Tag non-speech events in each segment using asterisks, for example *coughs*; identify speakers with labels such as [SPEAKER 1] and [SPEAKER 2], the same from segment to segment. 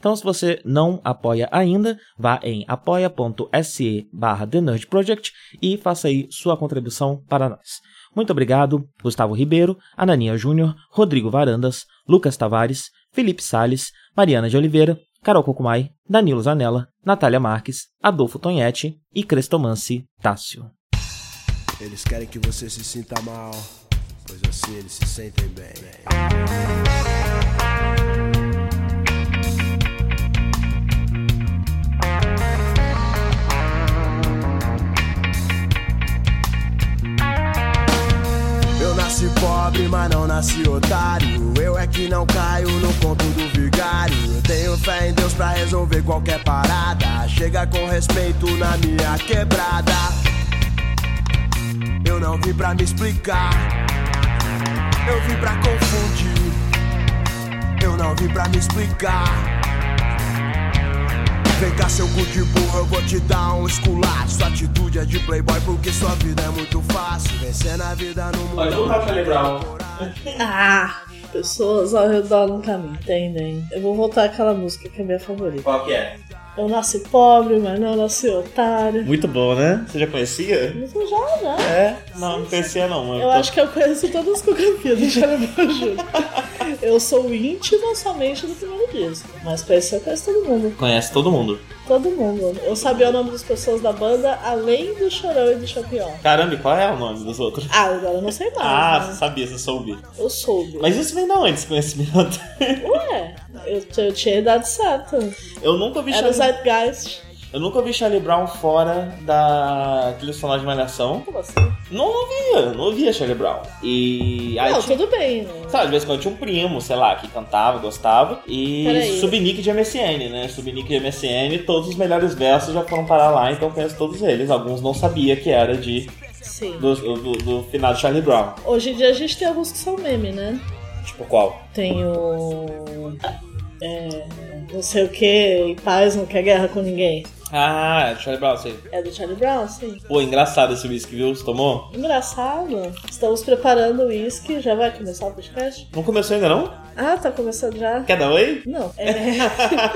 [SPEAKER 1] Então, se você não apoia ainda, vá em apoia.se barra The Nerd Project e faça aí sua contribuição para nós. Muito obrigado, Gustavo Ribeiro, Anania Júnior, Rodrigo Varandas, Lucas Tavares, Felipe Sales, Mariana de Oliveira, Carol Cocumai, Danilo Zanella, Natália Marques, Adolfo Tonhete e Crestomance Tássio.
[SPEAKER 2] Eles querem que você se sinta mal, pois assim eles se sentem bem. Eu nasci pobre, mas não nasci otário. Eu é que não caio no conto do vigário. Eu tenho fé em Deus pra resolver qualquer parada. Chega com respeito na minha quebrada. Eu não vim pra me explicar. Eu vim pra confundir. Eu não vim pra me explicar. Vem cá, seu cu de burro, eu vou te dar um esculacho. Sua atitude é de playboy porque sua vida é muito fácil. Vencer na vida no mundo.
[SPEAKER 3] Olha, vamos lá Então, pra lembrar.
[SPEAKER 4] Ah, pessoas ao redor nunca me entendem. Eu vou voltar àquela música que é minha favorita.
[SPEAKER 3] Qual que é?
[SPEAKER 4] Eu nasci pobre, mas não nasci otário.
[SPEAKER 5] Muito bom, né? Você já conhecia?
[SPEAKER 4] Mas eu já, né?
[SPEAKER 5] É? Não, não conhecia não.
[SPEAKER 4] Eu acho que eu conheço todas as coreografias do Charlie Brown Jr. Eu sou íntima somente do primeiro disco, mas conhecer eu conheço todo mundo.
[SPEAKER 5] Conhece todo mundo.
[SPEAKER 4] Todo mundo. Eu sabia o nome das pessoas da banda, além do Chorão e do Champion.
[SPEAKER 5] Caramba, e qual é o nome dos outros?
[SPEAKER 4] Ah, agora eu não sei mais.
[SPEAKER 5] Ah,
[SPEAKER 4] né?
[SPEAKER 5] você sabia, você soube.
[SPEAKER 4] Eu soube.
[SPEAKER 5] Mas isso vem da onde, esse conhecimento? *laughs*
[SPEAKER 4] Ué, eu, eu tinha a idade certa.
[SPEAKER 5] Eu nunca ouvi
[SPEAKER 4] Era o
[SPEAKER 5] Charlie...
[SPEAKER 4] Zeitgeist.
[SPEAKER 5] Eu nunca ouvi Charlie Brown fora da trilha sonora de Malhação.
[SPEAKER 4] Como assim?
[SPEAKER 5] Não ouvia, não ouvia Charlie Brown. E aí
[SPEAKER 4] não,
[SPEAKER 5] tinha...
[SPEAKER 4] tudo bem, né?
[SPEAKER 5] Sabe, de vez em quando tinha um primo, sei lá, que cantava, gostava. E
[SPEAKER 4] Peraí.
[SPEAKER 5] subnick de MSN, né? Subnick de MSN, todos os melhores versos já foram parar lá, então eu conheço todos eles. Alguns não sabia que era de
[SPEAKER 4] Sim.
[SPEAKER 5] do, do, do final de Charlie Brown.
[SPEAKER 4] Hoje em dia a gente tem alguns que são meme, né?
[SPEAKER 5] Tipo qual?
[SPEAKER 4] Tem o. É, não sei o que, e paz não quer guerra com ninguém.
[SPEAKER 5] Ah, Charlie Brown, sei.
[SPEAKER 4] É do Charlie Brown, sim.
[SPEAKER 5] Pô, engraçado esse whisky, viu? Você tomou?
[SPEAKER 4] Engraçado. Estamos preparando o uísque. Já vai começar o podcast?
[SPEAKER 5] Não começou ainda não?
[SPEAKER 4] Ah, tá começando já?
[SPEAKER 5] Quer dar um *laughs* oi?
[SPEAKER 4] Não. É...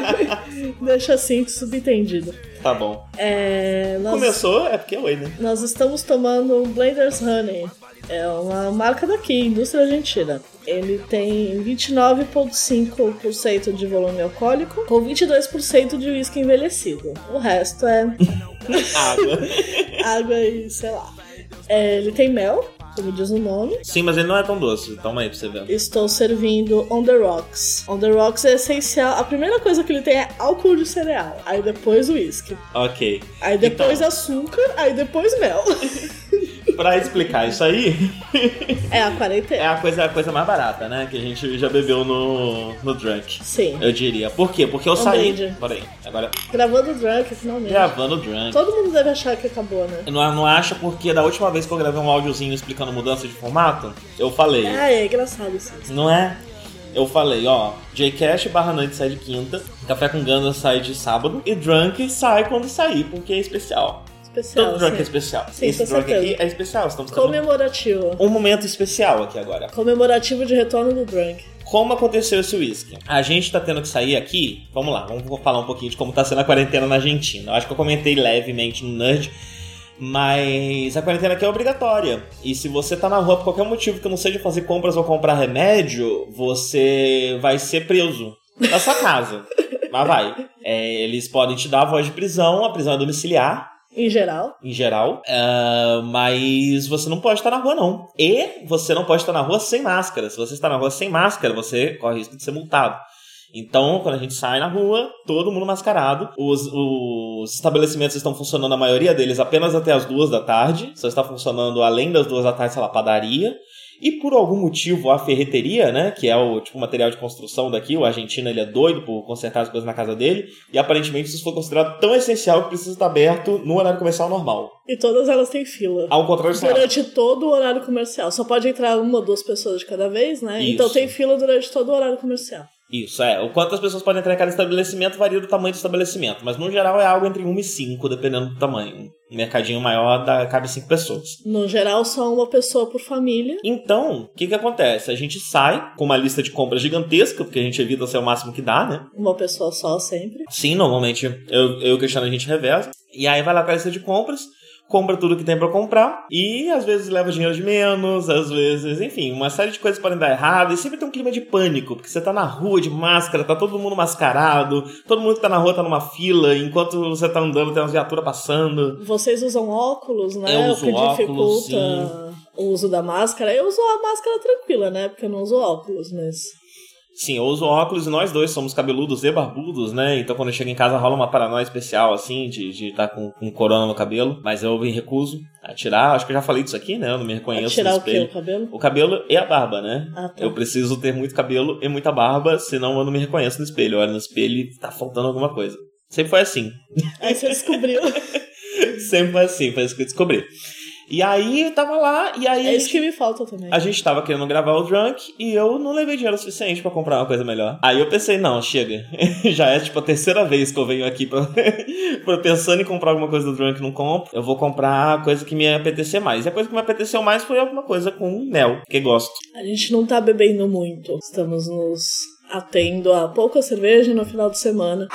[SPEAKER 4] *laughs* Deixa assim, subentendido.
[SPEAKER 5] Tá bom.
[SPEAKER 4] É, nós,
[SPEAKER 5] Começou, é porque é oi, né?
[SPEAKER 4] nós estamos tomando um Blender's Honey. É uma marca daqui, indústria argentina. Ele tem 29,5% de volume alcoólico, com 22% de uísque envelhecido. O resto é
[SPEAKER 5] *laughs* Água.
[SPEAKER 4] água e sei lá. É, ele tem mel, como diz o nome.
[SPEAKER 5] *laughs* Sim, mas ele não é tão doce. Toma aí pra você ver.
[SPEAKER 4] Estou servindo On The Rocks. On The Rocks é essencial. A primeira coisa que ele tem é álcool de cereal. Aí depois o uísque.
[SPEAKER 5] Ok.
[SPEAKER 4] Aí depois
[SPEAKER 5] Então.
[SPEAKER 4] açúcar. Aí depois mel. *laughs*
[SPEAKER 5] Pra explicar isso aí,
[SPEAKER 4] É a quarentena.
[SPEAKER 5] é a coisa, a coisa mais barata, né? Que a gente já bebeu no, no drunk.
[SPEAKER 4] Sim.
[SPEAKER 5] Eu diria. Por quê? Porque eu
[SPEAKER 4] Um
[SPEAKER 5] saí.
[SPEAKER 4] brinde.
[SPEAKER 5] Peraí, agora
[SPEAKER 4] Gravando drunk, finalmente.
[SPEAKER 5] gravando o drunk.
[SPEAKER 4] Todo mundo deve achar que acabou, né?
[SPEAKER 5] Eu não, não acho porque da última vez que eu gravei um áudiozinho explicando mudança de formato, eu falei.
[SPEAKER 4] Ah, é engraçado isso.
[SPEAKER 5] Não é? Eu falei, ó, Jcash barra noite sai de quinta, Café com Ganda sai de sábado e Drunk sai quando sair, porque é especial.
[SPEAKER 4] Especial.
[SPEAKER 5] Todo drunk é
[SPEAKER 4] Sim.
[SPEAKER 5] especial.
[SPEAKER 4] Sim,
[SPEAKER 5] Esse
[SPEAKER 4] com
[SPEAKER 5] drunk
[SPEAKER 4] certeza.
[SPEAKER 5] aqui é especial, estamos tendo
[SPEAKER 4] Comemorativo.
[SPEAKER 5] um momento especial aqui agora.
[SPEAKER 4] Comemorativo de retorno do drunk.
[SPEAKER 5] Como aconteceu esse whisky? A gente tá tendo que sair aqui. Vamos lá, vamos falar um pouquinho de como tá sendo a quarentena na Argentina. Eu acho que eu comentei levemente no Nerd. Mas a quarentena aqui é obrigatória. E se você tá na rua por qualquer motivo que não seja fazer compras ou comprar remédio, você vai ser preso na sua casa. Mas vai. É, eles podem te dar a voz de prisão, a prisão é domiciliar
[SPEAKER 4] Em geral.
[SPEAKER 5] em geral, ah, mas você não pode estar na rua, não. E você não pode estar na rua sem máscara. Se você está na rua sem máscara, você corre risco de ser multado. Então, quando a gente sai na rua, todo mundo mascarado. Os, os estabelecimentos estão funcionando, a maioria deles, apenas até as duas da tarde. Só está funcionando além das duas da tarde, sei lá, padaria. E por algum motivo a ferreteria, né, que é o tipo material de construção daqui, o argentino ele é doido por consertar as coisas na casa dele, e aparentemente isso foi considerado tão essencial que precisa estar aberto no horário comercial normal.
[SPEAKER 4] E todas elas têm fila.
[SPEAKER 5] Ao contrário do Ceará.
[SPEAKER 4] Durante todo o horário comercial. Só pode entrar uma ou duas pessoas de cada vez, né?
[SPEAKER 5] Isso.
[SPEAKER 4] Então tem fila durante todo o horário comercial.
[SPEAKER 5] Isso, é. O quanto as pessoas podem entrar em cada estabelecimento varia do tamanho do estabelecimento, mas no geral é algo entre 1 e 5, dependendo do tamanho. Um mercadinho maior dá, cabe 5 pessoas.
[SPEAKER 4] No geral, só uma pessoa por família.
[SPEAKER 5] Então, o que que acontece? A gente sai com uma lista de compras gigantesca, porque a gente evita ser o máximo que dá, né?
[SPEAKER 4] Uma pessoa só sempre.
[SPEAKER 5] Sim, normalmente eu, eu e o Cristiano a gente reveza. E aí vai lá pra lista de compras, compra tudo que tem pra comprar, e às vezes leva dinheiro de menos, às vezes, enfim, uma série de coisas podem dar errado, e sempre tem um clima de pânico, porque você tá na rua de máscara, tá todo mundo mascarado, todo mundo que tá na rua tá numa fila, enquanto você tá andando tem umas viaturas passando.
[SPEAKER 4] Vocês usam óculos, né?
[SPEAKER 5] Eu
[SPEAKER 4] o que
[SPEAKER 5] uso óculos,
[SPEAKER 4] dificulta o uso da máscara. Eu uso a máscara tranquila, né? Porque eu não uso óculos, mas.
[SPEAKER 5] Sim, eu uso óculos e nós dois somos cabeludos e barbudos, né? Então quando eu chego em casa rola uma paranoia especial, assim, de estar com, com corona no cabelo. Mas eu me recuso a tirar. Acho que eu já falei disso aqui, né? Eu não me reconheço
[SPEAKER 4] tirar
[SPEAKER 5] no
[SPEAKER 4] o quê?
[SPEAKER 5] espelho.
[SPEAKER 4] O cabelo?
[SPEAKER 5] O cabelo e a barba, né?
[SPEAKER 4] Ah, tá.
[SPEAKER 5] Eu preciso ter muito cabelo e muita barba, senão eu não me reconheço no espelho. Eu olho no espelho e tá faltando alguma coisa. Sempre foi assim. *laughs*
[SPEAKER 4] Aí você descobriu.
[SPEAKER 5] Sempre foi assim, foi isso que eu descobri. E aí eu tava lá, e aí a
[SPEAKER 4] é isso
[SPEAKER 5] gente,
[SPEAKER 4] que me falta também.
[SPEAKER 5] a gente tava querendo gravar o drunk e eu não levei dinheiro suficiente pra comprar uma coisa melhor. Aí eu pensei, não, chega. *laughs* Já é tipo a terceira vez que eu venho aqui pra, *laughs* pra- pensando em comprar alguma coisa do drunk e não compro. Eu vou comprar a coisa que me apetecer mais. E a coisa que me apeteceu mais foi alguma coisa com mel, que gosto.
[SPEAKER 4] A gente não tá bebendo muito. Estamos nos atendo a pouca cerveja no final
[SPEAKER 5] *coughs*
[SPEAKER 4] de semana.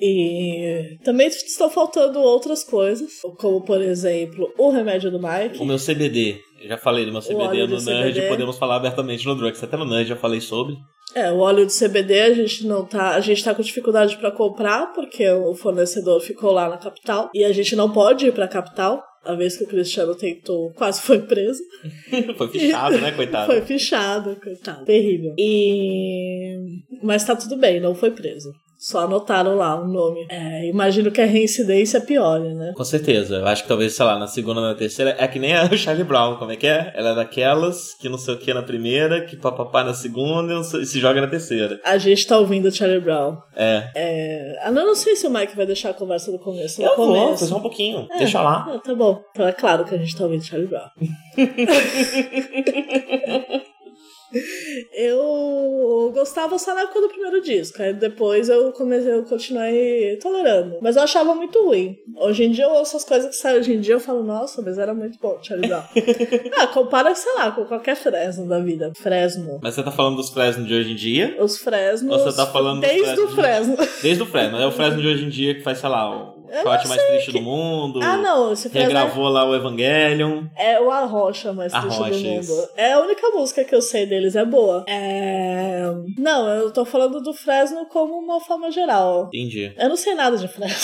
[SPEAKER 4] E também estão faltando outras coisas, como por exemplo o remédio do
[SPEAKER 5] O
[SPEAKER 4] Mike.
[SPEAKER 5] meu CBD. Eu já falei do meu CBD
[SPEAKER 4] óleo do
[SPEAKER 5] no Nerd,
[SPEAKER 4] CBD.
[SPEAKER 5] podemos falar abertamente no Drugs. Até no Nerd já falei sobre. *laughs*
[SPEAKER 4] É, o óleo de CBD a gente não tá, a gente tá com dificuldade pra comprar porque o fornecedor ficou lá na capital e a gente não pode ir pra capital. A vez que o Cristiano tentou, quase foi preso.
[SPEAKER 5] Foi fichado, né, coitado?
[SPEAKER 4] Foi fechado, coitado. Terrível. E. Mas tá tudo bem, não foi preso. Só anotaram lá o nome. É, imagino que a reincidência piore, né?
[SPEAKER 5] Com certeza. Eu acho que talvez, sei lá, na segunda, na terceira. É que nem a *laughs* Charlie Brown, como é que é? Ela é daquelas que não sei o que na primeira, que papapá na segunda e não sei- e se joga na terceira.
[SPEAKER 4] A gente tá ouvindo o Charlie Brown.
[SPEAKER 5] É.
[SPEAKER 4] É, Ah, não, não sei se o Mike vai deixar a conversa do começo. No
[SPEAKER 5] Eu
[SPEAKER 4] É começo.
[SPEAKER 5] vou, foi só um pouquinho.
[SPEAKER 4] É,
[SPEAKER 5] Deixa lá.
[SPEAKER 4] ah, tá bom. Então é claro que a gente tá ouvindo Charlie Brown. *laughs* eu gostava só na época do primeiro disco. Aí depois eu comecei, eu continuei tolerando. Mas eu achava muito ruim. Hoje em dia eu ouço as coisas que saem hoje em dia eu falo, nossa, mas era muito bom, Charlie *laughs* Brown. ah, compara, sei lá, com qualquer Fresno da vida. Fresno.
[SPEAKER 5] Mas você tá falando dos Fresno de hoje em dia?
[SPEAKER 4] Os Fresnos.
[SPEAKER 5] Você tá falando dos
[SPEAKER 4] desde o Fresno.
[SPEAKER 5] Desde o Fresno. É o Fresno de hoje em dia que faz, sei lá, o
[SPEAKER 4] Eu
[SPEAKER 5] shot
[SPEAKER 4] não
[SPEAKER 5] mais
[SPEAKER 4] sei
[SPEAKER 5] triste
[SPEAKER 4] que-
[SPEAKER 5] do mundo.
[SPEAKER 4] Ah, não, esse Fresno. é-
[SPEAKER 5] Regravou lá o Evangelion.
[SPEAKER 4] É o A Rocha mais
[SPEAKER 5] A
[SPEAKER 4] triste
[SPEAKER 5] Rocha,
[SPEAKER 4] do mundo.
[SPEAKER 5] isso.
[SPEAKER 4] É a única música que eu sei deles, é boa. É... Não, eu tô falando do Fresno como uma forma geral.
[SPEAKER 5] Entendi.
[SPEAKER 4] Eu não sei nada de Fresno.
[SPEAKER 5] *laughs*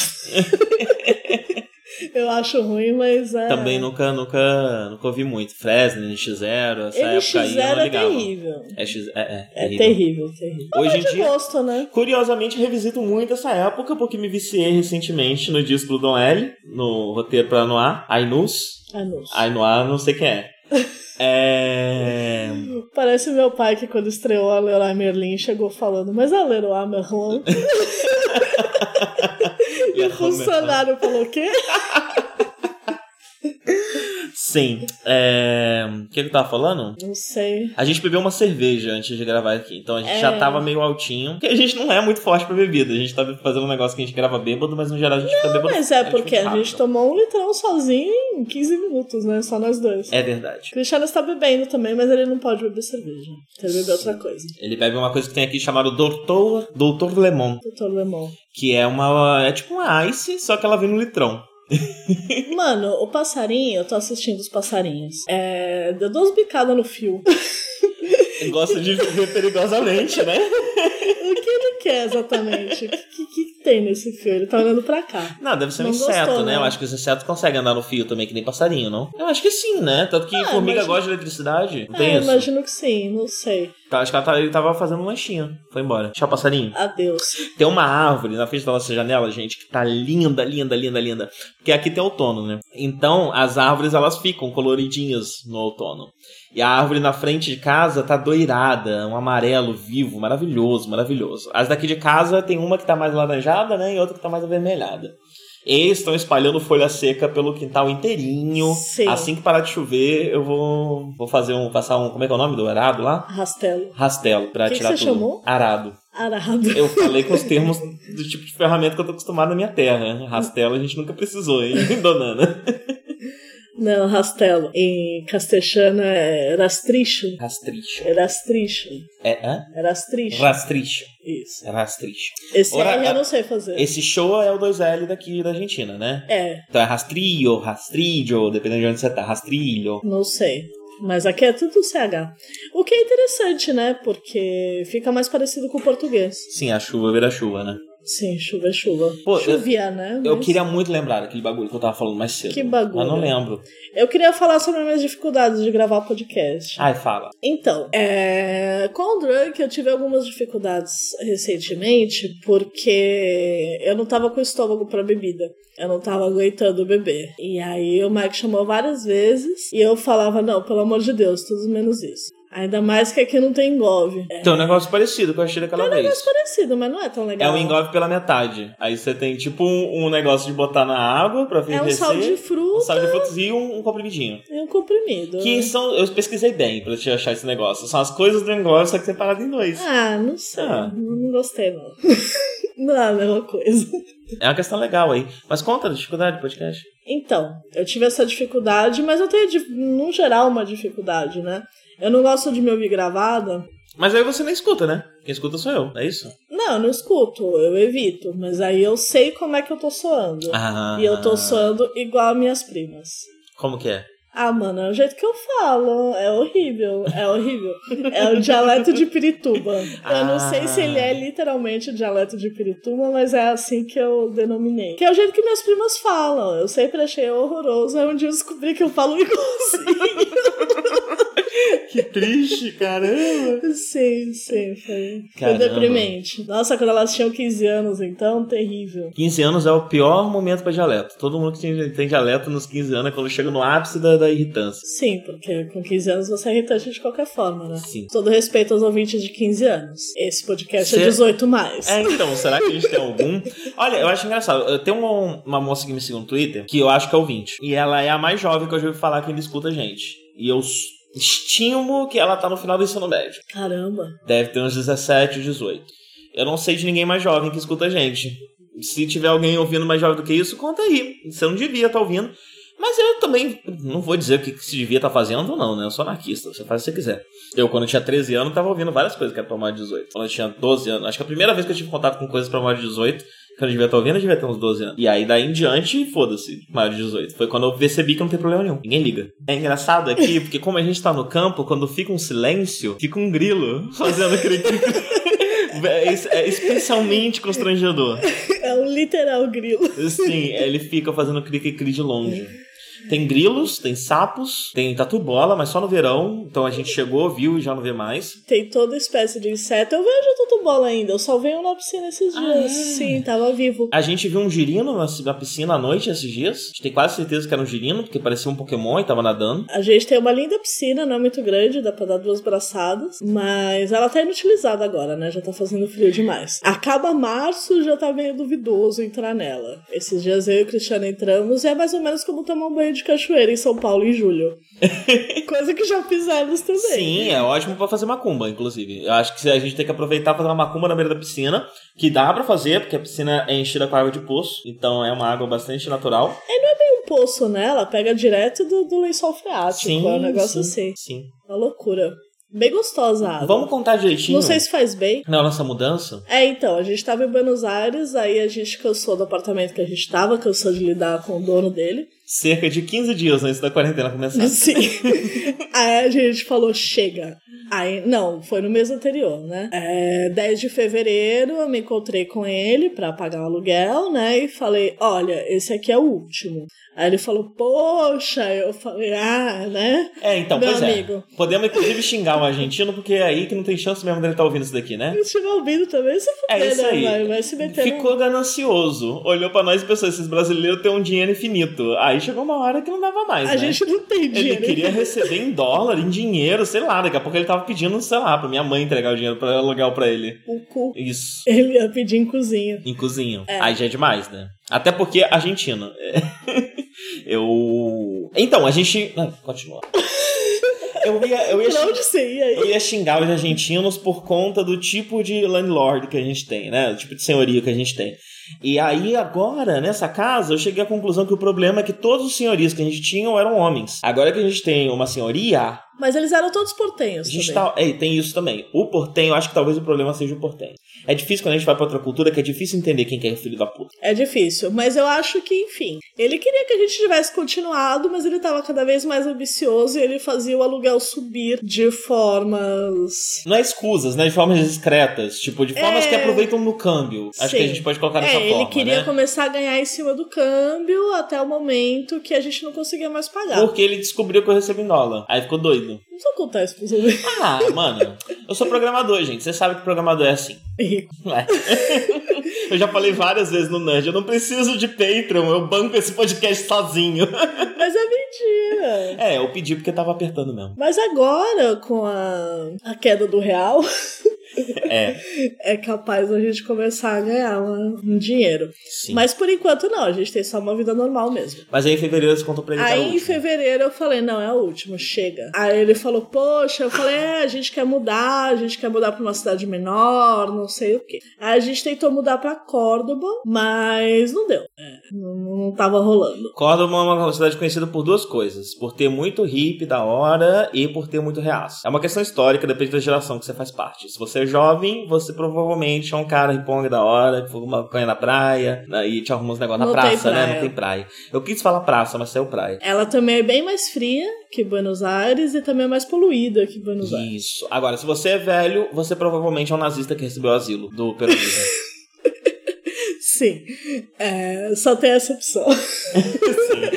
[SPEAKER 4] eu acho ruim, mas é.
[SPEAKER 5] Também nunca, nunca, nunca ouvi muito. Fresno, NX0, essa época aí eu
[SPEAKER 4] NX0
[SPEAKER 5] não
[SPEAKER 4] é
[SPEAKER 5] ligava.
[SPEAKER 4] terrível.
[SPEAKER 5] É, X, é, é,
[SPEAKER 4] É
[SPEAKER 5] terrível.
[SPEAKER 4] terrível, terrível.
[SPEAKER 5] Hoje em
[SPEAKER 4] De
[SPEAKER 5] dia,
[SPEAKER 4] gosto, né?
[SPEAKER 5] curiosamente, revisito muito essa época porque me viciei recentemente no disco do Dom L, no roteiro pra Anuar, Ainus.
[SPEAKER 4] Anúncio.
[SPEAKER 5] Ainuar, não sei quem é. É.
[SPEAKER 4] Parece meu pai que quando estreou a Leroy Merlin chegou falando, mas a Leroy
[SPEAKER 5] *laughs*
[SPEAKER 4] Merlin. e *laughs* o funcionário falou o quê?
[SPEAKER 5] Sim. É... O que, que eu tava falando?
[SPEAKER 4] Não sei.
[SPEAKER 5] A gente bebeu uma cerveja antes de gravar aqui, então a gente
[SPEAKER 4] É.
[SPEAKER 5] já tava meio altinho. Porque a gente não é muito forte pra bebida. A gente tá fazendo um negócio que a gente grava bêbado, mas no geral a gente fica bêbado.
[SPEAKER 4] Mas é
[SPEAKER 5] tipo,
[SPEAKER 4] porque a
[SPEAKER 5] rápido.
[SPEAKER 4] gente tomou um litrão sozinho em 15 minutos, né? Só nós dois.
[SPEAKER 5] É verdade.
[SPEAKER 4] O Cristiano está bebendo também, mas ele não pode beber cerveja. Ele beber outra coisa.
[SPEAKER 5] Ele bebe uma coisa que tem aqui chamado Doutor, Doutor Lemon,
[SPEAKER 4] Doutor Lemon.
[SPEAKER 5] que é uma. É tipo uma ice, só que ela vem no litrão.
[SPEAKER 4] Mano, o passarinho, eu tô assistindo os passarinhos. É. Deu duas bicadas no fio. *laughs*
[SPEAKER 5] Gosta de viver perigosamente, né?
[SPEAKER 4] O que ele quer exatamente? O que, que, que tem nesse fio? Ele tá olhando pra cá.
[SPEAKER 5] Não, deve ser um
[SPEAKER 4] Não gostou,
[SPEAKER 5] inseto, né?
[SPEAKER 4] né?
[SPEAKER 5] Eu acho que os insetos conseguem andar no fio também, que nem passarinho, não? Eu acho que sim, né? Tanto que
[SPEAKER 4] Ah,
[SPEAKER 5] formiga
[SPEAKER 4] imagino-
[SPEAKER 5] gosta de eletricidade. Não
[SPEAKER 4] Ah,
[SPEAKER 5] tem isso?
[SPEAKER 4] imagino que sim, não sei.
[SPEAKER 5] Tá, acho que ela tá- ele tava fazendo um lanchinho. Foi embora. Tchau, passarinho.
[SPEAKER 4] Adeus.
[SPEAKER 5] Tem uma árvore na frente da nossa janela, gente, que tá linda, linda, linda, linda. Porque aqui tem outono, né? Então, as árvores, elas ficam coloridinhas no outono. E a árvore na frente de casa tá doirada, um amarelo vivo, maravilhoso, maravilhoso. As daqui de casa tem uma que tá mais laranjada, né? E outra que tá mais avermelhada. Eles estão espalhando folha seca pelo quintal inteirinho.
[SPEAKER 4] Sim.
[SPEAKER 5] Assim que parar de chover, eu vou, vou fazer um. passar um. Como é que é o nome do arado lá?
[SPEAKER 4] Rastelo.
[SPEAKER 5] Rastelo, pra
[SPEAKER 4] Que que
[SPEAKER 5] tirar
[SPEAKER 4] você
[SPEAKER 5] tudo.
[SPEAKER 4] chamou?
[SPEAKER 5] Arado.
[SPEAKER 4] Arado.
[SPEAKER 5] Eu falei com os termos do tipo de ferramenta que eu tô acostumado na minha terra. né? Rastelo a gente nunca precisou, hein, *laughs* Donana?
[SPEAKER 4] Não, rastelo. Em castelhano é rastricho.
[SPEAKER 5] Rastricho.
[SPEAKER 4] É rastricho.
[SPEAKER 5] É, hã?
[SPEAKER 4] É rastricho.
[SPEAKER 5] Rastricho.
[SPEAKER 4] Isso.
[SPEAKER 5] Rastricho.
[SPEAKER 4] Esse
[SPEAKER 5] Ora-
[SPEAKER 4] R eu não sei fazer.
[SPEAKER 5] Esse show é o 2L daqui da Argentina, né?
[SPEAKER 4] É,
[SPEAKER 5] Então é rastrillo, rastrillo, dependendo de onde você tá, rastrillo.
[SPEAKER 4] não sei. Mas aqui é tudo CH. O que é interessante, né? Porque fica mais parecido com o português.
[SPEAKER 5] Sim, a chuva vira chuva, né?
[SPEAKER 4] Sim, chuva é chuva.
[SPEAKER 5] Pô, eu-
[SPEAKER 4] Chovia, né?
[SPEAKER 5] Eu
[SPEAKER 4] Mas-
[SPEAKER 5] queria muito lembrar aquele bagulho que eu tava falando mais cedo.
[SPEAKER 4] Que bagulho?
[SPEAKER 5] Mas não lembro.
[SPEAKER 4] eu queria falar sobre minhas dificuldades de gravar podcast.
[SPEAKER 5] Ai, fala.
[SPEAKER 4] Então, é, com o Drunk eu tive algumas dificuldades recentemente porque eu não tava com estômago pra bebida. Eu não tava aguentando beber. E aí o Mike chamou várias vezes e eu falava, não, pelo amor de Deus, tudo menos isso. Ainda mais que aqui não tem engolve. É
[SPEAKER 5] Tem um negócio parecido que eu achei daquela vez.
[SPEAKER 4] um parecido, mas não é tão
[SPEAKER 5] É
[SPEAKER 4] legal.
[SPEAKER 5] um engolve pela metade. Aí você tem tipo um, um negócio de botar na água pra
[SPEAKER 4] É
[SPEAKER 5] fervecer.
[SPEAKER 4] um sal de
[SPEAKER 5] Um
[SPEAKER 4] fruta
[SPEAKER 5] sal de frutas e um, um comprimidinho.
[SPEAKER 4] e um comprimido.
[SPEAKER 5] Que são. Eu pesquisei bem pra te achar esse negócio. São as coisas do engolve, só que separado em dois.
[SPEAKER 4] Ah, não sei.
[SPEAKER 5] Ah.
[SPEAKER 4] Não gostei, não. *laughs* não é a mesma coisa.
[SPEAKER 5] É uma questão legal aí. Mas conta a dificuldade do podcast.
[SPEAKER 4] Então, eu tive essa dificuldade, mas eu tenho, dif- no geral, uma dificuldade, né? Eu não gosto de me ouvir gravada.
[SPEAKER 5] Mas aí você nem escuta, né? Quem escuta sou eu, é isso?
[SPEAKER 4] Não, eu não escuto, eu evito. Mas aí eu sei como é que eu tô soando.
[SPEAKER 5] Ah.
[SPEAKER 4] E eu tô soando igual as minhas primas.
[SPEAKER 5] Como que é?
[SPEAKER 4] Ah, mano, é o jeito que eu falo. É horrível, é horrível. É o dialeto de Pirituba. Eu não
[SPEAKER 5] Ah.
[SPEAKER 4] sei se ele é literalmente o dialeto de Pirituba, mas é assim que eu denominei. Que é o jeito que minhas primas falam. Eu sempre achei horroroso. Aí um dia eu descobri que eu falo igualzinho.
[SPEAKER 5] Que triste, caramba!
[SPEAKER 4] sim, sim, foi, foi
[SPEAKER 5] Caramba.
[SPEAKER 4] deprimente. Nossa, quando elas tinham 15 anos, então, terrível.
[SPEAKER 5] 15 anos é o pior momento pra dialeto. Todo mundo que tem, tem dialeto nos 15 anos é quando chega no ápice da, da irritância.
[SPEAKER 4] Sim, porque com 15 anos você é irritante de qualquer forma, né?
[SPEAKER 5] Sim.
[SPEAKER 4] Todo respeito aos ouvintes de 15 anos. Esse podcast
[SPEAKER 5] Cê-
[SPEAKER 4] é 18 mais.
[SPEAKER 5] É, então, será que a gente tem algum? Olha, eu acho engraçado. Eu tenho uma, uma moça que me seguiu no Twitter, que eu acho que é ouvinte. E ela é a mais jovem que eu já ouvi falar que ainda escuta a gente. E eu s- estimo que ela tá no final do ensino médio.
[SPEAKER 4] Caramba.
[SPEAKER 5] Deve ter uns 17, 18. Eu não sei de ninguém mais jovem que escuta a gente. Se tiver alguém ouvindo mais jovem do que isso, conta aí. Você não devia estar ouvindo. Mas eu também não vou dizer o que que se devia estar fazendo ou não, né? Eu sou anarquista, você faz o que você quiser. Eu, quando eu tinha 13 anos, tava ouvindo várias coisas que era pra maior de 18. Quando eu tinha 12 anos, acho que a primeira vez que eu tive contato com coisas pra maior de 18, que eu não devia estar ouvindo, eu devia ter uns 12 anos. E aí, daí em diante, foda-se, maior de 18. Foi quando eu percebi que não tem problema nenhum. Ninguém liga. É engraçado aqui, porque como a gente tá no campo, quando fica um silêncio, fica um grilo *laughs* fazendo aquele... É es- é especialmente constrangedor.
[SPEAKER 4] É um literal grilo.
[SPEAKER 5] Sim, ele fica fazendo clique e cri de longe. Tem grilos, tem sapos, tem tatu-bola, mas só no verão. Então a gente chegou, viu e já não vê mais.
[SPEAKER 4] Tem toda espécie de inseto. Eu vejo o tutu-bola ainda. Eu só veio na piscina esses
[SPEAKER 5] Ah,
[SPEAKER 4] dias.
[SPEAKER 5] é?
[SPEAKER 4] Sim, tava vivo.
[SPEAKER 5] A gente viu um girino na na piscina à noite esses dias. A gente tem quase certeza que era um girino, porque parecia um Pokémon e tava nadando.
[SPEAKER 4] A gente tem uma linda piscina, não é muito grande, dá pra dar duas braçadas, mas ela tá inutilizada agora, né? Já tá fazendo frio demais. Acaba março, já tá meio duvidoso entrar nela. Esses dias eu e o Cristiano entramos e é mais ou menos como tomar um banho de cachoeira em São Paulo em
[SPEAKER 5] *laughs*
[SPEAKER 4] julho. Coisa que já fizemos também.
[SPEAKER 5] Sim, é ótimo pra fazer macumba, inclusive. Eu acho que a gente tem que aproveitar e fazer uma macumba na beira da piscina, que dá pra fazer, porque a piscina é enchida com água de poço, então é uma água bastante natural.
[SPEAKER 4] Tem um poço nela, pega direto do, do lençol freático. é um negócio assim.
[SPEAKER 5] Sim.
[SPEAKER 4] Uma loucura. Bem gostosa a água.
[SPEAKER 5] Vamos contar direitinho.
[SPEAKER 4] Não sei se faz bem.
[SPEAKER 5] Na nossa mudança?
[SPEAKER 4] É, então, a gente tava em Buenos Aires, aí a gente cansou do apartamento que a gente tava, cansou de lidar com o dono dele. *laughs*
[SPEAKER 5] Cerca de 15 dias antes da quarentena começar.
[SPEAKER 4] Assim. aí a gente falou: chega, Aí, não, foi no mês anterior, né? É, 10 de fevereiro eu me encontrei com ele pra pagar o aluguel, né? E falei: olha, esse aqui é o último. Aí ele falou: poxa, eu falei: ah, né?
[SPEAKER 5] É, então,
[SPEAKER 4] Meu
[SPEAKER 5] pois
[SPEAKER 4] amigo.
[SPEAKER 5] é. Podemos inclusive xingar um argentino, porque é aí que não tem chance mesmo dele estar ouvindo isso daqui, né?
[SPEAKER 4] Se estiver ouvindo também, se fuder,
[SPEAKER 5] É isso
[SPEAKER 4] né?
[SPEAKER 5] aí.
[SPEAKER 4] Vai, vai né? se meter no-
[SPEAKER 5] Ficou ganancioso. Olhou pra nós e pensou: esses brasileiros têm um dinheiro infinito. Aí chegou uma hora que não dava mais.
[SPEAKER 4] A
[SPEAKER 5] né?
[SPEAKER 4] gente não né? tem
[SPEAKER 5] Ele
[SPEAKER 4] dinheiro.
[SPEAKER 5] queria receber em dólar, em dinheiro, sei lá. Daqui a pouco ele tava pedindo, sei lá, pra minha mãe entregar o dinheiro pra alugar pra ele.
[SPEAKER 4] O cu.
[SPEAKER 5] Isso.
[SPEAKER 4] Ele ia pedir em cozinha.
[SPEAKER 5] Em cozinha. Aí já é demais, né? Até porque argentino. *laughs* eu. Então, a gente. Não, continua. Eu ia, eu ia
[SPEAKER 4] Pra onde você ia aí?
[SPEAKER 5] Eu ia xingar os argentinos por conta do tipo de landlord que a gente tem, né? O tipo de senhorio que a gente tem. E aí, agora, nessa casa, eu cheguei à conclusão que o problema é que todos os senhorios que a gente tinha eram homens. Agora que a gente tem uma senhoria,
[SPEAKER 4] Mas eles eram todos portenhos
[SPEAKER 5] a gente
[SPEAKER 4] também.
[SPEAKER 5] tá... é, tem isso também. O portenho, acho que talvez o problema seja o portenho. É difícil quando a gente vai pra outra cultura que é difícil entender quem que é filho da puta.
[SPEAKER 4] É difícil, mas eu acho que, enfim. Ele queria que a gente tivesse continuado, mas ele tava cada vez mais ambicioso e ele fazia o aluguel subir de formas.
[SPEAKER 5] Não é escusas, né? De formas discretas. Tipo, de formas
[SPEAKER 4] É.
[SPEAKER 5] que aproveitam no câmbio. Acho
[SPEAKER 4] Sim.
[SPEAKER 5] que a gente pode colocar dessa
[SPEAKER 4] é,
[SPEAKER 5] forma,
[SPEAKER 4] ele queria
[SPEAKER 5] né?
[SPEAKER 4] começar a ganhar em cima do câmbio até o momento que a gente não conseguia mais pagar.
[SPEAKER 5] Porque ele descobriu que eu recebi em dólar. Aí ficou doido.
[SPEAKER 4] Não vou contar isso pros *laughs* ouvintes.
[SPEAKER 5] Ah, mano, eu sou programador, gente. Você sabe que programador é assim. Ué. *laughs* Eu já falei várias vezes no Nerd, eu não preciso de Patreon, eu banco esse podcast sozinho. *laughs*
[SPEAKER 4] Mas é mentira.
[SPEAKER 5] É, eu pedi porque tava apertando mesmo.
[SPEAKER 4] Mas agora, com a, a queda do real, *laughs*
[SPEAKER 5] É,
[SPEAKER 4] é capaz a gente começar a ganhar uma- um dinheiro.
[SPEAKER 5] sim. Mas,
[SPEAKER 4] Mas por enquanto não, a gente tem só uma vida normal mesmo.
[SPEAKER 5] aí em fevereiro você contou pra ele que é era o
[SPEAKER 4] Aí em
[SPEAKER 5] último.
[SPEAKER 4] fevereiro eu falei, não, é o último, chega. Aí ele falou, poxa, eu falei, é, a gente quer mudar, a gente quer mudar pra uma cidade menor, não sei o quê. Aí a gente tentou mudar pra Córdoba, mas não deu. É, não, não tava rolando.
[SPEAKER 5] Córdoba é uma cidade conhecida por duas coisas: por ter muito hippie da hora e por ter muito reaço. É uma questão histórica, depende da geração que você faz parte. Se você é jovem, você provavelmente é um cara riponga da hora, que fuma maconha na praia, né, e te arruma uns negócios na
[SPEAKER 4] Não tem
[SPEAKER 5] praça, né?
[SPEAKER 4] praia.
[SPEAKER 5] Não tem praia. Eu quis falar praça, mas saiu praia.
[SPEAKER 4] Ela também é bem mais fria que Buenos Aires e também é mais poluída que Buenos Aires.
[SPEAKER 5] Isso. Agora, se você é velho, você provavelmente é um nazista que recebeu asilo do
[SPEAKER 4] *laughs*
[SPEAKER 5] peronismo.
[SPEAKER 4] Sim. É, só tem essa opção. *laughs*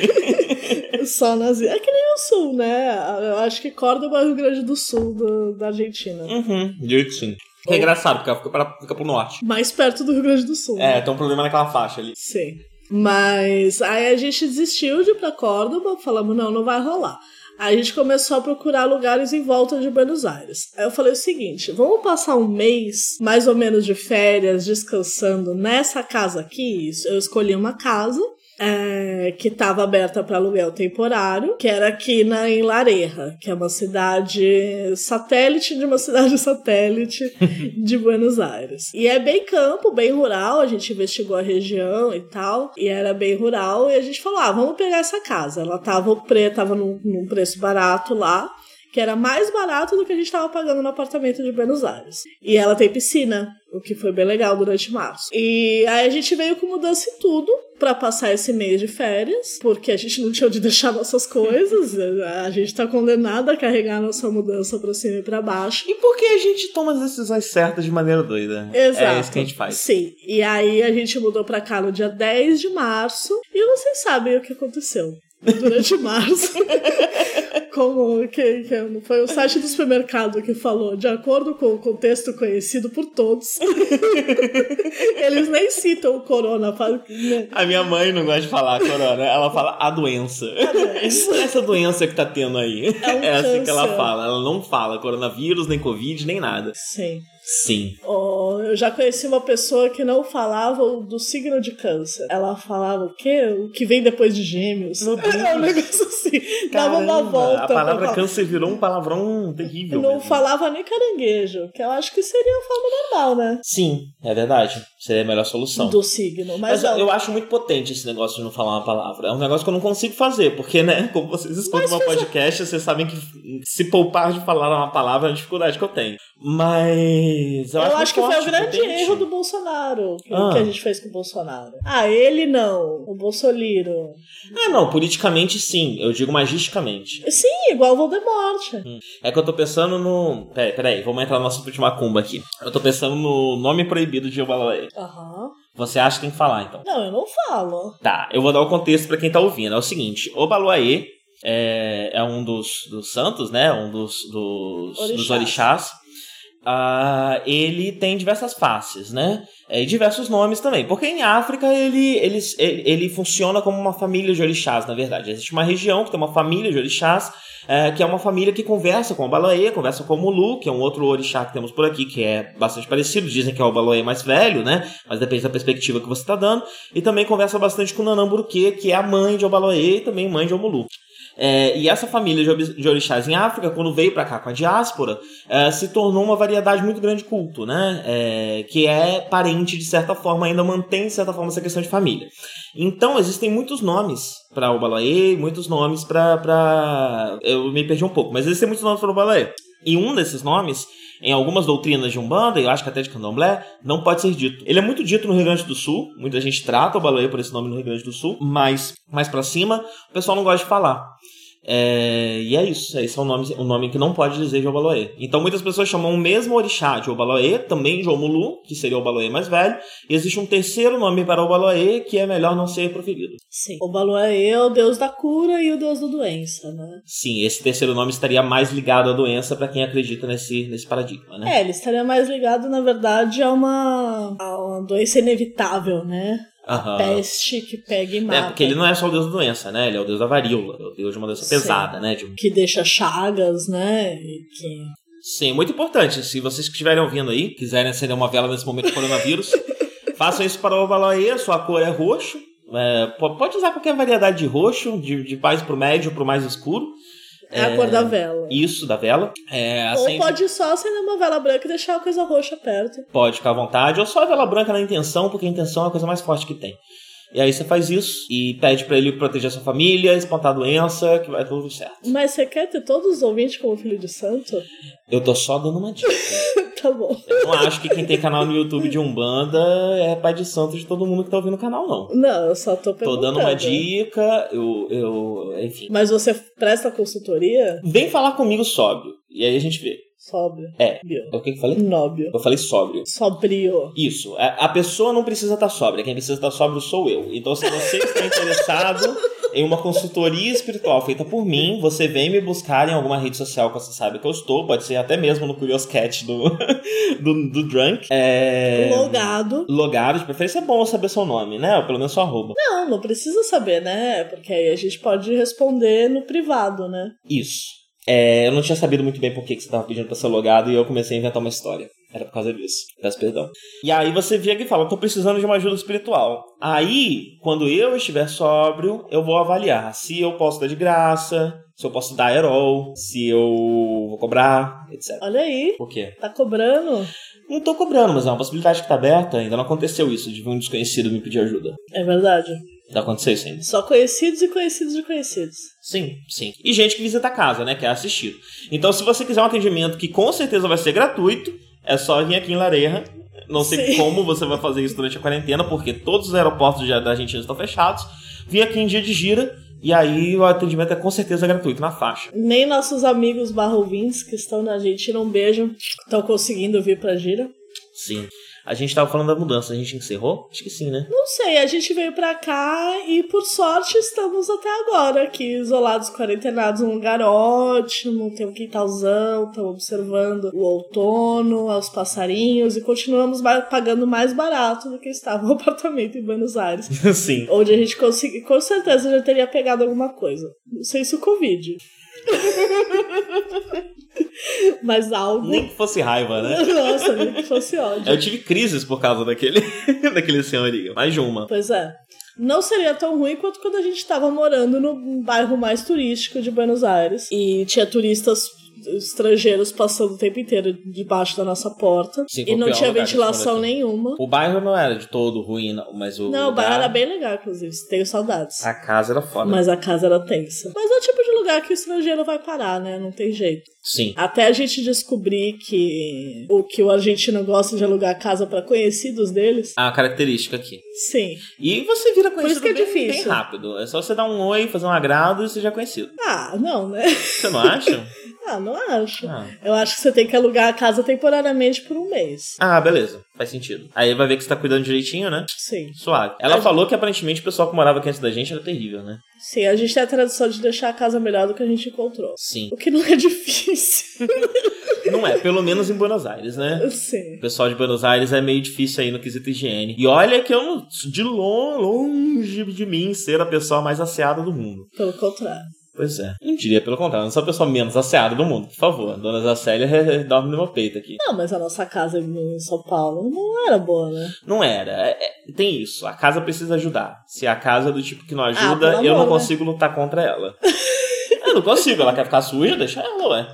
[SPEAKER 4] só nas. É que nem o sul, né? Eu acho que Córdoba é o Rio Grande do Sul do- da Argentina.
[SPEAKER 5] uhum, direito sim. Que é engraçado, porque ela fica, pra, fica pro norte.
[SPEAKER 4] Mais perto do Rio Grande do Sul.
[SPEAKER 5] É,
[SPEAKER 4] né?
[SPEAKER 5] tem um problema naquela faixa ali.
[SPEAKER 4] Sim. Mas aí a gente desistiu de ir pra Córdoba, falamos, não, não vai rolar. Aí a gente começou a procurar lugares em volta de Buenos Aires. Aí eu falei o seguinte: vamos passar um mês, mais ou menos, de férias, descansando nessa casa aqui. Eu escolhi uma casa é, que estava aberta para aluguel temporário, que era aqui na, em Lareja, que é uma cidade satélite de uma *laughs* cidade satélite de Buenos Aires. E é bem campo, bem rural, a gente investigou a região e tal, e era bem rural, e a gente falou, ah, vamos pegar essa casa. Ela tava, o pre, tava num, num preço barato lá, que era mais barato do que a gente estava pagando no apartamento de Buenos Aires. E ela tem piscina, o que foi bem legal durante março. E aí a gente veio com mudança em tudo para passar esse mês de férias, porque a gente não tinha onde *laughs* deixar nossas coisas, a gente tá condenada a carregar nossa mudança para cima e para baixo.
[SPEAKER 5] E porque a gente toma as decisões certas de maneira doida.
[SPEAKER 4] Exato.
[SPEAKER 5] É isso que a gente faz.
[SPEAKER 4] Sim. E aí a gente mudou pra cá no dia 10 de março. E vocês sabem o que aconteceu durante *laughs* março. Como que, que foi o site do supermercado que falou, de acordo com o contexto conhecido por todos, *laughs* eles nem citam o corona. falam, né?
[SPEAKER 5] A minha mãe não gosta de falar corona, ela fala a doença.
[SPEAKER 4] doença.
[SPEAKER 5] *laughs* Essa doença que tá tendo aí.
[SPEAKER 4] É um
[SPEAKER 5] assim que ela
[SPEAKER 4] câncer.
[SPEAKER 5] fala. Ela não fala coronavírus, nem covid, nem nada.
[SPEAKER 4] Sim.
[SPEAKER 5] Sim.
[SPEAKER 4] Oh, eu já conheci uma pessoa que não falava o do signo de câncer. Ela falava o quê? O que vem depois de gêmeos.
[SPEAKER 5] Meu Deus.
[SPEAKER 4] *laughs* É um negócio assim. dava uma
[SPEAKER 5] Caramba,
[SPEAKER 4] volta.
[SPEAKER 5] A
[SPEAKER 4] pra
[SPEAKER 5] palavra
[SPEAKER 4] falar.
[SPEAKER 5] câncer virou um palavrão terrível.
[SPEAKER 4] Não
[SPEAKER 5] mesmo.
[SPEAKER 4] falava nem caranguejo, que eu acho que seria a forma normal, né?
[SPEAKER 5] Sim, é verdade. Seria a melhor solução.
[SPEAKER 4] Do signo.
[SPEAKER 5] Mas
[SPEAKER 4] Mas, não,
[SPEAKER 5] eu acho muito potente esse negócio de não falar uma palavra. É um negócio que eu não consigo fazer, porque, né, como vocês escutam
[SPEAKER 4] Mas
[SPEAKER 5] meu
[SPEAKER 4] fez-
[SPEAKER 5] podcast, vocês sabem que se poupar de falar uma palavra é uma dificuldade que eu tenho. Mas. Eu,
[SPEAKER 4] eu, acho, que foi o
[SPEAKER 5] forte,
[SPEAKER 4] grande
[SPEAKER 5] Presidente.
[SPEAKER 4] erro do Bolsonaro.
[SPEAKER 1] Ah.
[SPEAKER 4] O que a gente fez com o Bolsonaro. Ah, ele não. O Bolsoliro.
[SPEAKER 5] Ah, não, politicamente sim, eu digo magisticamente.
[SPEAKER 4] Sim, igual o Voldemort.
[SPEAKER 5] É que eu tô pensando no. Peraí, peraí, vamos entrar no assunto de macumba aqui. Eu tô pensando no nome proibido de Obalaê.
[SPEAKER 4] Aham.
[SPEAKER 5] Você acha que tem que falar, então?
[SPEAKER 4] Não, eu não falo.
[SPEAKER 5] Tá, eu vou dar o contexto pra quem tá ouvindo. É o seguinte, Obaluaê é, é um dos, dos santos, né? Um dos, dos, dos orixás.
[SPEAKER 4] Orixás.
[SPEAKER 5] Ah, ele tem diversas faces, né? É, E diversos nomes também. Porque em África ele, ele, ele, ele funciona como uma família de orixás, na verdade. Existe uma região que tem uma família de orixás, é, que é uma família que conversa com o Balaê, conversa com o Mulu, que é um outro orixá que temos por aqui, que é bastante parecido. Dizem que é o Balaê mais velho, né? Mas depende da perspectiva que você está dando. E também conversa bastante com o Nanamburuque, que é a mãe de Obaloê e também mãe de Omulu. É, e essa família de obi- de orixás em África, quando veio para cá com a diáspora, é, se tornou uma variedade muito grande de culto, né? É, que é parente, de certa forma, ainda mantém, de certa forma, essa questão de família. Então, existem muitos nomes para o Balaê, muitos nomes para. Pra... Eu me perdi um pouco, mas existem muitos nomes para o Balaê. E um desses nomes, em algumas doutrinas de Umbanda, e eu acho que até de Candomblé, não pode ser dito. Ele é muito dito no Rio Grande do Sul, muita gente trata o Balaê por esse nome no Rio Grande do Sul, mas mais para cima, o pessoal não gosta de falar. É, e é isso, esse é o nome, o nome que não pode dizer de Obaloê. Então muitas pessoas chamam o mesmo orixá de Obaloê, também de Omulu, que seria o Obaloê mais velho, e existe um terceiro nome para Obaloê que é melhor não ser proferido.
[SPEAKER 4] Sim. O Baluaê é o deus da cura e o deus da doença, né?
[SPEAKER 5] Sim, esse terceiro nome estaria mais ligado à doença para quem acredita nesse, nesse paradigma, né?
[SPEAKER 4] É, ele estaria mais ligado, na verdade, a uma, a uma doença inevitável, né?
[SPEAKER 5] Aham.
[SPEAKER 4] Peste que pega e mata.
[SPEAKER 5] Ah. É, porque ele não é só o deus da doença, né? Ele é o deus da varíola, é o deus de uma doença
[SPEAKER 4] Sim.
[SPEAKER 5] pesada, né? De um-
[SPEAKER 4] Que deixa chagas, né? E que
[SPEAKER 5] Sim, muito importante. Se vocês que estiverem ouvindo aí, quiserem acender uma vela nesse momento de
[SPEAKER 4] *laughs*
[SPEAKER 5] coronavírus, façam isso para o Ovaloaê, sua cor é roxo. É, po- pode usar qualquer variedade de roxo, de, de mais pro médio, pro mais escuro.
[SPEAKER 4] é a cor da vela.
[SPEAKER 5] Isso, da vela. É,
[SPEAKER 4] Ou
[SPEAKER 5] acende-
[SPEAKER 4] pode só acender uma vela branca e deixar a coisa roxa perto.
[SPEAKER 5] Pode ficar à vontade, ou só a vela branca na intenção, porque a intenção é a coisa mais forte que tem. E aí você faz isso e pede pra ele proteger a sua família, espantar a doença, que vai tudo certo.
[SPEAKER 4] Mas você quer ter todos os ouvintes como filho de santo? *laughs*
[SPEAKER 5] Eu tô só dando uma dica.
[SPEAKER 4] Tá bom.
[SPEAKER 5] Eu não acho que quem tem canal no YouTube de Umbanda é pai de santo de todo mundo que tá ouvindo o canal, não.
[SPEAKER 4] Não, eu só tô
[SPEAKER 5] Tô
[SPEAKER 4] perguntando.
[SPEAKER 5] dando uma dica, eu, eu. Enfim.
[SPEAKER 4] Mas você presta consultoria?
[SPEAKER 5] Vem falar comigo sóbrio. E aí a gente vê.
[SPEAKER 4] Sóbrio.
[SPEAKER 5] É.
[SPEAKER 4] Bio.
[SPEAKER 5] É O que que eu falei?
[SPEAKER 4] Nóbio.
[SPEAKER 5] Eu falei sóbrio.
[SPEAKER 4] Sobrio.
[SPEAKER 5] Isso. A, a pessoa não precisa estar sóbria. Quem precisa estar sóbrio sou eu. Então, se você
[SPEAKER 4] *laughs*
[SPEAKER 5] está interessado em uma consultoria espiritual feita por mim, você vem me buscar em alguma rede social que você sabe que eu estou. Pode ser até mesmo no Curious Cat do, *laughs* do, do Drunk. É...
[SPEAKER 4] um Logado.
[SPEAKER 5] Logado, de preferência é bom saber seu nome, né? Ou pelo menos seu arroba.
[SPEAKER 4] Não, não precisa saber, né? Porque aí a gente pode responder no privado, né?
[SPEAKER 5] Isso. É, eu não tinha sabido muito bem por que que você tava pedindo pra ser logado e eu comecei a inventar uma história. Era por causa disso. Peço perdão. E aí você vira e fala, tô precisando de uma ajuda espiritual. Aí, quando eu estiver sóbrio, eu vou avaliar se eu posso dar de graça, se eu posso dar aerol, se eu vou cobrar, etc.
[SPEAKER 4] Olha aí.
[SPEAKER 5] Por quê?
[SPEAKER 4] Tá cobrando?
[SPEAKER 5] Não tô cobrando, mas é uma possibilidade que tá aberta. Ainda não aconteceu isso, de um desconhecido me pedir ajuda.
[SPEAKER 4] É verdade.
[SPEAKER 5] Já aconteceu isso ainda?
[SPEAKER 4] Só conhecidos e conhecidos de conhecidos.
[SPEAKER 5] Sim, sim. E gente que visita a casa, né? Que é assistido. Então, se você quiser um atendimento que com certeza vai ser gratuito, é só vir aqui em Lareira. Não sei
[SPEAKER 4] Sim.
[SPEAKER 5] como você vai fazer isso durante a quarentena, porque todos os aeroportos de- da Argentina estão fechados. Vim aqui em dia de gira e aí o atendimento é com certeza gratuito, na faixa.
[SPEAKER 4] Nem nossos amigos barra ouvintes que estão na Argentina, um beijo, estão conseguindo vir pra gira.
[SPEAKER 5] Sim. A gente tava falando da mudança, a gente encerrou? Acho que sim, né?
[SPEAKER 4] Não sei, a gente veio pra cá e por sorte estamos até agora aqui, isolados, quarentenados, num lugar ótimo, tem um quintalzão, estamos observando o outono, os passarinhos e continuamos ba- pagando mais barato do que estava o *laughs* apartamento em Buenos Aires.
[SPEAKER 5] *laughs* sim.
[SPEAKER 4] Onde a gente conseguiu, com certeza já teria pegado alguma coisa. Não sei se o Covid. *laughs* Mas algo.
[SPEAKER 5] Nem que fosse raiva, né?
[SPEAKER 4] *laughs* Nossa, nem que fosse ódio.
[SPEAKER 5] Eu tive crises por causa daquele, *laughs* daquele senhorinho. Mais de uma.
[SPEAKER 4] Pois é. Não seria tão ruim quanto quando a gente estava morando no bairro mais turístico de Buenos Aires. E tinha turistas estrangeiros passando o tempo inteiro debaixo da nossa porta.
[SPEAKER 5] Sim, foi
[SPEAKER 4] e
[SPEAKER 5] o
[SPEAKER 4] não
[SPEAKER 5] pior
[SPEAKER 4] tinha
[SPEAKER 5] lugar que a gente
[SPEAKER 4] ventilação
[SPEAKER 5] morou aqui.
[SPEAKER 4] nenhuma.
[SPEAKER 5] O bairro não era de todo ruim, não, mas o.
[SPEAKER 4] Não, o
[SPEAKER 5] lugar- Ah,
[SPEAKER 4] bairro era bem legal, inclusive. Tenho saudades.
[SPEAKER 5] A casa era foda.
[SPEAKER 4] Mas a casa era tensa. Mas é o tipo de lugar lugar que o estrangeiro vai parar, né? Não tem jeito.
[SPEAKER 5] Sim.
[SPEAKER 4] Até a gente descobrir que o que o argentino gosta de alugar casa pra conhecidos deles.
[SPEAKER 5] A característica aqui.
[SPEAKER 4] Sim.
[SPEAKER 5] E você vira
[SPEAKER 4] isso
[SPEAKER 5] conhecido
[SPEAKER 4] que é
[SPEAKER 5] bem,
[SPEAKER 4] difícil.
[SPEAKER 5] bem rápido. É só você dar um oi, fazer um agrado e você já é conhecido.
[SPEAKER 4] Ah, não, né? *laughs*
[SPEAKER 5] Você não acha?
[SPEAKER 4] Ah, não acho.
[SPEAKER 5] Ah.
[SPEAKER 4] Eu acho que você tem que alugar a casa temporariamente por um mês.
[SPEAKER 5] Ah, beleza. Faz sentido. Aí vai ver que você tá cuidando direitinho, né?
[SPEAKER 4] Sim.
[SPEAKER 5] Suave. Ela falou que aparentemente o pessoal que morava aqui antes da gente era terrível, né?
[SPEAKER 4] Sim, a gente tem a tradição de deixar a casa melhor do que a gente encontrou.
[SPEAKER 5] Sim.
[SPEAKER 4] O que não é *laughs* difícil.
[SPEAKER 5] Não é, pelo menos em Buenos Aires, né?
[SPEAKER 4] Sim.
[SPEAKER 5] O pessoal de Buenos Aires é meio difícil aí no quesito higiene. E olha que eu, não- de lo- longe de mim, ser a pessoa mais asseada do mundo.
[SPEAKER 4] Pelo contrário.
[SPEAKER 5] Pois é. Não diria pelo contrário, não sou a pessoa menos asseada do mundo. Por favor, Dona Zacélia *laughs* eh, dorme no meu peito aqui.
[SPEAKER 4] Não, mas a nossa casa em São Paulo não era boa, né?
[SPEAKER 5] Não era. É- é- tem isso. A casa precisa ajudar. Se a casa é do tipo que não
[SPEAKER 4] Ah, pelo
[SPEAKER 5] ajuda, eu
[SPEAKER 4] amor,
[SPEAKER 5] não
[SPEAKER 4] né?
[SPEAKER 5] consigo lutar contra ela. *laughs* eu não consigo. Ela quer ficar suja, deixa ela, ué.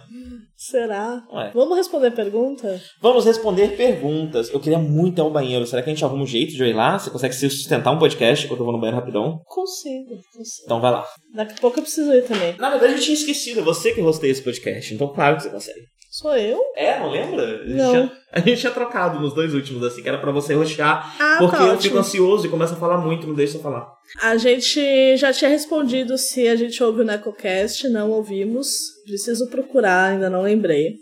[SPEAKER 4] Será?
[SPEAKER 5] Ué.
[SPEAKER 4] Vamos responder pergunta?
[SPEAKER 5] Vamos responder perguntas. Eu queria muito ir ao banheiro. Será que a gente arruma um jeito de eu ir lá? Você consegue se sustentar um podcast enquanto eu vou no banheiro rapidão?
[SPEAKER 4] Consigo, consigo.
[SPEAKER 5] Então vai lá.
[SPEAKER 4] Daqui a pouco eu preciso ir também.
[SPEAKER 5] Na verdade, eu tinha esquecido. É você que rostei esse podcast. Então, claro que você consegue.
[SPEAKER 4] Sou eu?
[SPEAKER 5] É, não lembra? A gente
[SPEAKER 4] Não.
[SPEAKER 5] tinha- A gente tinha trocado nos dois últimos, assim, que era pra você roxear.
[SPEAKER 4] Ah,
[SPEAKER 5] porque
[SPEAKER 4] tá
[SPEAKER 5] eu
[SPEAKER 4] ótimo.
[SPEAKER 5] fico ansioso e começo a falar muito, não deixa eu falar.
[SPEAKER 4] A gente já tinha respondido se a gente ouve o NecoCast, não ouvimos. Preciso procurar, ainda não lembrei.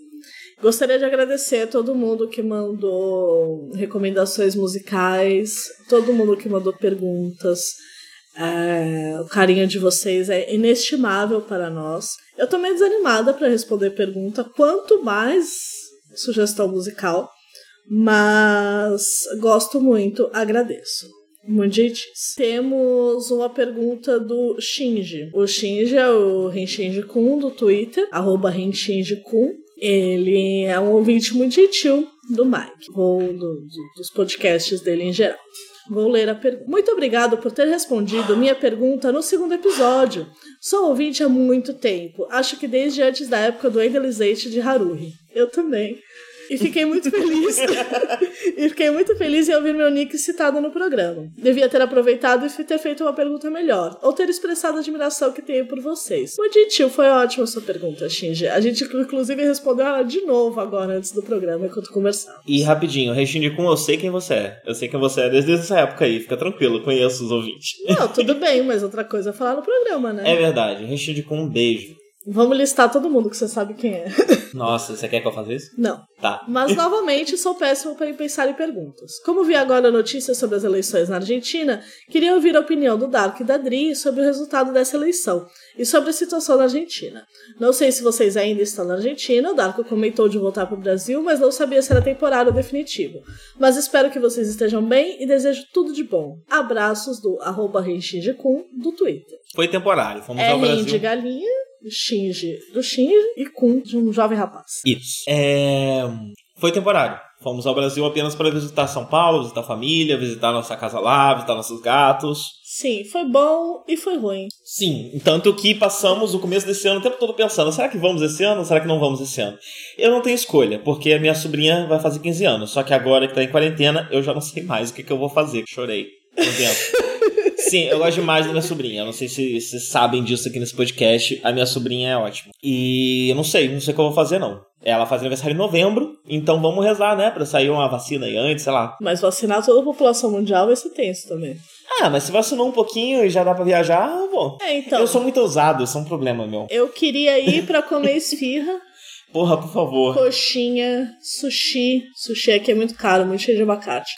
[SPEAKER 4] Gostaria de agradecer a todo mundo que mandou recomendações musicais, todo mundo que mandou perguntas. É, o carinho de vocês é inestimável para nós. Eu tô meio desanimada para responder pergunta, quanto mais sugestão musical, mas gosto muito, agradeço. Mundites. Temos uma pergunta do Shinji. O Shinji é o Renshinji Kun do Twitter, arroba Renshinji Kun. Ele é um ouvinte muito gentil do Mike, ou do- do- dos podcasts dele em geral. Vou ler a pergunta. Muito obrigado por ter respondido minha pergunta no segundo episódio. Sou ouvinte há muito tempo, acho que desde antes da época do Endelizate de Haruhi. Eu também. E fiquei muito feliz. *laughs* e fiquei muito feliz em ouvir meu nick citado no programa. Devia ter aproveitado e ter feito uma pergunta melhor, ou ter expressado a admiração que tenho por vocês. Muito gentil, foi ótima a sua pergunta, Shinji. A gente, inclusive, respondeu ela de novo agora, antes do programa, enquanto conversava.
[SPEAKER 5] E rapidinho, Rexindico, eu sei quem você é. Eu sei quem você é desde essa época aí, fica tranquilo, conheço os ouvintes.
[SPEAKER 4] Não, tudo bem, mas outra coisa é falar no programa, né?
[SPEAKER 5] É verdade, Rexindico, um beijo.
[SPEAKER 4] Vamos listar todo mundo que você sabe quem é. *laughs*
[SPEAKER 5] Nossa, você quer que eu faça isso?
[SPEAKER 4] Não.
[SPEAKER 5] Tá.
[SPEAKER 4] Mas novamente sou péssimo para pensar em perguntas. Como vi agora notícias sobre as eleições na Argentina, queria ouvir a opinião do Dark e da Dri sobre o resultado dessa eleição e sobre a situação na Argentina. Não sei se vocês ainda estão na Argentina, o Dark comentou de voltar para o Brasil, mas não sabia se era temporário ou definitivo. Mas espero que vocês estejam bem e desejo tudo de bom. Abraços do arroba Renshijikun do Twitter.
[SPEAKER 5] Foi temporário, fomos
[SPEAKER 4] É
[SPEAKER 5] ao
[SPEAKER 4] Ren de
[SPEAKER 5] Brasil.
[SPEAKER 4] galinha, Shinji do Shinji e Kun de um jovem rapaz.
[SPEAKER 5] Isso. É... Foi temporário. Fomos ao Brasil apenas para visitar São Paulo, visitar a família, visitar nossa casa lá, visitar nossos gatos.
[SPEAKER 4] Sim, foi bom e foi ruim.
[SPEAKER 5] Sim, tanto que passamos o começo desse ano o tempo todo pensando: será que vamos esse ano ou será que não vamos esse ano? Eu não tenho escolha, porque a minha sobrinha vai fazer 15 anos, só que agora que tá em quarentena, eu já não sei mais o que, que eu vou fazer. Chorei por dentro. Sim, eu gosto demais da minha sobrinha. Eu não sei se vocês sabem disso aqui nesse podcast. A minha sobrinha é ótima. E eu não sei, não sei o que eu vou fazer, não. Ela faz aniversário em novembro, então vamos rezar, né? Pra sair uma vacina aí antes, sei lá.
[SPEAKER 4] Mas vacinar toda a população mundial vai ser tenso também.
[SPEAKER 5] Ah, mas se vacinou um pouquinho e já dá pra viajar, eu vou.
[SPEAKER 4] É, então.
[SPEAKER 5] Eu sou muito ousado, isso é um problema, meu.
[SPEAKER 4] eu queria ir pra comer
[SPEAKER 5] *laughs*
[SPEAKER 4] esfirra,
[SPEAKER 5] Porra, por favor.
[SPEAKER 4] coxinha, sushi. Sushi aqui é muito caro, muito cheio de abacate.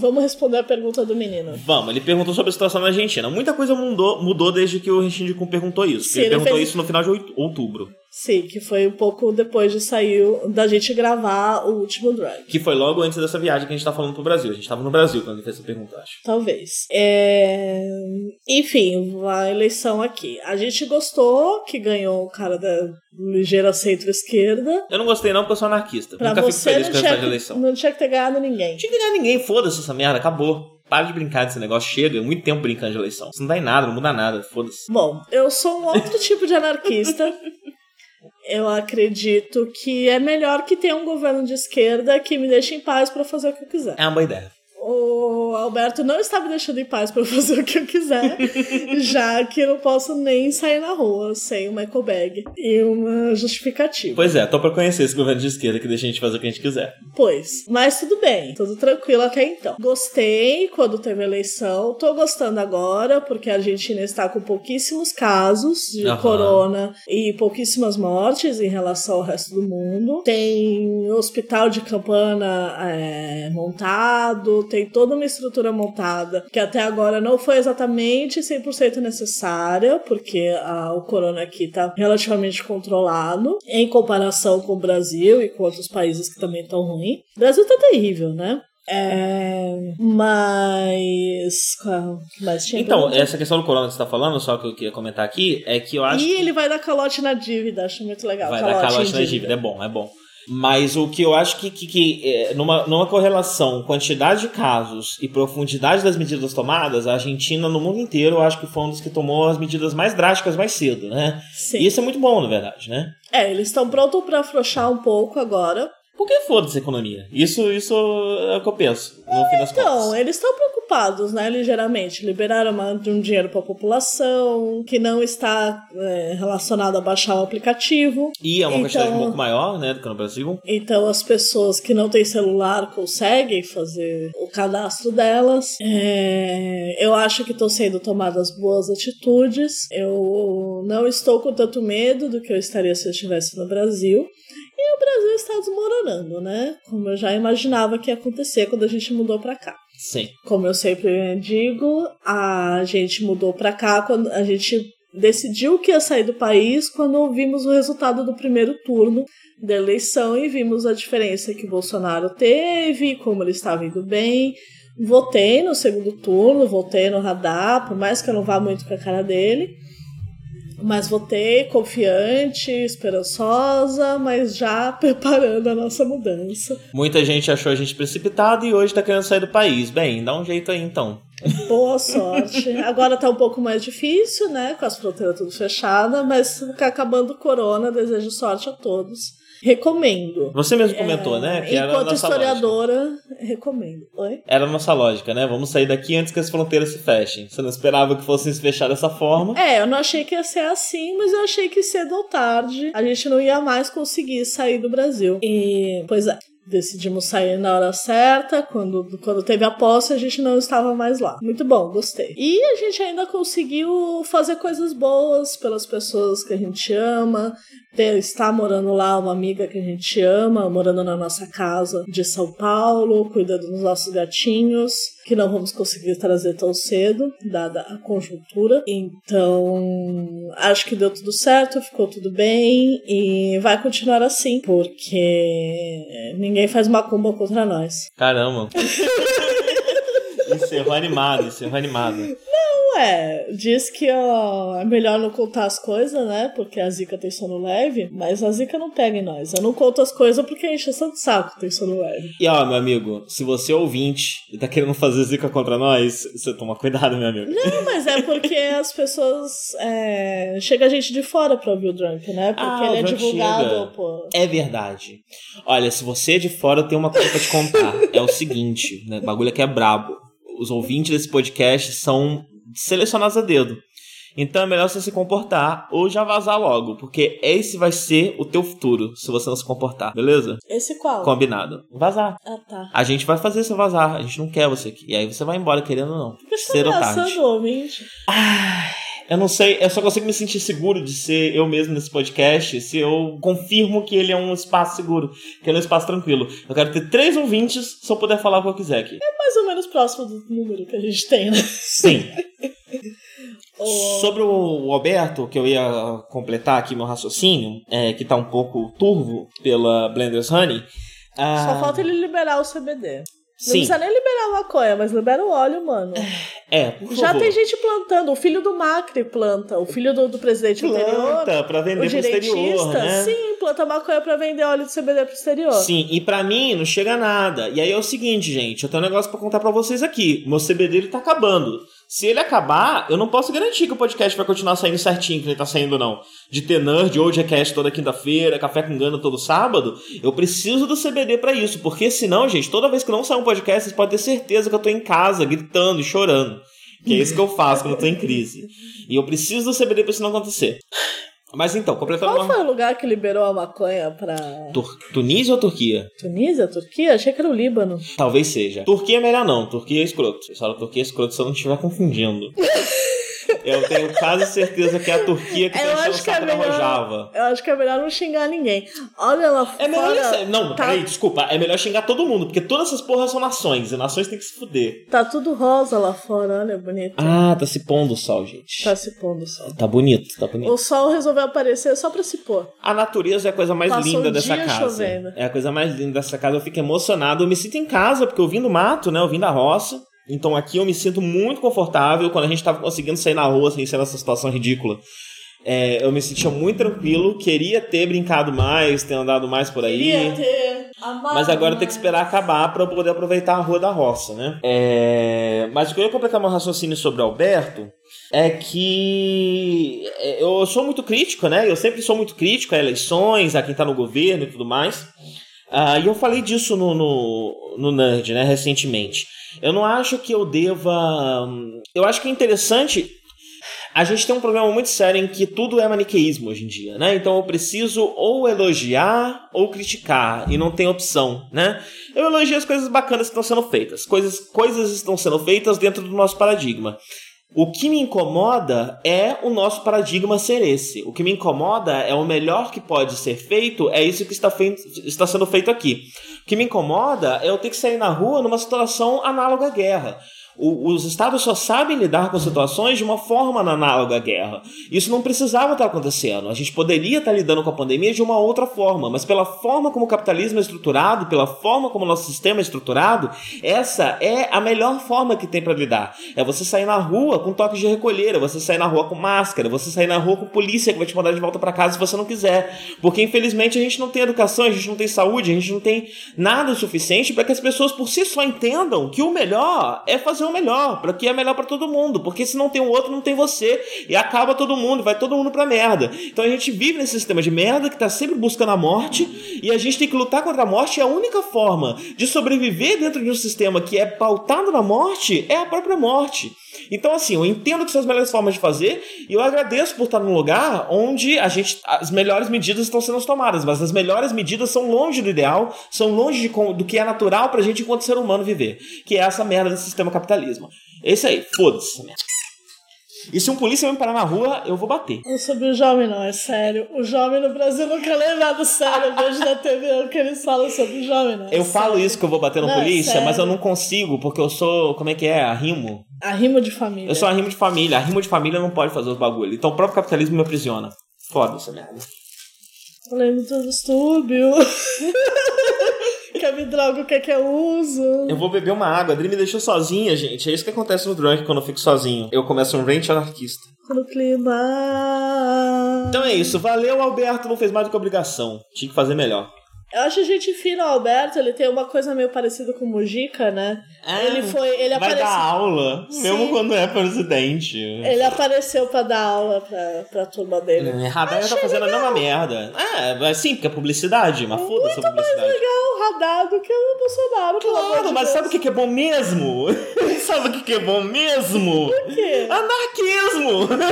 [SPEAKER 4] Vamos responder a pergunta do menino.
[SPEAKER 5] Vamos, ele perguntou sobre a situação na Argentina. Muita coisa mudou, mudou desde que o Rechindicum perguntou isso.
[SPEAKER 4] Sim,
[SPEAKER 5] ele
[SPEAKER 4] ele
[SPEAKER 5] perguntou
[SPEAKER 4] fez-
[SPEAKER 5] isso no final de oito- outubro.
[SPEAKER 4] Sim, que foi um pouco depois de sair o- da gente gravar o último drag.
[SPEAKER 5] Que foi logo antes dessa viagem que a gente tá falando pro Brasil. A gente tava no Brasil quando ele fez essa pergunta, acho.
[SPEAKER 4] Talvez. É, Enfim, a eleição aqui. A gente gostou que ganhou o cara da ligeira centro-esquerda.
[SPEAKER 5] Eu não gostei não porque eu sou anarquista.
[SPEAKER 4] Pra
[SPEAKER 5] Nunca fico
[SPEAKER 4] você né,
[SPEAKER 5] feliz
[SPEAKER 4] não
[SPEAKER 5] com o resultado
[SPEAKER 4] tinha,
[SPEAKER 5] de
[SPEAKER 4] que,
[SPEAKER 5] eleição.
[SPEAKER 4] não tinha que ter ganhado ninguém.
[SPEAKER 5] Não tinha que ganhar ninguém, foda-se essa merda, acabou. Para de brincar desse negócio, chega. É muito tempo brincando de eleição. Isso não dá em nada, não muda nada, foda-se.
[SPEAKER 4] Bom, eu sou um outro tipo
[SPEAKER 5] *laughs*
[SPEAKER 4] de anarquista. Eu acredito que é melhor que tenha um governo de esquerda que me deixe em paz pra fazer o que eu quiser.
[SPEAKER 5] É uma boa ideia.
[SPEAKER 4] o Alberto não está me deixando em paz para fazer o que eu quiser, já que eu não posso nem sair na rua sem uma eco bag e uma justificativa.
[SPEAKER 5] Pois é, tô pra conhecer esse governo de esquerda que deixa a gente fazer o que a gente quiser.
[SPEAKER 4] Pois, mas tudo bem, tudo tranquilo até então. Gostei quando teve eleição, tô gostando agora, porque a Argentina está com pouquíssimos casos de
[SPEAKER 5] Aham.
[SPEAKER 4] corona e pouquíssimas mortes em relação ao resto do mundo. Tem hospital de campana é, montado, tem toda uma estrutura montada que até agora não foi exatamente 100% necessária, porque a- o corona aqui tá relativamente controlado em comparação com o Brasil e com outros países que também estão ruim. O Brasil tá terrível, né? É, mas. Qual mais tinha
[SPEAKER 5] Então,
[SPEAKER 4] pergunta?
[SPEAKER 5] essa questão do corona que você tá falando, só que eu queria comentar aqui, é que eu acho
[SPEAKER 4] E
[SPEAKER 5] que
[SPEAKER 4] ele vai dar calote na dívida, acho muito legal.
[SPEAKER 5] vai dar
[SPEAKER 4] em
[SPEAKER 5] calote na dívida, é bom, é bom. Mas o que eu acho que, que, que, é, numa, numa correlação quantidade de casos e profundidade das medidas tomadas, a Argentina no mundo inteiro eu acho que foi um dos que tomou as medidas mais drásticas mais cedo, né?
[SPEAKER 4] Sim.
[SPEAKER 5] E isso é muito bom, na verdade, né?
[SPEAKER 4] É, eles estão prontos pra afrouxar um pouco agora.
[SPEAKER 5] Porque foda-se a economia. Isso, isso é o que eu penso, no fim das
[SPEAKER 4] Então,
[SPEAKER 5] contas.
[SPEAKER 4] eles estão preocupados, né, ligeiramente. Liberaram uma- de um dinheiro pra população, que não está é, relacionado a baixar o aplicativo.
[SPEAKER 5] E é uma quantidade
[SPEAKER 4] então-
[SPEAKER 5] um pouco maior, né, do que no Brasil.
[SPEAKER 4] Então, as pessoas que não têm celular conseguem fazer o cadastro delas. É, eu acho que estão sendo tomadas boas atitudes. Eu não estou com tanto medo do que eu estaria se eu estivesse no Brasil. E o Brasil está desmoronando, né? Como eu já imaginava que ia acontecer quando a gente mudou pra cá.
[SPEAKER 5] Sim.
[SPEAKER 4] Como eu sempre digo, a gente mudou pra cá quando a gente decidiu que ia sair do país quando vimos o resultado do primeiro turno da eleição e vimos a diferença que o Bolsonaro teve, como ele estava indo bem. Votei no segundo turno, votei no radar, por mais que eu não vá muito com a cara dele. Mas votei confiante, esperançosa, mas já *laughs* preparando a nossa mudança.
[SPEAKER 5] Muita gente achou a gente precipitado e hoje tá querendo sair do país. Bem, dá um jeito aí então.
[SPEAKER 4] Boa sorte. Agora tá um pouco mais difícil, né? Com as fronteiras tudo fechadas, mas tá acabando o corona, desejo sorte a todos. Recomendo. É,
[SPEAKER 5] Você mesmo comentou, né? Que era a
[SPEAKER 4] Enquanto
[SPEAKER 5] nossa lógica.
[SPEAKER 4] historiadora, recomendo. Oi?
[SPEAKER 5] Era a nossa lógica, né? Vamos sair daqui antes que as fronteiras se fechem. Você não esperava que fossem se fechar dessa forma.
[SPEAKER 4] É, eu não achei que ia ser assim, mas eu achei que cedo ou tarde a gente não ia mais conseguir sair do Brasil. E, pois é, decidimos sair na hora certa, quando, quando teve a posse a gente não estava mais lá. Muito bom, gostei. E a gente ainda conseguiu fazer coisas boas pelas pessoas que a gente ama, ter, estar morando lá uma amiga que a gente ama, morando na nossa casa de São Paulo, cuidando dos nossos gatinhos, que não vamos conseguir trazer tão cedo, dada a conjuntura. Então, acho que deu tudo certo, ficou tudo bem e vai continuar assim, porque ninguém faz macumba contra nós.
[SPEAKER 5] Caramba. encerrou animado, encerrou animado.
[SPEAKER 4] Ué, diz que ó, é melhor não contar as coisas, né? Porque a Zika tem sono leve, mas a Zika não pega em nós. Eu não conto as coisas porque enche de saco tem sono leve.
[SPEAKER 5] E ó, meu amigo, se você é ouvinte e tá querendo fazer zica contra nós, você toma cuidado, meu amigo.
[SPEAKER 4] Não, mas é porque as pessoas. É, chega gente de fora pra ouvir o Drunk, né? Porque
[SPEAKER 5] Ah,
[SPEAKER 4] ele
[SPEAKER 5] o
[SPEAKER 4] é
[SPEAKER 5] Drunk
[SPEAKER 4] divulgado
[SPEAKER 5] chega.
[SPEAKER 4] por.
[SPEAKER 5] É verdade. Olha, se você é de fora, eu tenho uma coisa pra te
[SPEAKER 4] *laughs*
[SPEAKER 5] contar. É o seguinte, né? O bagulho aqui é brabo. Os ouvintes desse podcast são selecionados a dedo. Então é melhor você se comportar ou já vazar logo, porque esse vai ser o teu futuro, se você não se comportar, beleza?
[SPEAKER 4] Esse qual?
[SPEAKER 5] Combinado. Vazar.
[SPEAKER 4] Ah, tá.
[SPEAKER 5] A gente vai fazer você vazar, a gente não quer você aqui. E aí você vai embora querendo ou não.
[SPEAKER 4] Por que você
[SPEAKER 5] Cedo ou
[SPEAKER 4] tá ameaçando
[SPEAKER 5] tarde.
[SPEAKER 4] o ouvinte?
[SPEAKER 5] Eu não sei, eu só consigo me sentir seguro de ser eu mesmo nesse podcast se eu confirmo que ele é um espaço seguro, que ele é um espaço tranquilo. Eu quero ter três ouvintes se eu puder falar o que eu quiser aqui.
[SPEAKER 4] Mais ou menos próximo do número que a gente
[SPEAKER 5] *laughs*
[SPEAKER 4] tem, né?
[SPEAKER 5] Sim.
[SPEAKER 4] O-
[SPEAKER 5] Sobre o Alberto, que eu ia completar aqui meu raciocínio, é, que tá um pouco turvo pela Blender's Honey. ah,
[SPEAKER 4] Só falta ele liberar o CBD. Não
[SPEAKER 5] Sim,
[SPEAKER 4] precisa nem liberar a maconha, mas libera o óleo, mano.
[SPEAKER 5] é, por
[SPEAKER 4] Já
[SPEAKER 5] favor.
[SPEAKER 4] tem gente plantando. O filho do Macri planta. O filho do, do presidente anterior.
[SPEAKER 5] planta pra
[SPEAKER 4] O
[SPEAKER 5] vender pro exterior,
[SPEAKER 4] direitista.
[SPEAKER 5] né?
[SPEAKER 4] Sim, planta maconha pra vender óleo de CBD pro exterior.
[SPEAKER 5] Sim, e pra mim não chega nada. E aí é o seguinte, gente, eu tenho um negócio pra contar pra vocês aqui. Meu CBD ele tá acabando. Se ele acabar, eu não posso garantir que o podcast vai continuar saindo certinho, que ele tá saindo, não. De ter Nerd, hoje é cast toda quinta-feira, café com gana todo sábado. Eu preciso do CBD pra isso, porque senão, gente, toda vez que não sair um podcast, vocês podem ter certeza que eu tô em casa, gritando e chorando. Que é isso que eu faço quando eu tô em crise. E eu preciso do CBD pra isso não acontecer. Mas então, completando
[SPEAKER 4] Qual
[SPEAKER 5] uma...
[SPEAKER 4] foi o lugar que liberou a maconha pra
[SPEAKER 5] Tur- Tunísia ou Turquia?
[SPEAKER 4] Tunísia, Turquia? Achei que era o Líbano.
[SPEAKER 5] Talvez seja. Turquia é melhor não, Turquia é escroto. Eu falo Turquia é escroto se eu não estiver
[SPEAKER 4] *laughs*
[SPEAKER 5] confundindo. eu tenho quase certeza que é a Turquia que
[SPEAKER 4] Eu
[SPEAKER 5] tá enchendo o
[SPEAKER 4] acho que
[SPEAKER 5] saco
[SPEAKER 4] é
[SPEAKER 5] da
[SPEAKER 4] melhor-
[SPEAKER 5] Rojava.
[SPEAKER 4] Eu acho que é melhor não xingar ninguém. Olha lá fora.
[SPEAKER 5] É melhor nem ser- Não,
[SPEAKER 4] tá,
[SPEAKER 5] peraí, desculpa. É melhor xingar todo mundo, porque todas essas porras são nações, e nações tem que se fuder.
[SPEAKER 4] tá tudo rosa lá fora, olha, bonito.
[SPEAKER 5] Ah, tá se pondo o sol, gente.
[SPEAKER 4] Tá se pondo o sol.
[SPEAKER 5] Tá bonito, tá bonito.
[SPEAKER 4] O sol resolveu aparecer só pra se pôr.
[SPEAKER 5] A natureza é a coisa mais
[SPEAKER 4] Passou
[SPEAKER 5] linda
[SPEAKER 4] um
[SPEAKER 5] dessa
[SPEAKER 4] dia
[SPEAKER 5] casa.
[SPEAKER 4] chovendo.
[SPEAKER 5] É a coisa mais linda dessa casa. Eu fico emocionado. Eu me sinto em casa, porque eu vim do mato, né? Eu vim da roça. Então aqui eu me sinto muito confortável. Quando a gente tava conseguindo sair na rua sem ser nessa situação ridícula. é, eu me sentia muito tranquilo. Queria ter brincado mais, ter andado mais por aí.
[SPEAKER 4] ter amado.
[SPEAKER 5] Mas agora tem que esperar acabar pra eu poder aproveitar a rua da roça, né? É... Mas o que eu ia completar meu raciocínio sobre o Alberto é que é, eu sou muito crítico, né? Eu sempre sou muito crítico a eleições, a quem tá no governo e tudo mais. Ah, e eu falei disso no, no, no Nerd, né, recentemente. Eu não acho que eu deva. hum, Eu acho que é interessante a gente tem um problema muito sério em que tudo é maniqueísmo hoje em dia, né? Então eu preciso ou elogiar ou criticar, e não tem opção, né? Eu elogio as coisas bacanas que estão sendo feitas, coisas, coisas estão sendo feitas dentro do nosso paradigma. O que me incomoda é o nosso paradigma ser esse. O que me incomoda é o melhor que pode ser feito, é isso que está, feito, está sendo feito aqui. O que me incomoda é eu ter que sair na rua numa situação análoga à guerra. O- os estados só sabem lidar com situações de uma forma análoga à guerra. Isso não precisava estar acontecendo. A gente poderia estar lidando com a pandemia de uma outra forma, mas pela forma como o capitalismo é estruturado, pela forma como o nosso sistema é estruturado, essa é a melhor forma que tem para lidar. É você sair na rua com toque de recolher, é você sair na rua com máscara, é você sair na rua com polícia que vai te mandar de volta para casa se você não quiser. Porque infelizmente a gente não tem educação, a gente não tem saúde, a gente não tem nada o suficiente para que as pessoas por si só entendam que o melhor é fazer o melhor, para que é melhor para todo mundo, porque se não tem o outro, não tem você, e acaba todo mundo, vai todo mundo pra merda. Então a gente vive nesse sistema de merda que tá sempre buscando a morte, e a gente tem que lutar contra a morte, e a única forma de sobreviver dentro de um sistema que é pautado na morte é a própria morte. Então, assim, eu entendo que são as melhores formas de fazer, e eu agradeço por estar num lugar onde a gente. As melhores medidas estão sendo tomadas, mas as melhores medidas são longe do ideal, são longe de com- do que é natural pra gente, enquanto ser humano, viver. Que é essa merda desse sistema capitalismo. É isso aí, foda-se essa merda. E se um polícia me parar na rua, eu vou bater.
[SPEAKER 4] Não sobre o jovem, não, é sério. O jovem no Brasil nunca é levado sério. Eu vejo na TV o que eles falam sobre o jovem, não. é
[SPEAKER 5] Eu falo
[SPEAKER 4] sério.
[SPEAKER 5] isso que eu vou bater no
[SPEAKER 4] Não, é
[SPEAKER 5] polícia, mas eu
[SPEAKER 4] sério.
[SPEAKER 5] não consigo, porque eu sou. Como é que é? Arrimo?
[SPEAKER 4] Arrimo de família.
[SPEAKER 5] Eu sou arrimo de família. Arrimo de família não pode fazer os bagulho. Então o próprio capitalismo me aprisiona. Foda essa merda.
[SPEAKER 4] Eu lembro do distúrbio. *laughs* Quer me droga, o que é que eu uso?
[SPEAKER 5] Eu vou beber uma água. A Adri me deixou sozinha, gente. É isso que acontece no drunk quando eu fico sozinho. Eu começo um rant anarquista.
[SPEAKER 4] No clima.
[SPEAKER 5] Então é isso. Valeu, Alberto. Não fez mais do que obrigação. Tinha que fazer melhor.
[SPEAKER 4] Eu acho gente fina, o Alberto. Ele tem uma coisa meio parecida com o Mujica, né? ele foi. Ele
[SPEAKER 5] É. Vai dar
[SPEAKER 4] apareceu.
[SPEAKER 5] aula,
[SPEAKER 4] Sim.
[SPEAKER 5] mesmo quando é presidente.
[SPEAKER 4] Ele apareceu pra dar aula pra, pra turma dele.
[SPEAKER 5] É, Radar tá fazendo a mesma merda. Ah, mas sim, porque é publicidade, mas foda-se a publicidade.
[SPEAKER 4] Legal, radar do que o Bolsonaro, pelo amor
[SPEAKER 5] Claro,
[SPEAKER 4] de
[SPEAKER 5] mas
[SPEAKER 4] Deus.
[SPEAKER 5] sabe o que que é bom mesmo? *laughs* sabe o que que é bom mesmo?
[SPEAKER 4] Por quê?
[SPEAKER 5] Anarquismo! *laughs*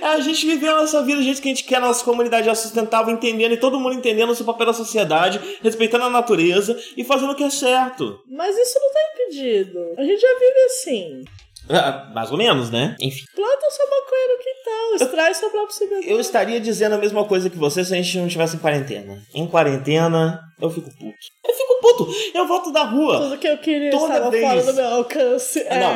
[SPEAKER 5] É a gente viver a nossa vida do jeito que a gente quer, a nossa comunidade é sustentável, entendendo e todo mundo entendendo o seu papel na sociedade, respeitando a natureza e fazendo o que é certo.
[SPEAKER 4] Mas isso não tá impedido. A gente já vive assim.
[SPEAKER 5] Ah, mais ou menos, né? Enfim.
[SPEAKER 4] Planta sua maconha no quintal, extrai seu próprio cimento.
[SPEAKER 5] Eu estaria dizendo a mesma coisa que você se a gente não estivesse em quarentena. Em quarentena, eu fico puto. Eu fico puto! Eu volto da rua!
[SPEAKER 4] Tudo que eu queria
[SPEAKER 5] Toda
[SPEAKER 4] estava
[SPEAKER 5] vez.
[SPEAKER 4] fora do meu alcance. É.
[SPEAKER 5] Não.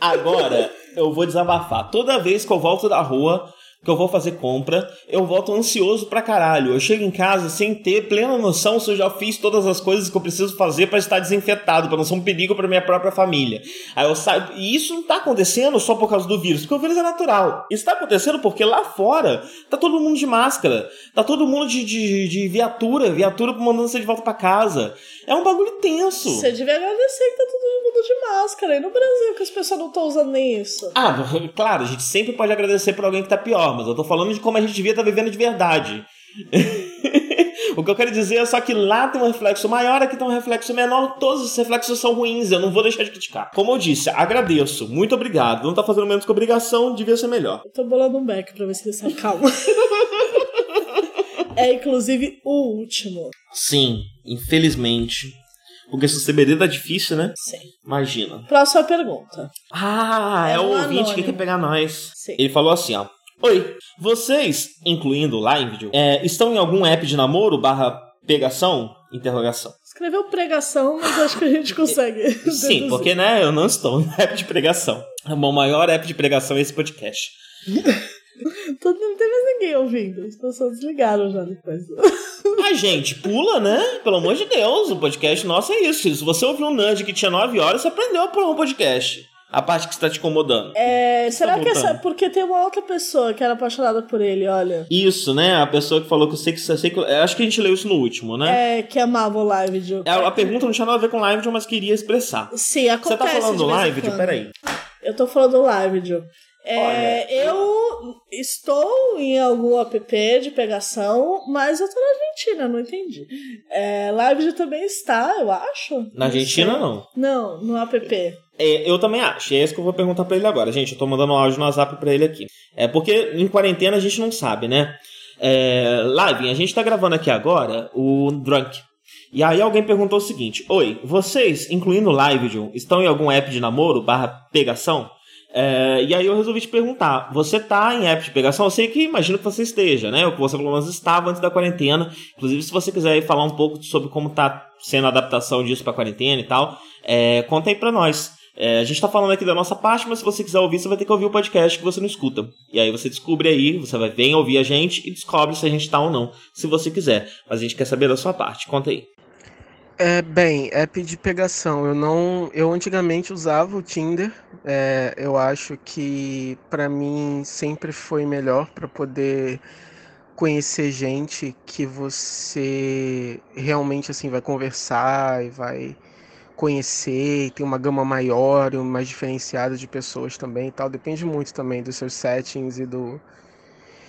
[SPEAKER 5] Agora, eu vou desabafar. Toda vez que eu volto da rua, que eu vou fazer compra, eu volto ansioso pra caralho. Eu chego em casa sem ter plena noção se eu já fiz todas as coisas que eu preciso fazer pra estar desinfetado, pra não ser um perigo pra minha própria família. Aí eu saio. E isso não tá acontecendo só por causa do vírus, porque o vírus é natural. Isso tá acontecendo porque lá fora tá todo mundo de máscara, tá todo mundo de, de, de viatura, viatura mandando você de volta pra casa. É um bagulho tenso.
[SPEAKER 4] Você devia agradecer que tá todo mundo de máscara. E no Brasil, que as pessoas não estão usando nem isso.
[SPEAKER 5] Ah, *laughs* claro, a gente sempre pode agradecer por alguém que tá pior, mas eu tô falando de como a gente devia estar vivendo de verdade. *laughs* o que eu quero dizer é só que lá tem um reflexo maior, aqui tem um reflexo menor, todos os reflexos são ruins, eu não vou deixar de criticar. Como eu disse, agradeço, muito obrigado. Não tá fazendo menos que obrigação, devia ser melhor.
[SPEAKER 4] Eu tô bolando um back pra ver se ele se acalma. *laughs* é inclusive o último.
[SPEAKER 5] Sim, infelizmente. Porque se o CBD tá difícil, né?
[SPEAKER 4] Sim.
[SPEAKER 5] Imagina.
[SPEAKER 4] Próxima pergunta.
[SPEAKER 5] Ah, é,
[SPEAKER 4] É
[SPEAKER 5] o
[SPEAKER 4] um
[SPEAKER 5] ouvinte que
[SPEAKER 4] anônimo.
[SPEAKER 5] quer pegar nós.
[SPEAKER 4] Sim.
[SPEAKER 5] Ele falou assim, ó. Oi, vocês, incluindo lá em vídeo, é, estão em algum app de namoro barra pegação? Interrogação.
[SPEAKER 4] Escreveu pregação, mas acho que a gente consegue.
[SPEAKER 5] *laughs* Sim,
[SPEAKER 4] deduzir.
[SPEAKER 5] porque, né, eu não estou no app de pregação. O meu maior app de pregação é esse podcast.
[SPEAKER 4] Todo, não tem mais ninguém ouvindo. As pessoas desligaram já depois.
[SPEAKER 5] A gente pula, né? Pelo amor de Deus, o podcast nosso é isso. Se você ouviu um Nerd que tinha 9 horas, você aprendeu a pular um podcast. A parte que está te incomodando.
[SPEAKER 4] É, será que essa.
[SPEAKER 5] Tá voltando.
[SPEAKER 4] Porque tem uma outra pessoa que era apaixonada por ele, olha.
[SPEAKER 5] Isso, né? A pessoa que falou que eu sei que... eu sei que- eu Acho que a gente leu isso no último, né?
[SPEAKER 4] É, que amava o live de.
[SPEAKER 5] É, A, a pergunta não tinha nada a ver com live, mas queria expressar.
[SPEAKER 4] Sim,
[SPEAKER 5] Você
[SPEAKER 4] acontece.
[SPEAKER 5] tá falando
[SPEAKER 4] de vez em
[SPEAKER 5] live?
[SPEAKER 4] quando.
[SPEAKER 5] Peraí.
[SPEAKER 4] Eu tô falando do live, Joe.
[SPEAKER 5] Olha.
[SPEAKER 4] É, eu estou em algum app de pegação, mas eu tô na Argentina, não entendi. É, live Joe também está, eu acho.
[SPEAKER 5] Na Argentina, não.
[SPEAKER 4] Não, no app.
[SPEAKER 5] É, eu também acho. E é isso que eu vou perguntar pra ele agora. Gente, eu tô mandando um áudio no WhatsApp pra ele aqui. É porque em quarentena a gente não sabe, né? É, live, a gente tá gravando aqui agora o Drunk. E aí alguém perguntou o seguinte. Oi, vocês, incluindo o Live, John, estão em algum app de namoro barra pegação? É, e aí eu resolvi te perguntar, você tá em app de pegação? Eu sei que imagino que você esteja, né? Ou que você pelo menos estava antes da quarentena. Inclusive, se você quiser aí falar um pouco sobre como tá sendo a adaptação disso pra quarentena e tal, é, conta aí pra nós. É, a gente tá falando aqui da nossa parte, mas se você quiser ouvir, você vai ter que ouvir o podcast que você não escuta. E aí você descobre aí, você vai vem ouvir a gente e descobre se a gente tá ou não, se você quiser. Mas a gente quer saber da sua parte, conta aí.
[SPEAKER 3] É, bem, app de pegação. Eu não, eu antigamente usava o Tinder. É, eu acho que pra mim sempre foi melhor pra poder conhecer gente que você realmente assim vai conversar e vai conhecer, e tem uma gama maior, e mais diferenciada de pessoas também e tal. Depende muito também dos seus settings e do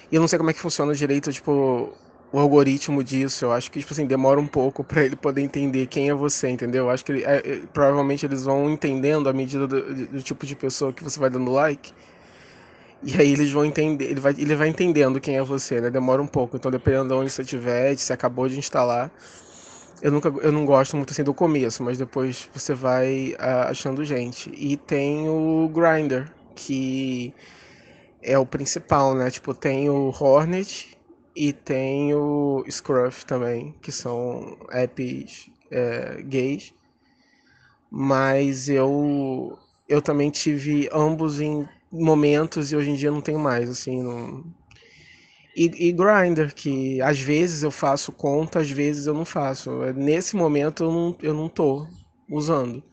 [SPEAKER 3] e eu não sei como é que funciona direito, tipo, o algoritmo disso. Eu acho que, tipo assim, demora um pouco pra ele poder entender quem é você, entendeu? Eu acho que ele- é, é, provavelmente eles vão entendendo à medida do, do- do tipo de pessoa que você vai dando like. E aí eles vão entender, ele vai, ele vai entendendo quem é você, né? Demora um pouco. Então, dependendo de onde você estiver, se acabou de instalar. Eu, nunca, eu não gosto muito assim do começo, mas depois você vai ah, achando gente. E tem o Grindr, que é o principal, né? Tipo, tem o Hornet e tem o Scruff também, que são apps é, gays. Mas eu eu também tive ambos em momentos e hoje em dia não tenho mais, assim, não... E, e Grindr, que às vezes eu faço conta, às vezes eu não faço. Nesse momento eu não, eu não tô usando.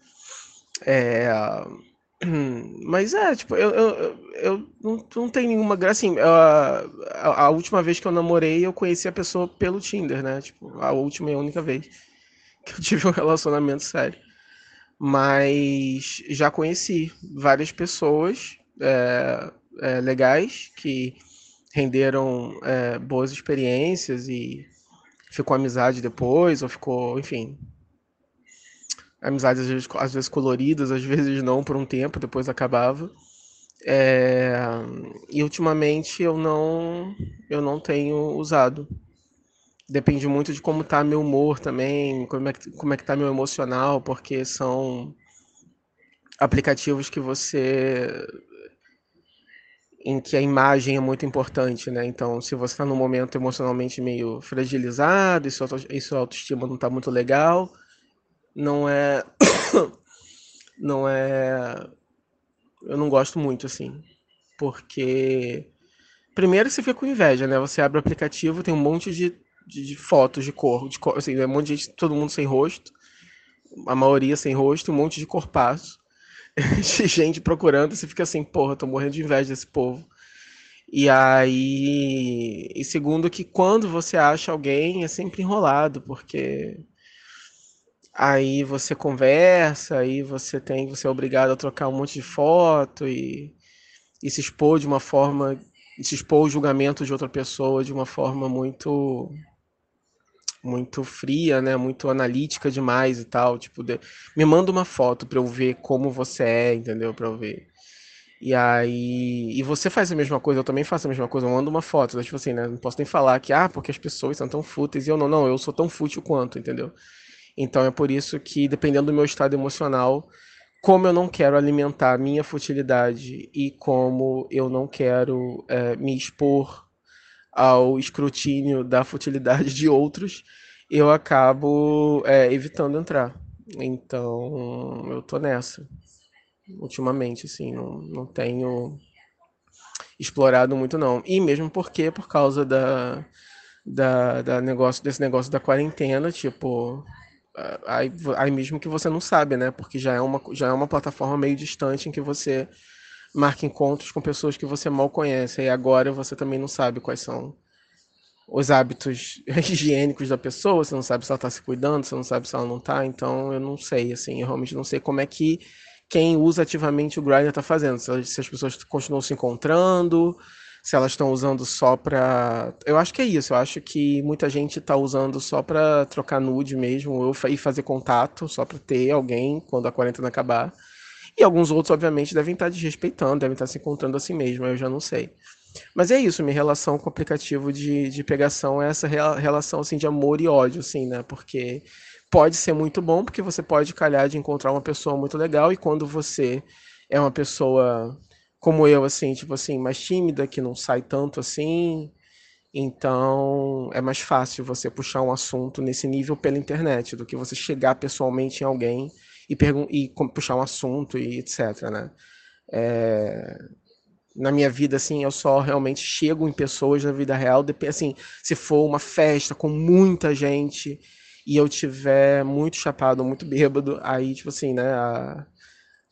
[SPEAKER 3] É... *clears throat* Mas é, tipo, eu, eu, eu- eu não, não tenho nenhuma graça. Assim, a, a- a última vez que eu namorei, eu conheci a pessoa pelo Tinder, né? Tipo, a última e a única vez que eu *laughs* tive um relacionamento sério. Mas já conheci várias pessoas é, é, legais que renderam é, boas experiências e ficou amizade depois, ou ficou, enfim, amizades às vezes, às vezes coloridas, às vezes não, por um tempo, depois acabava. É, e ultimamente eu não, eu não tenho usado. Depende muito de como tá meu humor também, como é que, como é que tá meu emocional, porque são aplicativos que você em que a imagem é muito importante, né? Então, se você está num momento emocionalmente meio fragilizado, e sua, auto- e sua autoestima não tá muito legal, não é *coughs* não é eu não gosto muito assim porque Primeiro você fica com inveja, né? Você abre o aplicativo, tem um monte de, de, de fotos de corpo, de cor, assim, é um monte de gente, todo mundo sem rosto, a maioria sem rosto, um monte de corpaço, *laughs* de gente procurando, você fica assim, porra, tô morrendo de inveja desse povo. E aí, e segundo que quando você acha alguém é sempre enrolado, porque aí você conversa, aí você tem, você é obrigado a trocar um monte de foto e, e se expor de uma forma, se expor o julgamento de outra pessoa de uma forma muito muito fria, né? Muito analítica demais e tal, tipo, de- me manda uma foto para eu ver como você é, entendeu? Para eu ver. E aí, e você faz a mesma coisa, eu também faço a mesma coisa, eu mando uma foto, né? tipo assim, né? Não posso nem falar que, ah, porque as pessoas são tão fúteis, e eu não, não, eu sou tão fútil quanto, entendeu? Então é por isso que, dependendo do meu estado emocional, como eu não quero alimentar a minha futilidade e como eu não quero eh, me expor ao escrutínio da futilidade de outros, eu acabo eh, evitando entrar. Então eu tô nessa. Ultimamente, assim, não, não tenho explorado muito, não. E mesmo porque, por causa da, da, da negócio, desse negócio da quarentena, tipo, ah, aí, vo- aí mesmo que você não sabe, né? Porque já é uma, co- já é uma plataforma meio distante em que você marca encontros com pessoas que você mal conhece. E agora você também não sabe quais são os hábitos *laughs* higiênicos da pessoa, você não sabe se ela tá se cuidando, você não sabe se ela não tá, então eu não sei, assim, eu realmente não sei como é que quem usa ativamente o Grindr tá fazendo, se elas- se as pessoas continuam se encontrando, se elas estão usando só pra... Eu acho que é isso, eu acho que muita gente tá usando só pra trocar nude mesmo, ou fa- e fazer contato, só pra ter alguém quando a quarentena acabar, e alguns outros, obviamente, devem estar desrespeitando, devem estar se encontrando assim mesmo, aí eu já não sei. Mas é isso, minha relação com o aplicativo de, de pegação é essa rea- relação assim de amor e ódio, assim, né? Porque pode ser muito bom, porque você pode calhar de encontrar uma pessoa muito legal, e quando você é uma pessoa como eu, assim, tipo assim, mais tímida, que não sai tanto assim, então é mais fácil você puxar um assunto nesse nível pela internet do que você chegar pessoalmente em alguém e, pergun- e com- puxar um assunto e etc, né? É, na minha vida, assim, eu só realmente chego em pessoas na vida real, depe- assim, se for uma festa com muita gente e eu tiver muito chapado, muito bêbado, aí, tipo assim, né, a,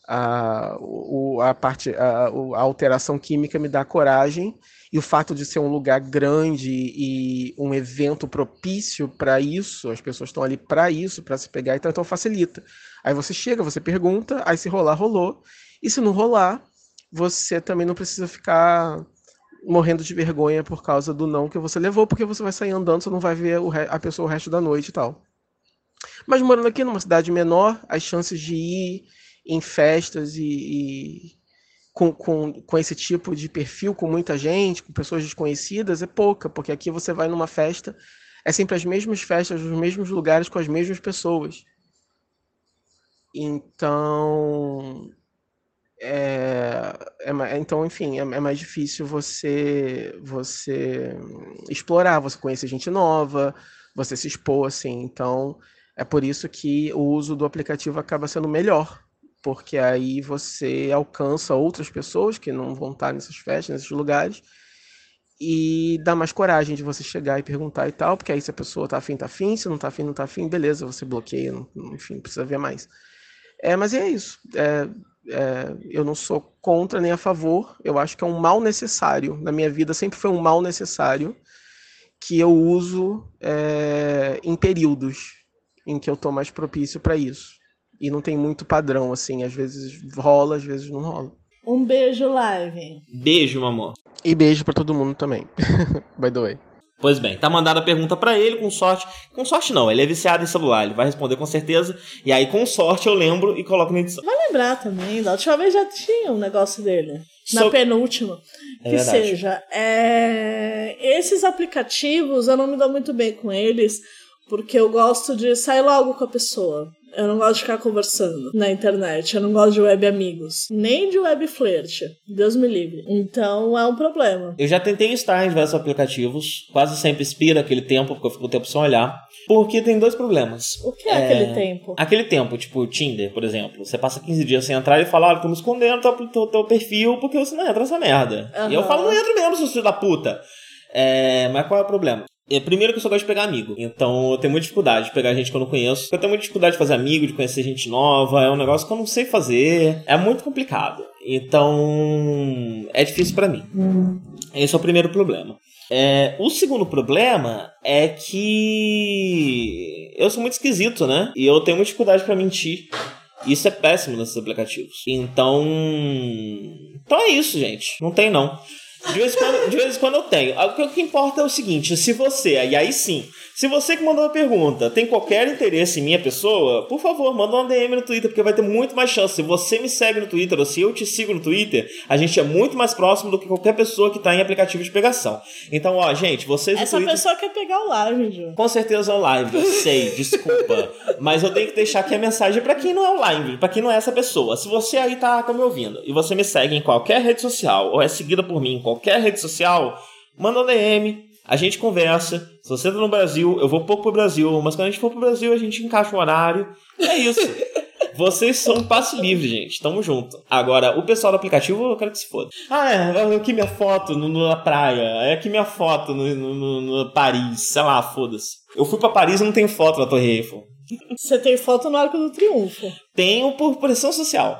[SPEAKER 3] a, o, o- a parte, a, o- a alteração química me dá coragem e o fato de ser um lugar grande e um evento propício para isso, as pessoas estão ali para isso, para se pegar, então, então facilita. Aí você chega, você pergunta, aí se rolar, rolou, e se não rolar, você também não precisa ficar morrendo de vergonha por causa do não que você levou, porque você vai sair andando, você não vai ver o re- a pessoa o resto da noite e tal. Mas morando aqui numa cidade menor, as chances de ir em festas e, e com, com, com esse tipo de perfil, com muita gente, com pessoas desconhecidas, é pouca, porque aqui você vai numa festa, é sempre as mesmas festas, os mesmos lugares, com as mesmas pessoas. Então, é, é ma- então, enfim, é, é mais difícil você você explorar, você conhecer gente nova, você se expor, assim. Então, é por isso que o uso do aplicativo acaba sendo melhor, porque aí você alcança outras pessoas que não vão estar nessas festas, nesses lugares, e dá mais coragem de você chegar e perguntar e tal, porque aí se a pessoa tá afim, tá afim, se não tá afim, não tá afim, beleza, você bloqueia, não- não- enfim, não precisa ver mais. É, mas é isso. É, é, eu não sou contra nem a favor. Eu acho que é um mal necessário. Na minha vida sempre foi um mal necessário que eu uso é, em períodos em que eu tô mais propício para isso. E não tem muito padrão, assim. Às vezes rola, às vezes não rola.
[SPEAKER 4] Um beijo, live.
[SPEAKER 5] Beijo, meu amor.
[SPEAKER 3] E beijo para todo mundo também. *laughs* By the way.
[SPEAKER 5] Pois bem, tá mandada a pergunta pra ele, com sorte. Com sorte não, ele é viciado em celular, ele vai responder com certeza. E aí, com sorte, eu lembro e coloco na edição.
[SPEAKER 4] Vai lembrar também, da última vez já tinha um negócio dele. Na
[SPEAKER 5] So-
[SPEAKER 4] penúltima.
[SPEAKER 5] É
[SPEAKER 4] que
[SPEAKER 5] verdade.
[SPEAKER 4] seja, é, esses aplicativos eu não me dou muito bem com eles, porque eu gosto de sair logo com a pessoa. Eu não gosto de ficar conversando na internet. Eu não gosto de web amigos. Nem de web flerte. Deus me livre. Então é um problema.
[SPEAKER 5] Eu já tentei estar em diversos aplicativos, quase sempre expira aquele tempo, porque eu fico o tempo sem olhar. Porque tem dois problemas.
[SPEAKER 4] O que é, aquele tempo?
[SPEAKER 5] Aquele tempo, tipo Tinder, por exemplo, você passa 15 dias sem entrar e fala, olha, tô me escondendo teu, teu, teu perfil porque você não entra nessa merda.
[SPEAKER 4] Aham.
[SPEAKER 5] E eu falo, não entro mesmo, seu filho da puta. É, mas qual é o problema? É, primeiro que eu só gosto de pegar amigo. Então eu tenho muita dificuldade de pegar gente que eu não conheço. Eu tenho muita dificuldade de fazer amigo, de conhecer gente nova. É um negócio que eu não sei fazer. É muito complicado. Então é difícil pra mim. Esse é o primeiro problema. É, o segundo problema é que eu sou muito esquisito, né? E eu tenho muita dificuldade pra mentir. Isso é péssimo nesses aplicativos. Então. Então é isso, gente. Não tem, não. De vez, em quando, de vez em quando eu tenho. Ah, O que, o que importa é o seguinte: se você, e aí sim, se você que mandou a pergunta tem qualquer interesse em minha pessoa, por favor, manda uma DM no Twitter, porque vai ter muito mais chance. Se você me segue no Twitter ou se eu te sigo no Twitter, a gente é muito mais próximo do que qualquer pessoa que tá em aplicativo de pegação. Então, ó, gente, vocês no
[SPEAKER 4] Essa
[SPEAKER 5] Twitter-
[SPEAKER 4] pessoa quer pegar o live, Ju.
[SPEAKER 5] com certeza é online, eu sei, desculpa. Mas eu tenho que deixar aqui a mensagem pra quem não é online, pra quem não é essa pessoa. Se você aí tá, tá me ouvindo e você me segue em qualquer rede social ou é seguida por mim em qualquer rede social, manda um DM, a gente conversa. Se você tá no Brasil, eu vou pouco pro Brasil, mas quando a gente for pro Brasil, a gente encaixa o horário. É isso. Vocês são um passe livre, gente. Tamo junto. Agora, o pessoal do aplicativo, eu quero que se foda. Ah, é, aqui minha foto no, no- na praia. É aqui minha foto no, no- no- no Paris. Sei lá, foda-se. Eu fui pra Paris e não tenho foto na Torre Eiffel.
[SPEAKER 4] Você tem foto no Arco do Triunfo. *laughs*
[SPEAKER 5] Tenho por pressão social.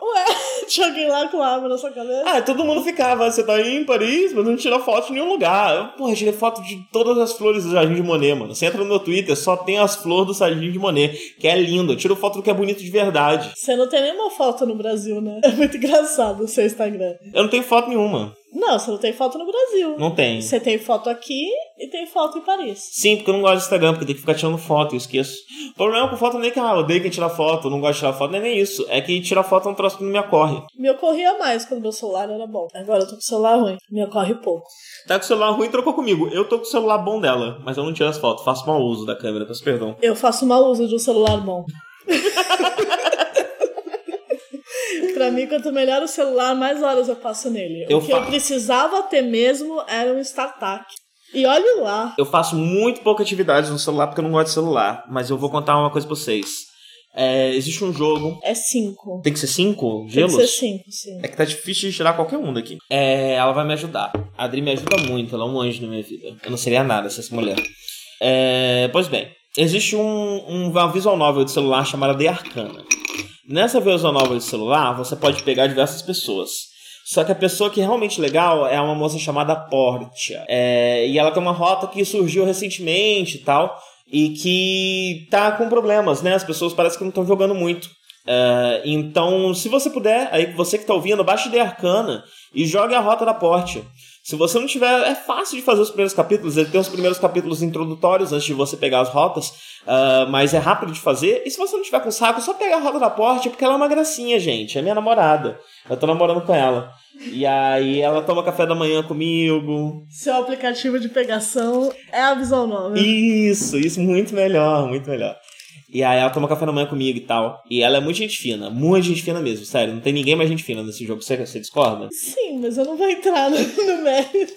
[SPEAKER 4] Tinha alguém lá com a aba na sua cabeça.
[SPEAKER 5] Ah, todo mundo ficava, você tá aí em Paris, mas não tira foto em nenhum lugar. Eu, porra, tirei foto de todas as flores do Jardim de Monet, mano. Você entra no meu Twitter, só tem as flores do Jardim de Monet, que é lindo. Eu tiro foto do que é bonito de verdade.
[SPEAKER 4] Você não tem nenhuma foto no Brasil, né? É muito engraçado o seu Instagram.
[SPEAKER 5] Eu não tenho foto nenhuma.
[SPEAKER 4] Não, você não tem foto no Brasil.
[SPEAKER 5] Não tenho.
[SPEAKER 4] Você tem foto aqui e tem foto em Paris.
[SPEAKER 5] Sim, porque eu não gosto do Instagram, porque tem que ficar tirando foto, eu esqueço. O problema com foto nem que ah, eu odeio quem tira foto, eu não gosto de tirar foto, não é nem isso. É que tirar foto é um troço que não me ocorre.
[SPEAKER 4] Me ocorria mais quando meu celular era bom. Agora eu tô com o celular ruim. Me ocorre pouco.
[SPEAKER 5] Tá com o celular ruim, trocou comigo. Eu tô com o celular bom dela, mas eu não tiro as fotos, faço mau uso da câmera, peço perdão.
[SPEAKER 4] Eu faço mau uso de um celular
[SPEAKER 5] *laughs*
[SPEAKER 4] bom. pra mim, quanto melhor o celular, mais horas eu passo nele.
[SPEAKER 5] Eu
[SPEAKER 4] o que eu
[SPEAKER 5] fa-
[SPEAKER 4] precisava ter mesmo era um StarTAC. E olhe lá.
[SPEAKER 5] Eu faço muito pouca atividade no celular porque eu não gosto de celular, mas eu vou contar uma coisa pra vocês. É, existe um jogo.
[SPEAKER 4] É 5.
[SPEAKER 5] Tem que ser cinco
[SPEAKER 4] Tem que
[SPEAKER 5] gelos?
[SPEAKER 4] ser 5, sim.
[SPEAKER 5] É que tá difícil de tirar qualquer um daqui. É, ela vai me ajudar. A Adri me ajuda muito, ela é um anjo na minha vida. Eu não seria nada se essa mulher. É, pois bem, existe um, um, uma visual novel de celular chamada The Arcana. Nessa visual novel de celular, você pode pegar diversas pessoas. Só que a pessoa que é realmente legal é uma moça chamada Portia. É, e ela tem uma rota que surgiu recentemente e tal. E que tá com problemas, né? As pessoas parecem que não estão jogando muito. É, então, se você puder, aí você que tá ouvindo, baixe The Arcana e jogue a Rota da Porte. Se você não tiver, é fácil de fazer os primeiros capítulos, ele tem os primeiros capítulos introdutórios antes de você pegar as rotas, ah, mas é rápido de fazer. E se você não tiver com saco, só pega a Rota da Porte, porque ela é uma gracinha, gente. É minha namorada. Eu tô namorando com ela. E aí ela toma café da manhã comigo.
[SPEAKER 4] Seu aplicativo de pegação é a Visão Nova.
[SPEAKER 5] Isso, isso, muito melhor, muito melhor. E aí ela toma café da manhã comigo e tal. E ela é muito gente fina, muito gente fina mesmo, sério. Não tem ninguém mais gente fina nesse jogo, você, você discorda?
[SPEAKER 4] Sim, mas eu não vou entrar no, no mérito.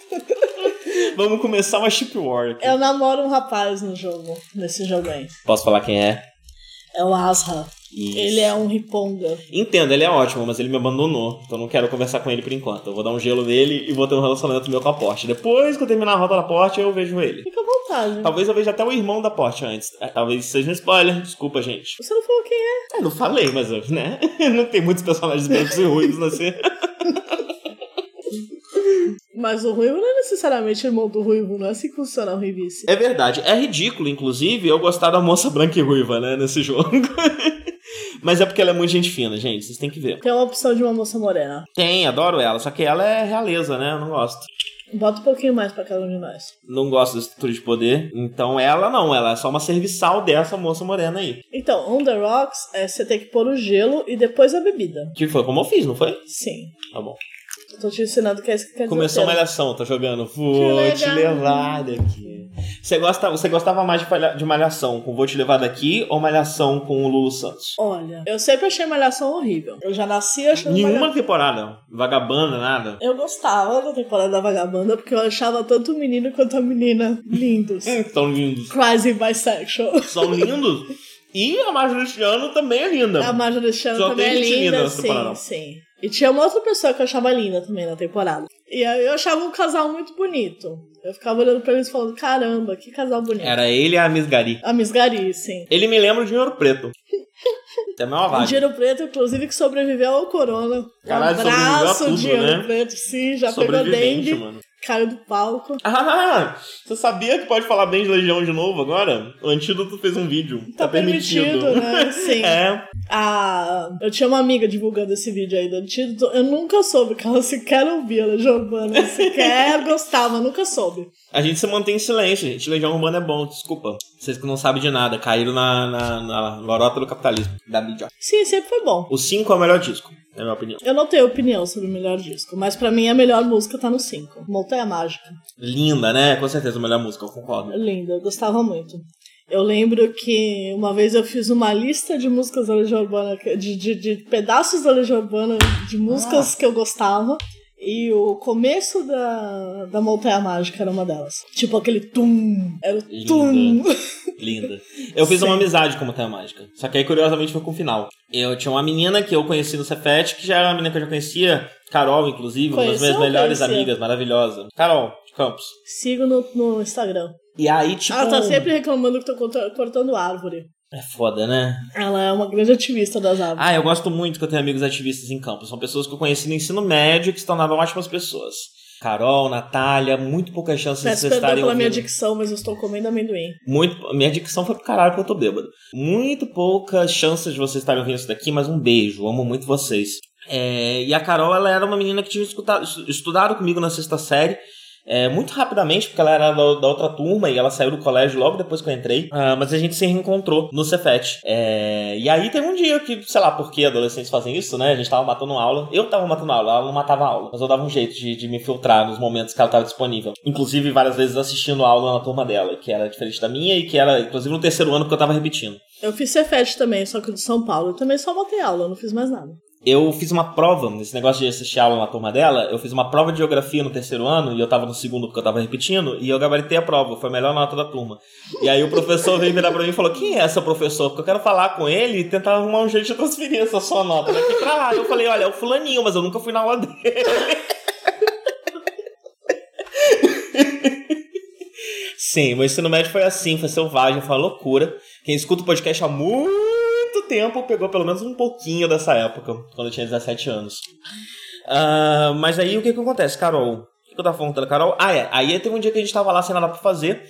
[SPEAKER 5] Vamos começar uma chip war aqui.
[SPEAKER 4] Eu namoro um rapaz no jogo, nesse jogo aí.
[SPEAKER 5] Posso falar quem é?
[SPEAKER 4] É o Asra.
[SPEAKER 5] Isso.
[SPEAKER 4] Ele é um riponga.
[SPEAKER 5] Entendo, ele é ótimo, mas ele me abandonou. Então eu não quero conversar com ele por enquanto. Eu vou dar um gelo nele e vou ter um relacionamento meu com a Porsche. Depois que eu terminar a rota da Porsche, eu vejo ele.
[SPEAKER 4] Fica à vontade.
[SPEAKER 5] Talvez eu veja até o irmão da Porsche antes. É, Talvez seja um spoiler. Desculpa, gente.
[SPEAKER 4] Você não falou quem é?
[SPEAKER 5] Eu não falei, mas eu, né? *laughs* Não tem muitos personagens brancos e né? ruins nascer.
[SPEAKER 4] Mas o ruivo não é necessariamente irmão do ruivo, não é assim que funciona o ruivice.
[SPEAKER 5] É verdade. É ridículo, inclusive, eu gostar da moça branca e ruiva, né? Nesse *laughs* jogo. Mas é porque ela é muito gente fina, gente. Vocês têm que ver.
[SPEAKER 4] Tem uma opção de uma moça morena.
[SPEAKER 5] Tem, adoro ela. Só que ela é realeza, né? Eu não gosto.
[SPEAKER 4] Bota um pouquinho mais pra cada um de nós.
[SPEAKER 5] não gosta da estrutura de poder. Então ela não, ela é só uma serviçal dessa moça morena aí.
[SPEAKER 4] Então, on the rocks, é, você tem que pôr o gelo e depois a bebida.
[SPEAKER 5] Que foi como eu fiz, não foi?
[SPEAKER 4] Sim.
[SPEAKER 5] Tá bom.
[SPEAKER 4] Eu tô te ensinando o que é isso que quer dizer.
[SPEAKER 5] Começou a
[SPEAKER 4] Pedro.
[SPEAKER 5] malhação, tá jogando. Vou
[SPEAKER 4] Que
[SPEAKER 5] te
[SPEAKER 4] legal.
[SPEAKER 5] levar daqui. Você, gosta, você gostava mais de, palha- de Malhação com Vou Te Levar Daqui ou Malhação com o Lulu Santos?
[SPEAKER 4] Olha, eu sempre achei Malhação horrível. Eu já nasci achando
[SPEAKER 5] Nenhuma
[SPEAKER 4] Malha-
[SPEAKER 5] temporada. Vagabanda, nada.
[SPEAKER 4] Eu gostava da temporada da Vagabanda porque eu achava tanto o menino quanto a menina lindos.
[SPEAKER 5] Hum, *laughs* tão lindos.
[SPEAKER 4] Quase bisexual.
[SPEAKER 5] São lindos. E a Marjorie Luciano também é linda.
[SPEAKER 4] A Marja Alexandre
[SPEAKER 5] Só
[SPEAKER 4] também
[SPEAKER 5] tem
[SPEAKER 4] é
[SPEAKER 5] gente linda
[SPEAKER 4] linda.
[SPEAKER 5] nessa temporada.
[SPEAKER 4] Sim, sim. E tinha uma outra pessoa que eu achava linda também na temporada. E aí eu achava um casal muito bonito. Eu ficava olhando pra eles e falando, caramba, que casal bonito.
[SPEAKER 5] Era ele e a Miss Gari.
[SPEAKER 4] A Miss Gari, sim.
[SPEAKER 5] Ele me lembra o Dinheiro Preto. Também é uma
[SPEAKER 4] O
[SPEAKER 5] vibe.
[SPEAKER 4] Dinheiro Preto, inclusive, que sobreviveu ao corona.
[SPEAKER 5] Caralho,
[SPEAKER 4] um
[SPEAKER 5] sobreviveu a
[SPEAKER 4] abraço,
[SPEAKER 5] tudo,
[SPEAKER 4] Dinheiro
[SPEAKER 5] né?
[SPEAKER 4] Preto, é sim, já pegou
[SPEAKER 5] Sobrevivente,
[SPEAKER 4] dengue,
[SPEAKER 5] mano.
[SPEAKER 4] caiu do palco.
[SPEAKER 5] Ah, você sabia que pode falar bem de Legião de novo agora? O Antídoto fez um vídeo.
[SPEAKER 4] Tá, permitido,
[SPEAKER 5] *laughs*
[SPEAKER 4] né? Sim.
[SPEAKER 5] É,
[SPEAKER 4] Ah, eu tinha uma amiga divulgando esse vídeo aí do antídoto. Eu nunca soube que ela *laughs* sequer ouvia a Legião Urbana, sequer gostava, nunca soube.
[SPEAKER 5] a gente se mantém em silêncio, gente. Legião Urbana é bom, desculpa. Vocês que não sabem de nada, caíram na, na, na lorota do capitalismo, da mídia.
[SPEAKER 4] Sim, sempre foi bom.
[SPEAKER 5] O 5 é o melhor disco, na minha opinião.
[SPEAKER 4] Eu não tenho opinião sobre o melhor disco, mas pra mim a melhor música tá no 5. Montanha Mágica.
[SPEAKER 5] Linda, né? Com certeza, a melhor música, eu concordo.
[SPEAKER 4] Linda, eu gostava muito. Eu lembro que uma vez eu fiz uma lista de músicas da Legião Urbana, que- de, de, de pedaços da Legião Urbana, de músicas
[SPEAKER 5] Ah.
[SPEAKER 4] que eu gostava. E o começo da, da Montanha Mágica era uma delas. Tipo aquele tum. Era o
[SPEAKER 5] Linda.
[SPEAKER 4] tum. *laughs*
[SPEAKER 5] Linda. Eu fiz
[SPEAKER 4] Sim.
[SPEAKER 5] uma amizade com a Montanha Mágica. Só que aí, curiosamente, foi com o final. Eu tinha uma menina que eu conheci no Cefet, que já era uma menina que eu já conhecia. Carol, inclusive, uma das
[SPEAKER 4] Conheceu
[SPEAKER 5] minhas
[SPEAKER 4] ou
[SPEAKER 5] melhores
[SPEAKER 4] conhecia?
[SPEAKER 5] amigas, maravilhosa. Carol, de Campos.
[SPEAKER 4] Sigo no, no Instagram.
[SPEAKER 5] E aí, tipo.
[SPEAKER 4] Ela tá sempre reclamando que tô corta- cortando árvore.
[SPEAKER 5] É foda, né?
[SPEAKER 4] Ela é uma grande ativista das árvores.
[SPEAKER 5] Ah, eu gosto muito que eu tenho amigos ativistas em campo. São pessoas que eu conheci no ensino médio e que se tornaram ótimas pessoas. Carol, Natália, muito poucas chances de
[SPEAKER 4] Peço
[SPEAKER 5] vocês
[SPEAKER 4] perdão
[SPEAKER 5] estarem
[SPEAKER 4] pela minha
[SPEAKER 5] ouvindo.
[SPEAKER 4] dicção, mas eu estou comendo amendoim.
[SPEAKER 5] Muito, minha dicção foi pro caralho porque eu tô bêbado. Muito poucas chances de vocês estarem ouvindo isso daqui, mas um beijo. Amo muito vocês. É, e a Carol, ela era uma menina que tinha escutado, estu- estudado comigo na sexta série. é, muito rapidamente, porque ela era da, da outra turma e ela saiu do colégio logo depois que eu entrei. Ah, mas a gente se reencontrou no Cefet. É, e aí teve um dia que, sei lá por que adolescentes fazem isso, né? A gente tava matando aula. Eu tava matando aula, ela não matava aula. Mas eu dava um jeito de, de me filtrar nos momentos que ela tava disponível. Inclusive, várias vezes assistindo aula na turma dela, que era diferente da minha e que era, inclusive, no terceiro ano que eu tava repetindo.
[SPEAKER 4] Eu fiz Cefet também, só que de São Paulo. Eu também só botei aula, eu não fiz mais nada.
[SPEAKER 5] Eu fiz uma prova, nesse negócio de assistir aula na turma dela, eu fiz uma prova de geografia no terceiro ano, e eu tava no segundo porque eu tava repetindo, e eu gabaritei a prova, foi a melhor nota da turma. E aí o professor veio virar pra mim e falou: Quem é essa professora? Porque eu quero falar com ele e tentar arrumar um jeito de transferir essa sua nota daqui pra lá. Eu falei: Olha, é o fulaninho, mas eu nunca fui na aula dele. Sim, meu ensino médio foi assim, foi selvagem, foi uma loucura. Quem escuta o podcast há muito tempo pegou pelo menos um pouquinho dessa época, quando eu tinha 17 anos. Ah, mas aí o que que acontece, Carol? O que que eu tava falando da Carol? Ah, é. Aí teve um dia que a gente tava lá sem nada pra fazer.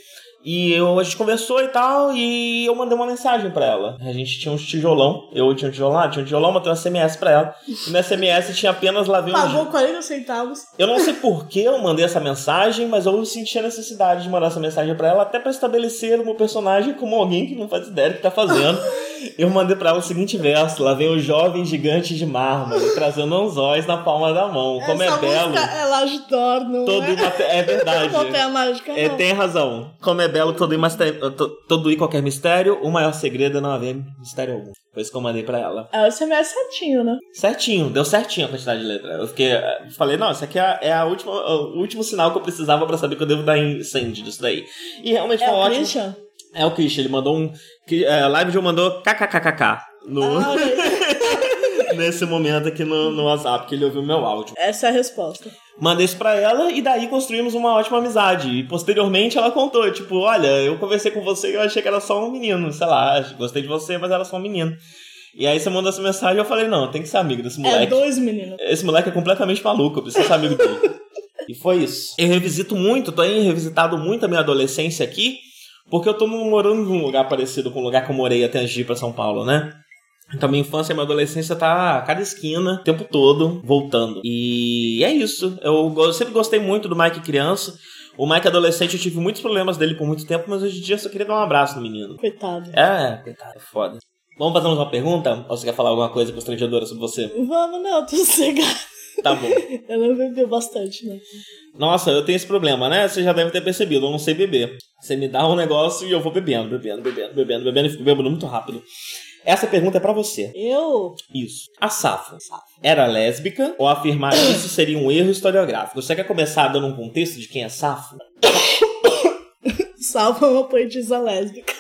[SPEAKER 5] E eu, a gente conversou e tal, e eu mandei uma mensagem pra ela. A gente tinha uns tijolão, eu tinha um tijolão, ela tinha um tijolão, mandei uma SMS pra ela. E na SMS tinha apenas lá veio um
[SPEAKER 4] Pagou 40 centavos.
[SPEAKER 5] eu não sei por que eu mandei essa mensagem, mas eu senti a necessidade de mandar essa mensagem pra ela, até pra estabelecer o meu personagem como alguém que não faz ideia do que tá
[SPEAKER 4] *laughs*
[SPEAKER 5] fazendo. Eu mandei pra ela o seguinte verso: Lá vem o jovem gigante de
[SPEAKER 4] *laughs*
[SPEAKER 5] mármore, trazendo anzóis na palma da mão. Como
[SPEAKER 4] Essa
[SPEAKER 5] é belo.
[SPEAKER 4] música é Laje d'Or, não
[SPEAKER 5] Todo
[SPEAKER 4] é?
[SPEAKER 5] mate- É verdade.
[SPEAKER 4] *laughs* Não tem a mágica,
[SPEAKER 5] É,
[SPEAKER 4] não.
[SPEAKER 5] tem razão. Como é belo todo e, master- to- todo e qualquer mistério, o maior segredo é não haver mistério algum. Foi isso que eu mandei pra ela.
[SPEAKER 4] É o SMS certinho, né?
[SPEAKER 5] Certinho, deu certinho a quantidade de letra. Eu fiquei, eh, falei, não, isso aqui é, a- é a última, o último sinal que eu precisava pra saber que eu devo dar incêndio disso daí. E realmente
[SPEAKER 4] É
[SPEAKER 5] foi
[SPEAKER 4] o
[SPEAKER 5] ótimo.
[SPEAKER 4] Christian?
[SPEAKER 5] É o Christian, ele mandou um. que- eh, live Joe mandou kkkk no,
[SPEAKER 4] Ah, olha
[SPEAKER 5] *laughs*
[SPEAKER 4] aí.
[SPEAKER 5] nesse momento aqui no, no WhatsApp, que ele ouviu meu áudio.
[SPEAKER 4] Essa é a resposta.
[SPEAKER 5] Mandei isso pra ela e daí construímos uma ótima amizade. E posteriormente ela contou, tipo, olha, eu conversei com você e eu achei que era só um menino, sei lá, gostei de você, mas era só um menino. E aí você mandou essa mensagem e eu falei, não, tem que ser amigo desse moleque.
[SPEAKER 4] É dois meninos.
[SPEAKER 5] Esse moleque é completamente maluco, eu preciso ser amigo dele. e foi isso. Eu revisito muito, tô aí revisitado muito a minha adolescência aqui, porque eu tô morando num lugar parecido com o lugar que eu morei até antes de ir pra São Paulo, né? Então minha infância e minha adolescência tá a cada esquina, o tempo todo, voltando. E é isso. Eu, go- eu sempre gostei muito do Mike criança. O Mike adolescente eu tive muitos problemas dele por muito tempo, mas hoje em dia eu só queria dar um abraço no menino.
[SPEAKER 4] Coitado.
[SPEAKER 5] É, coitado, é foda. Vamos fazer mais uma pergunta? Ou você quer falar alguma coisa constrangedora sobre você?
[SPEAKER 4] Vamos, não, tô sossegado.
[SPEAKER 5] Tá bom.
[SPEAKER 4] Eu não bebi bastante, né?
[SPEAKER 5] Nossa, eu tenho esse problema, né? Você já deve ter percebido, eu não sei beber. Você me dá um negócio e eu vou bebendo, bebendo, bebendo, bebendo, bebendo e fico bebendo muito rápido. Essa pergunta é pra você.
[SPEAKER 4] Eu?
[SPEAKER 5] Isso. A Safo era lésbica ou afirmar isso seria um erro historiográfico? Você quer começar dando um contexto de quem é Safo?
[SPEAKER 4] Salva uma poetisa lésbica.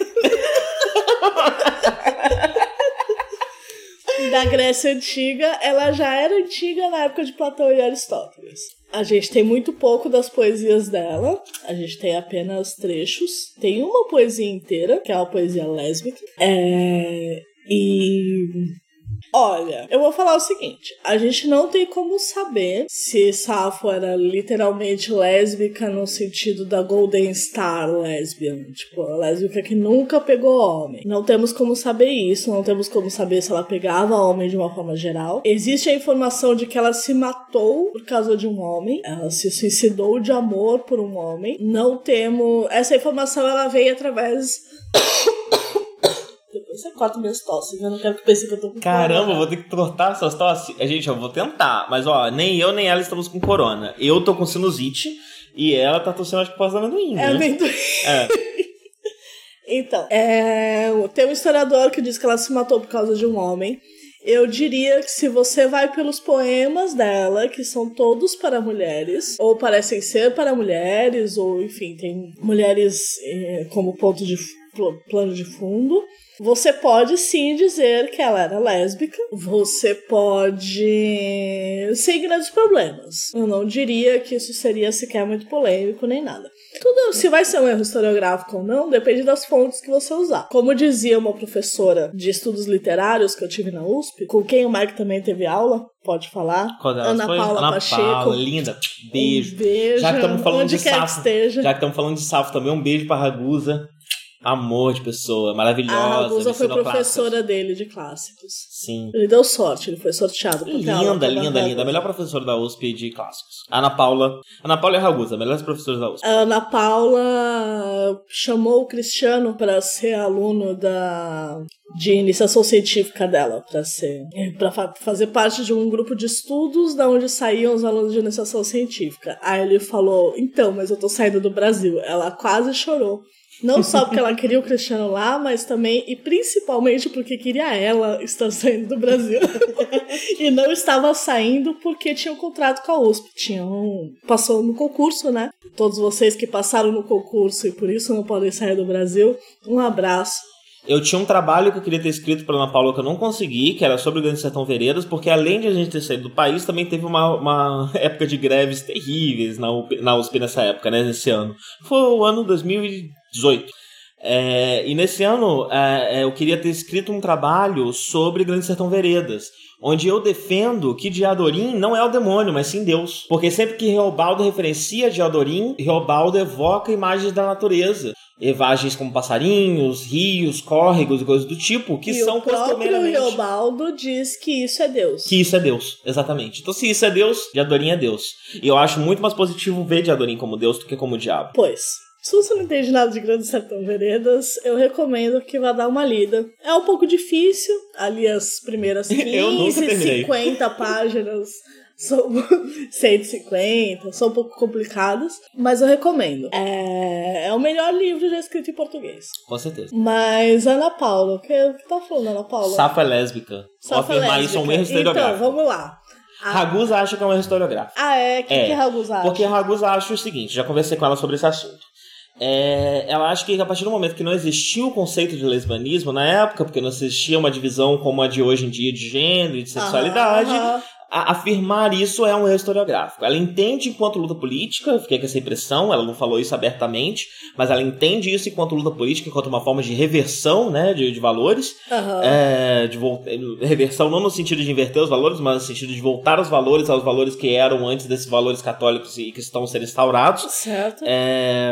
[SPEAKER 4] da Grécia Antiga, ela já era antiga na época de Platão e Aristóteles. A gente tem muito pouco das poesias dela, a gente tem apenas trechos. Tem uma poesia inteira, que é uma poesia lésbica. É... E. Olha, eu vou falar o seguinte: a gente não tem como saber se Safo era literalmente lésbica no sentido da Golden Star lesbian, tipo, a lésbica que nunca pegou homem. Não temos como saber isso, não temos como saber se ela pegava homem de uma forma geral. Existe a informação de que ela se matou por causa de um homem, ela se suicidou de amor por um homem. Não temos. Essa informação ela veio através. Depois você corta minhas tosses, eu não quero que pense que eu tô com
[SPEAKER 5] Caramba, eu
[SPEAKER 4] corona.
[SPEAKER 5] vou ter que cortar essas tosses. A gente, eu vou tentar, mas ó, nem eu nem ela estamos com corona. Eu tô com sinusite e ela tá tossindo acho que por causa do amendoim,
[SPEAKER 4] É
[SPEAKER 5] né?
[SPEAKER 4] amendoim.
[SPEAKER 5] É.
[SPEAKER 4] *laughs* Então, é, tem um historiador que diz que ela se matou por causa de um homem. Eu diria que se você vai pelos poemas dela, que são todos para mulheres, ou parecem ser para mulheres, ou enfim, tem mulheres eh, como ponto de f- pl- plano de fundo, você pode sim dizer que ela era lésbica. Você pode. sem grandes problemas. Eu não diria que isso seria sequer muito polêmico nem nada. Tudo se vai ser um erro historiográfico ou não, depende das fontes que você usar. Como dizia uma professora de estudos literários que eu tive na USP, com quem o Mike também teve aula, pode falar.
[SPEAKER 5] Qual delas
[SPEAKER 4] Ana
[SPEAKER 5] foi?
[SPEAKER 4] Paula
[SPEAKER 5] Ana
[SPEAKER 4] Pacheco.
[SPEAKER 5] Paula, linda. Beijo.
[SPEAKER 4] Um beijo.
[SPEAKER 5] Já que estamos falando
[SPEAKER 4] onde
[SPEAKER 5] de
[SPEAKER 4] quer
[SPEAKER 5] safo,
[SPEAKER 4] que esteja.
[SPEAKER 5] Já que estamos falando de safo também, um beijo pra Ragusa. Amor de pessoa, maravilhosa.
[SPEAKER 4] a Ragusa foi
[SPEAKER 5] ensinou clássicos.
[SPEAKER 4] professora dele de clássicos.
[SPEAKER 5] Sim.
[SPEAKER 4] Ele deu sorte, ele foi sorteado. pra ter aula com
[SPEAKER 5] Linda,
[SPEAKER 4] tá a
[SPEAKER 5] linda,
[SPEAKER 4] Ragusa.
[SPEAKER 5] linda. A melhor professora da USP de clássicos. Ana Paula. Ana Paula e Ragusa, melhores professores da USP.
[SPEAKER 4] A Ana Paula chamou o Cristiano para ser aluno da de iniciação científica dela, para ser para fazer parte de um grupo de estudos da onde saíam os alunos de iniciação científica. Aí ele falou: "Então, mas eu tô saindo do Brasil". Ela quase chorou. Não só porque ela queria o Cristiano lá, mas também e principalmente porque queria ela estar saindo do Brasil. *laughs* e não estava saindo porque tinha um contrato com a USP. Tinha um... Passou no concurso, né? Todos vocês que passaram no concurso e por isso não podem sair do Brasil, um abraço.
[SPEAKER 5] Eu tinha um trabalho que eu queria ter escrito pra Ana Paula que eu não consegui, que era sobre o Grande Sertão Veredas, porque além de a gente ter saído do país, também teve uma, uma *laughs* época de greves terríveis na USP, na USP nessa época, né? Nesse ano. Foi o ano 2018. É, e nesse ano é, é, eu queria ter escrito um trabalho sobre Grande Sertão Veredas, onde eu defendo que Diadorim não é o demônio, mas sim Deus. Porque sempre que Reobaldo referencia Diadorim, Reobaldo evoca imagens da natureza. Imagens como passarinhos, rios, córregos e coisas do tipo, que
[SPEAKER 4] e
[SPEAKER 5] são
[SPEAKER 4] o próprio
[SPEAKER 5] costumeiramente-
[SPEAKER 4] Riobaldo diz que isso é Deus.
[SPEAKER 5] que isso é Deus, exatamente. Então, se isso é Deus, Diadorim é Deus. E eu acho muito mais positivo ver Diadorim como Deus do que como diabo.
[SPEAKER 4] Pois. Se você não entende nada de Grande Sertão Veredas, eu recomendo que vá dar uma lida. É um pouco difícil, ali as primeiras
[SPEAKER 5] *laughs* Eu nunca
[SPEAKER 4] 15,
[SPEAKER 5] terminei.
[SPEAKER 4] 50 páginas, são *laughs* 150, são um pouco complicadas, mas eu recomendo. É, é o melhor livro já escrito em português.
[SPEAKER 5] Com certeza.
[SPEAKER 4] Mas Ana Paula, o que, o que tá falando Ana Paula?
[SPEAKER 5] Safa é lésbica. Vou
[SPEAKER 4] Safa
[SPEAKER 5] afirmar isso é um erro
[SPEAKER 4] lésbica. Então,
[SPEAKER 5] historiográfico.
[SPEAKER 4] vamos lá. A-
[SPEAKER 5] Ragusa acha que é um erro historiográfico.
[SPEAKER 4] Ah, é? O que,
[SPEAKER 5] É,
[SPEAKER 4] que Ragus acha?
[SPEAKER 5] Porque a Ragusa acha o seguinte, já conversei com ela sobre esse assunto. É, ela acha que a partir do momento que não existia o conceito de lesbianismo na época, porque não existia uma divisão como a de hoje em dia de gênero e de sexualidade,
[SPEAKER 4] Aham,
[SPEAKER 5] a- afirmar isso é um erro historiográfico. Ela entende enquanto luta política, eu fiquei com essa impressão, ela não falou isso abertamente, mas ela entende isso enquanto luta política, enquanto uma forma de reversão né, de, de valores,
[SPEAKER 4] aham.
[SPEAKER 5] é, de vol- reversão não no sentido de inverter os valores, mas no sentido de voltar os valores aos valores que eram antes desses valores católicos e que estão sendo instaurados.
[SPEAKER 4] Certo.
[SPEAKER 5] É,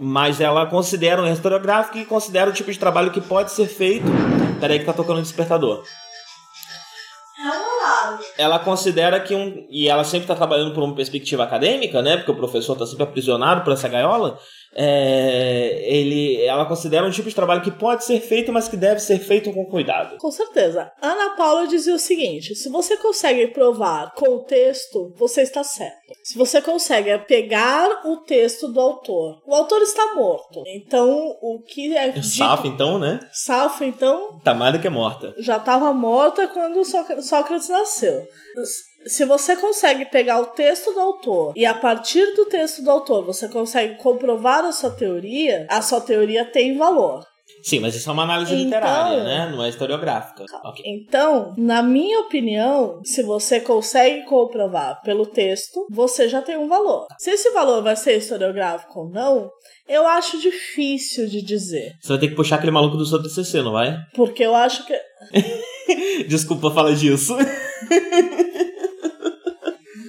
[SPEAKER 5] mas ela considera um erro historiográfico e considera o tipo de trabalho que pode ser feito. Peraí que tá tocando o despertador. Ela considera que um. E ela sempre tá trabalhando por uma perspectiva acadêmica, né? Porque o professor tá sempre aprisionado por essa gaiola. é, ele, ela considera um tipo de trabalho que pode ser feito, mas que deve ser feito com cuidado.
[SPEAKER 4] Com certeza. Ana Paula dizia o seguinte: se você consegue provar com o texto, você está certo. Se você consegue pegar o texto do autor, o autor está morto. Então, o que é.
[SPEAKER 5] O
[SPEAKER 4] dito-
[SPEAKER 5] Safo, então, né?
[SPEAKER 4] Safo, então,
[SPEAKER 5] Tá mais do que morta.
[SPEAKER 4] já estava morta quando Só- Sócrates nasceu. Se você consegue pegar o texto do autor e a partir do texto do autor você consegue comprovar a sua teoria, a sua teoria tem valor.
[SPEAKER 5] Sim, mas isso é uma análise
[SPEAKER 4] Então-
[SPEAKER 5] literária, né? Não é historiográfica. Ok.
[SPEAKER 4] Então, na minha opinião, se você consegue comprovar pelo texto, você já tem um valor. Se esse valor vai ser historiográfico ou não, eu acho difícil de dizer.
[SPEAKER 5] Você vai ter que puxar aquele maluco do seu TCC, não vai?
[SPEAKER 4] Porque eu acho que.
[SPEAKER 5] *laughs* Desculpa falar disso.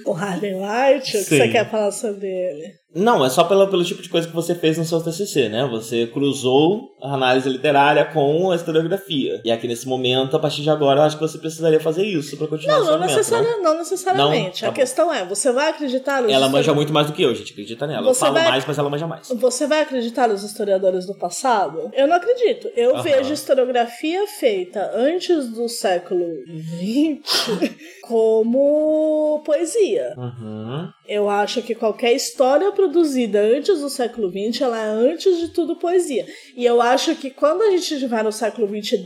[SPEAKER 4] O Harley White, o que
[SPEAKER 5] Sim.
[SPEAKER 4] você quer falar sobre ele?
[SPEAKER 5] Não, é só pelo, pelo tipo de coisa que você fez no seu TCC, né? Você cruzou a análise literária com a historiografia. E aqui nesse momento, a partir de agora, eu acho que você precisaria fazer isso pra continuar
[SPEAKER 4] Não,
[SPEAKER 5] esse
[SPEAKER 4] não,
[SPEAKER 5] argumento, né?
[SPEAKER 4] necessaria- não necessariamente.
[SPEAKER 5] Não? Tá
[SPEAKER 4] a
[SPEAKER 5] bom.
[SPEAKER 4] questão é: você vai acreditar nos
[SPEAKER 5] Ela manja
[SPEAKER 4] histori-
[SPEAKER 5] muito mais do que eu, gente. Acredita nela.
[SPEAKER 4] Você
[SPEAKER 5] eu falo
[SPEAKER 4] vai-
[SPEAKER 5] mais, mas ela manja mais.
[SPEAKER 4] Você vai acreditar nos historiadores do passado? Eu não acredito. Eu
[SPEAKER 5] Aham.
[SPEAKER 4] vejo historiografia feita antes do século XX *laughs* como poesia.
[SPEAKER 5] Uhum.
[SPEAKER 4] Eu acho que qualquer história produzida antes do século XX, ela é antes de tudo poesia. E eu acho que quando a gente estiver no século XXII,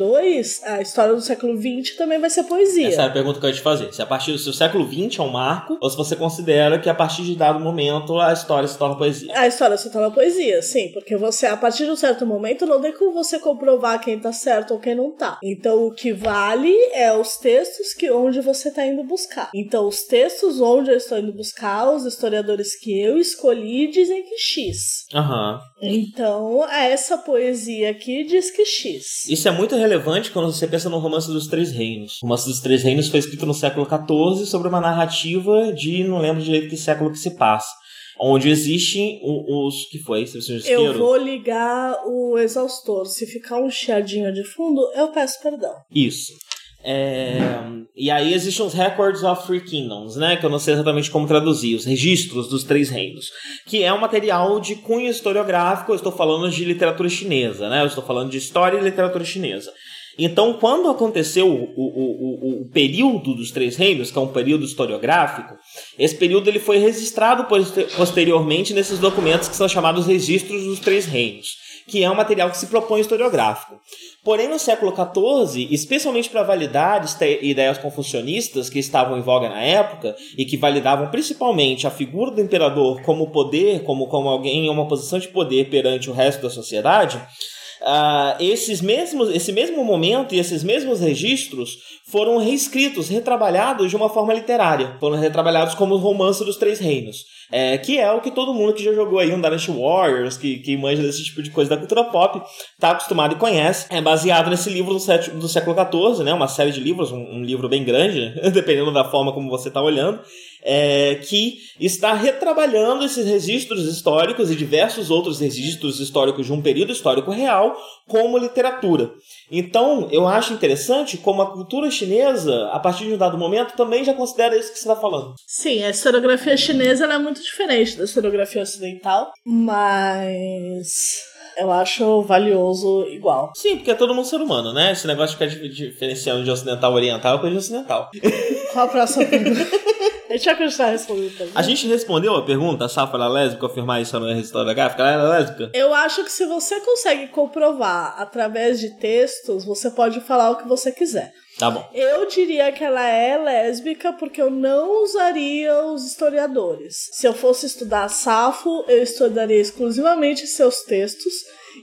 [SPEAKER 4] a história do século XX também vai ser poesia.
[SPEAKER 5] Essa é a pergunta que eu ia te fazer. Se a partir se o século XX é um marco, ou se você considera que a partir de dado momento a história se torna poesia.
[SPEAKER 4] A história se torna poesia, sim, porque você, a partir de um certo momento, não tem como você comprovar quem tá certo ou quem não tá. Então, o que vale é os textos que onde você tá indo buscar. Então, os textos onde eu estou indo buscar, os historiadores que eu escolhi dizem que X.
[SPEAKER 5] Aham.
[SPEAKER 4] Então, essa poesia aqui diz que X.
[SPEAKER 5] Isso é muito relevante quando você pensa no Romance dos Três Reinos. O Romance dos Três Reinos foi escrito no século XIV sobre uma narrativa de não lembro direito que século que se passa. Onde existem o- os. que foi? Se você
[SPEAKER 4] Eu vou ligar o exaustor. Se ficar um chiadinho de fundo, eu peço perdão.
[SPEAKER 5] Isso. É, e aí existem os Records of Three Kingdoms, né? Que eu não sei exatamente como traduzir, os registros dos três reinos. Que é um material de cunho historiográfico, eu estou falando de literatura chinesa, né? Eu estou falando de história e literatura chinesa. Então, quando aconteceu o, o- o- o período dos Três Reinos, que é um período historiográfico, esse período ele foi registrado poster- posteriormente nesses documentos que são chamados Registros dos Três Reinos, que é um material que se propõe historiográfico. Porém, no século XIV, especialmente para validar este- ideias confucionistas que estavam em voga na época e que validavam principalmente a figura do imperador como poder, como, como alguém em uma posição de poder perante o resto da sociedade, ah, esses mesmos, esse mesmo momento e esses mesmos registros foram reescritos, retrabalhados de uma forma literária. Foram retrabalhados como o romance dos três reinos. É, que é o que todo mundo que já jogou aí um Dynasty Warriors, que, que manja desse tipo de coisa da cultura pop, tá acostumado e conhece. É baseado nesse livro do, sé- do século XIV, né? Uma série de livros, um, um livro bem grande, *laughs* dependendo da forma como você tá olhando. é, que está retrabalhando esses registros históricos e diversos outros registros históricos de um período histórico real como literatura. Então, eu acho interessante como a cultura chinesa, a partir de um dado momento, também já considera isso que você está falando.
[SPEAKER 4] Sim, a historiografia chinesa ela é muito diferente da historiografia ocidental, mas eu acho valioso igual.
[SPEAKER 5] Sim, porque é todo mundo ser humano, né? Esse negócio de ficar dif- diferenciando de ocidental e oriental é coisa de ocidental.
[SPEAKER 4] Qual a próxima
[SPEAKER 5] *laughs*
[SPEAKER 4] pergunta? A gente vai continuar respondendo também.
[SPEAKER 5] A gente respondeu a pergunta, a Safa era lésbica, afirmar isso na historiográfica, ela era lésbica?
[SPEAKER 4] Eu acho que se você consegue comprovar através de textos, você pode falar o que você quiser.
[SPEAKER 5] Tá bom.
[SPEAKER 4] Eu diria que ela é lésbica porque eu não usaria os historiadores. Se eu fosse estudar Safo, eu estudaria exclusivamente seus textos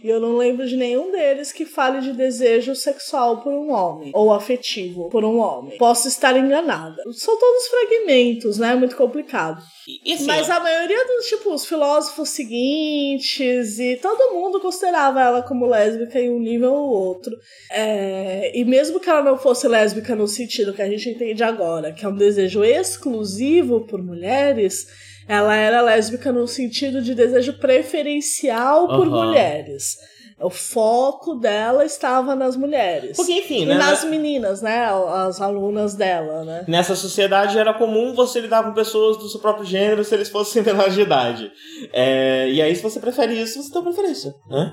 [SPEAKER 4] e eu não lembro de nenhum deles que fale de desejo sexual por um homem ou afetivo por um homem. Posso estar enganada. São todos fragmentos, né? É muito complicado.
[SPEAKER 5] E, e assim,
[SPEAKER 4] Mas
[SPEAKER 5] ó,
[SPEAKER 4] a maioria dos, tipo, os filósofos seguintes e todo mundo considerava ela como lésbica em um nível ou outro. É, e mesmo que ela não fosse lésbica no sentido que a gente entende agora, que é um desejo exclusivo por mulheres, ela era lésbica no sentido de desejo preferencial por
[SPEAKER 5] Aham.
[SPEAKER 4] mulheres. O foco dela estava nas mulheres.
[SPEAKER 5] Porque, enfim,
[SPEAKER 4] e
[SPEAKER 5] né?
[SPEAKER 4] nas meninas, né? As alunas dela, né?
[SPEAKER 5] Nessa sociedade era comum você lidar com pessoas do seu próprio gênero se eles fossem *laughs* menores de idade. É, e aí, se você prefere isso, você tem uma preferência. né?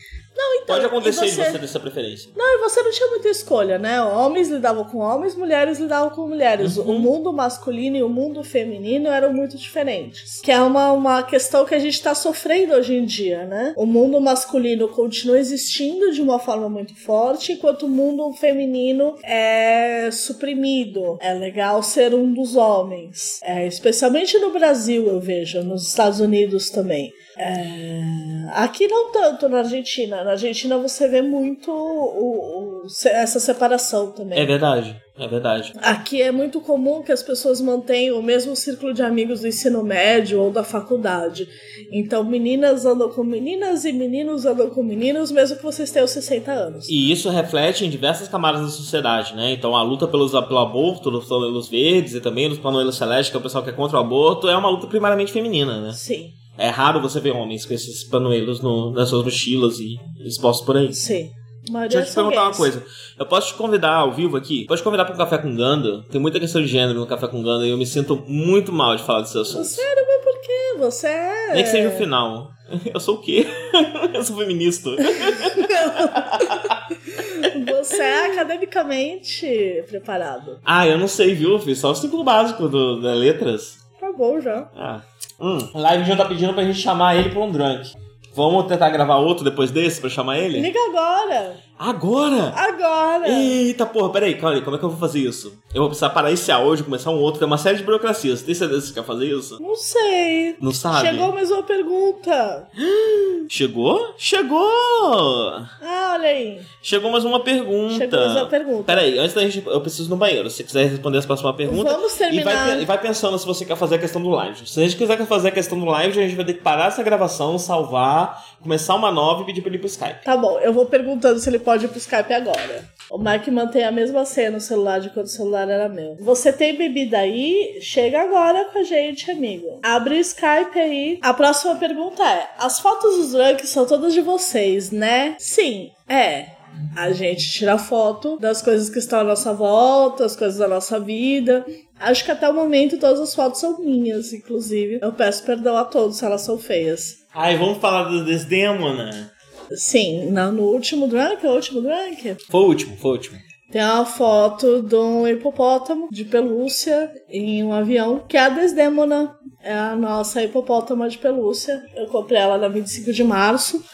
[SPEAKER 4] Então,
[SPEAKER 5] Pode acontecer
[SPEAKER 4] e
[SPEAKER 5] de você ter essa preferência.
[SPEAKER 4] Não, e você não tinha muita escolha, né? Homens lidavam com homens, mulheres lidavam com mulheres. O mundo masculino e o mundo feminino eram muito diferentes. Que é uma, uma questão que a gente tá sofrendo hoje em dia, né? O mundo masculino continua existindo de uma forma muito forte, enquanto o mundo feminino é suprimido. É legal ser um dos homens. É, especialmente no Brasil, eu vejo, nos Estados Unidos também. É, Aqui não tanto na Argentina. Na Argentina você vê muito o- o- se- essa separação também.
[SPEAKER 5] É verdade, é verdade.
[SPEAKER 4] Aqui é muito comum que as pessoas mantenham o mesmo círculo de amigos do ensino médio ou da faculdade. Então, meninas andam com meninas e meninos andam com meninos, mesmo que vocês tenham 60 anos.
[SPEAKER 5] E isso reflete em diversas camadas da sociedade, né? Então a luta pelos, pelo aborto, dos planelos verdes e também dos planelos celestes, que é o pessoal que é contra o aborto, é uma luta primariamente feminina, né?
[SPEAKER 4] Sim,
[SPEAKER 5] É raro você ver homens com esses planelos no- nas suas mochilas e expostos por aí.
[SPEAKER 4] sim. A
[SPEAKER 5] Deixa
[SPEAKER 4] maioria
[SPEAKER 5] eu te
[SPEAKER 4] são
[SPEAKER 5] perguntar uma
[SPEAKER 4] um gays.
[SPEAKER 5] coisa. Eu posso te convidar ao vivo aqui? Posso te convidar pra um café com Ganda? Tem muita questão de gênero no café com Ganda e eu me sinto muito mal de falar desse assunto.
[SPEAKER 4] Sério, mas por quê? Você é.
[SPEAKER 5] Nem que seja o final. *laughs* Eu sou o quê? eu sou feminista.
[SPEAKER 4] Você é academicamente preparado.
[SPEAKER 5] ah, eu não sei, viu? Fiz só o ciclo básico do, das letras.
[SPEAKER 4] Tá bom já.
[SPEAKER 5] Ah. Hum. Live já tá pedindo pra gente chamar ele pra um drunk. Vamos tentar gravar outro depois desse pra chamar ele?
[SPEAKER 4] Liga agora!
[SPEAKER 5] Agora!
[SPEAKER 4] Agora!
[SPEAKER 5] Eita porra, peraí, calma aí, como é que eu vou fazer isso? Eu vou precisar parar esse áudio, começar um outro, tem uma série de burocracias. Tem certeza que você quer fazer isso?
[SPEAKER 4] Não sei.
[SPEAKER 5] Não sabe?
[SPEAKER 4] Chegou mais uma pergunta.
[SPEAKER 5] Chegou? Chegou!
[SPEAKER 4] Ah, olha aí.
[SPEAKER 5] Chegou mais uma pergunta.
[SPEAKER 4] Chegou mais uma pergunta.
[SPEAKER 5] Peraí, antes da gente. Eu preciso ir no banheiro. Se você quiser responder essa próxima pergunta.
[SPEAKER 4] Vamos
[SPEAKER 5] E
[SPEAKER 4] terminar.
[SPEAKER 5] vai, pe- e vai pensando se você quer fazer a questão do live. Se a gente quiser fazer a questão do live, a gente vai ter que parar essa gravação, salvar, começar uma nova e pedir pra ele ir pro Skype.
[SPEAKER 4] Tá bom, eu vou perguntando se ele pode ir pro Skype agora. O Mike mantém a mesma senha no celular de quando o celular era meu. Você tem bebida aí? Chega agora com a gente, amigo. Abre o Skype aí. A próxima pergunta é: As fotos dos drunks são todas de vocês, né? Sim, é. A gente tira foto das coisas que estão à nossa volta, as coisas da nossa vida. Acho que até o momento todas as fotos são minhas, inclusive. Eu peço perdão a todos se elas são feias.
[SPEAKER 5] Ai, vamos falar do né? Desdemona?
[SPEAKER 4] Sim, na- no último drunk, é o último drunk,
[SPEAKER 5] Foi o último, foi o último.
[SPEAKER 4] tem uma foto de um hipopótamo de pelúcia em um avião, que é a Desdemona, é a nossa hipopótama de pelúcia. Eu comprei ela na 25 de março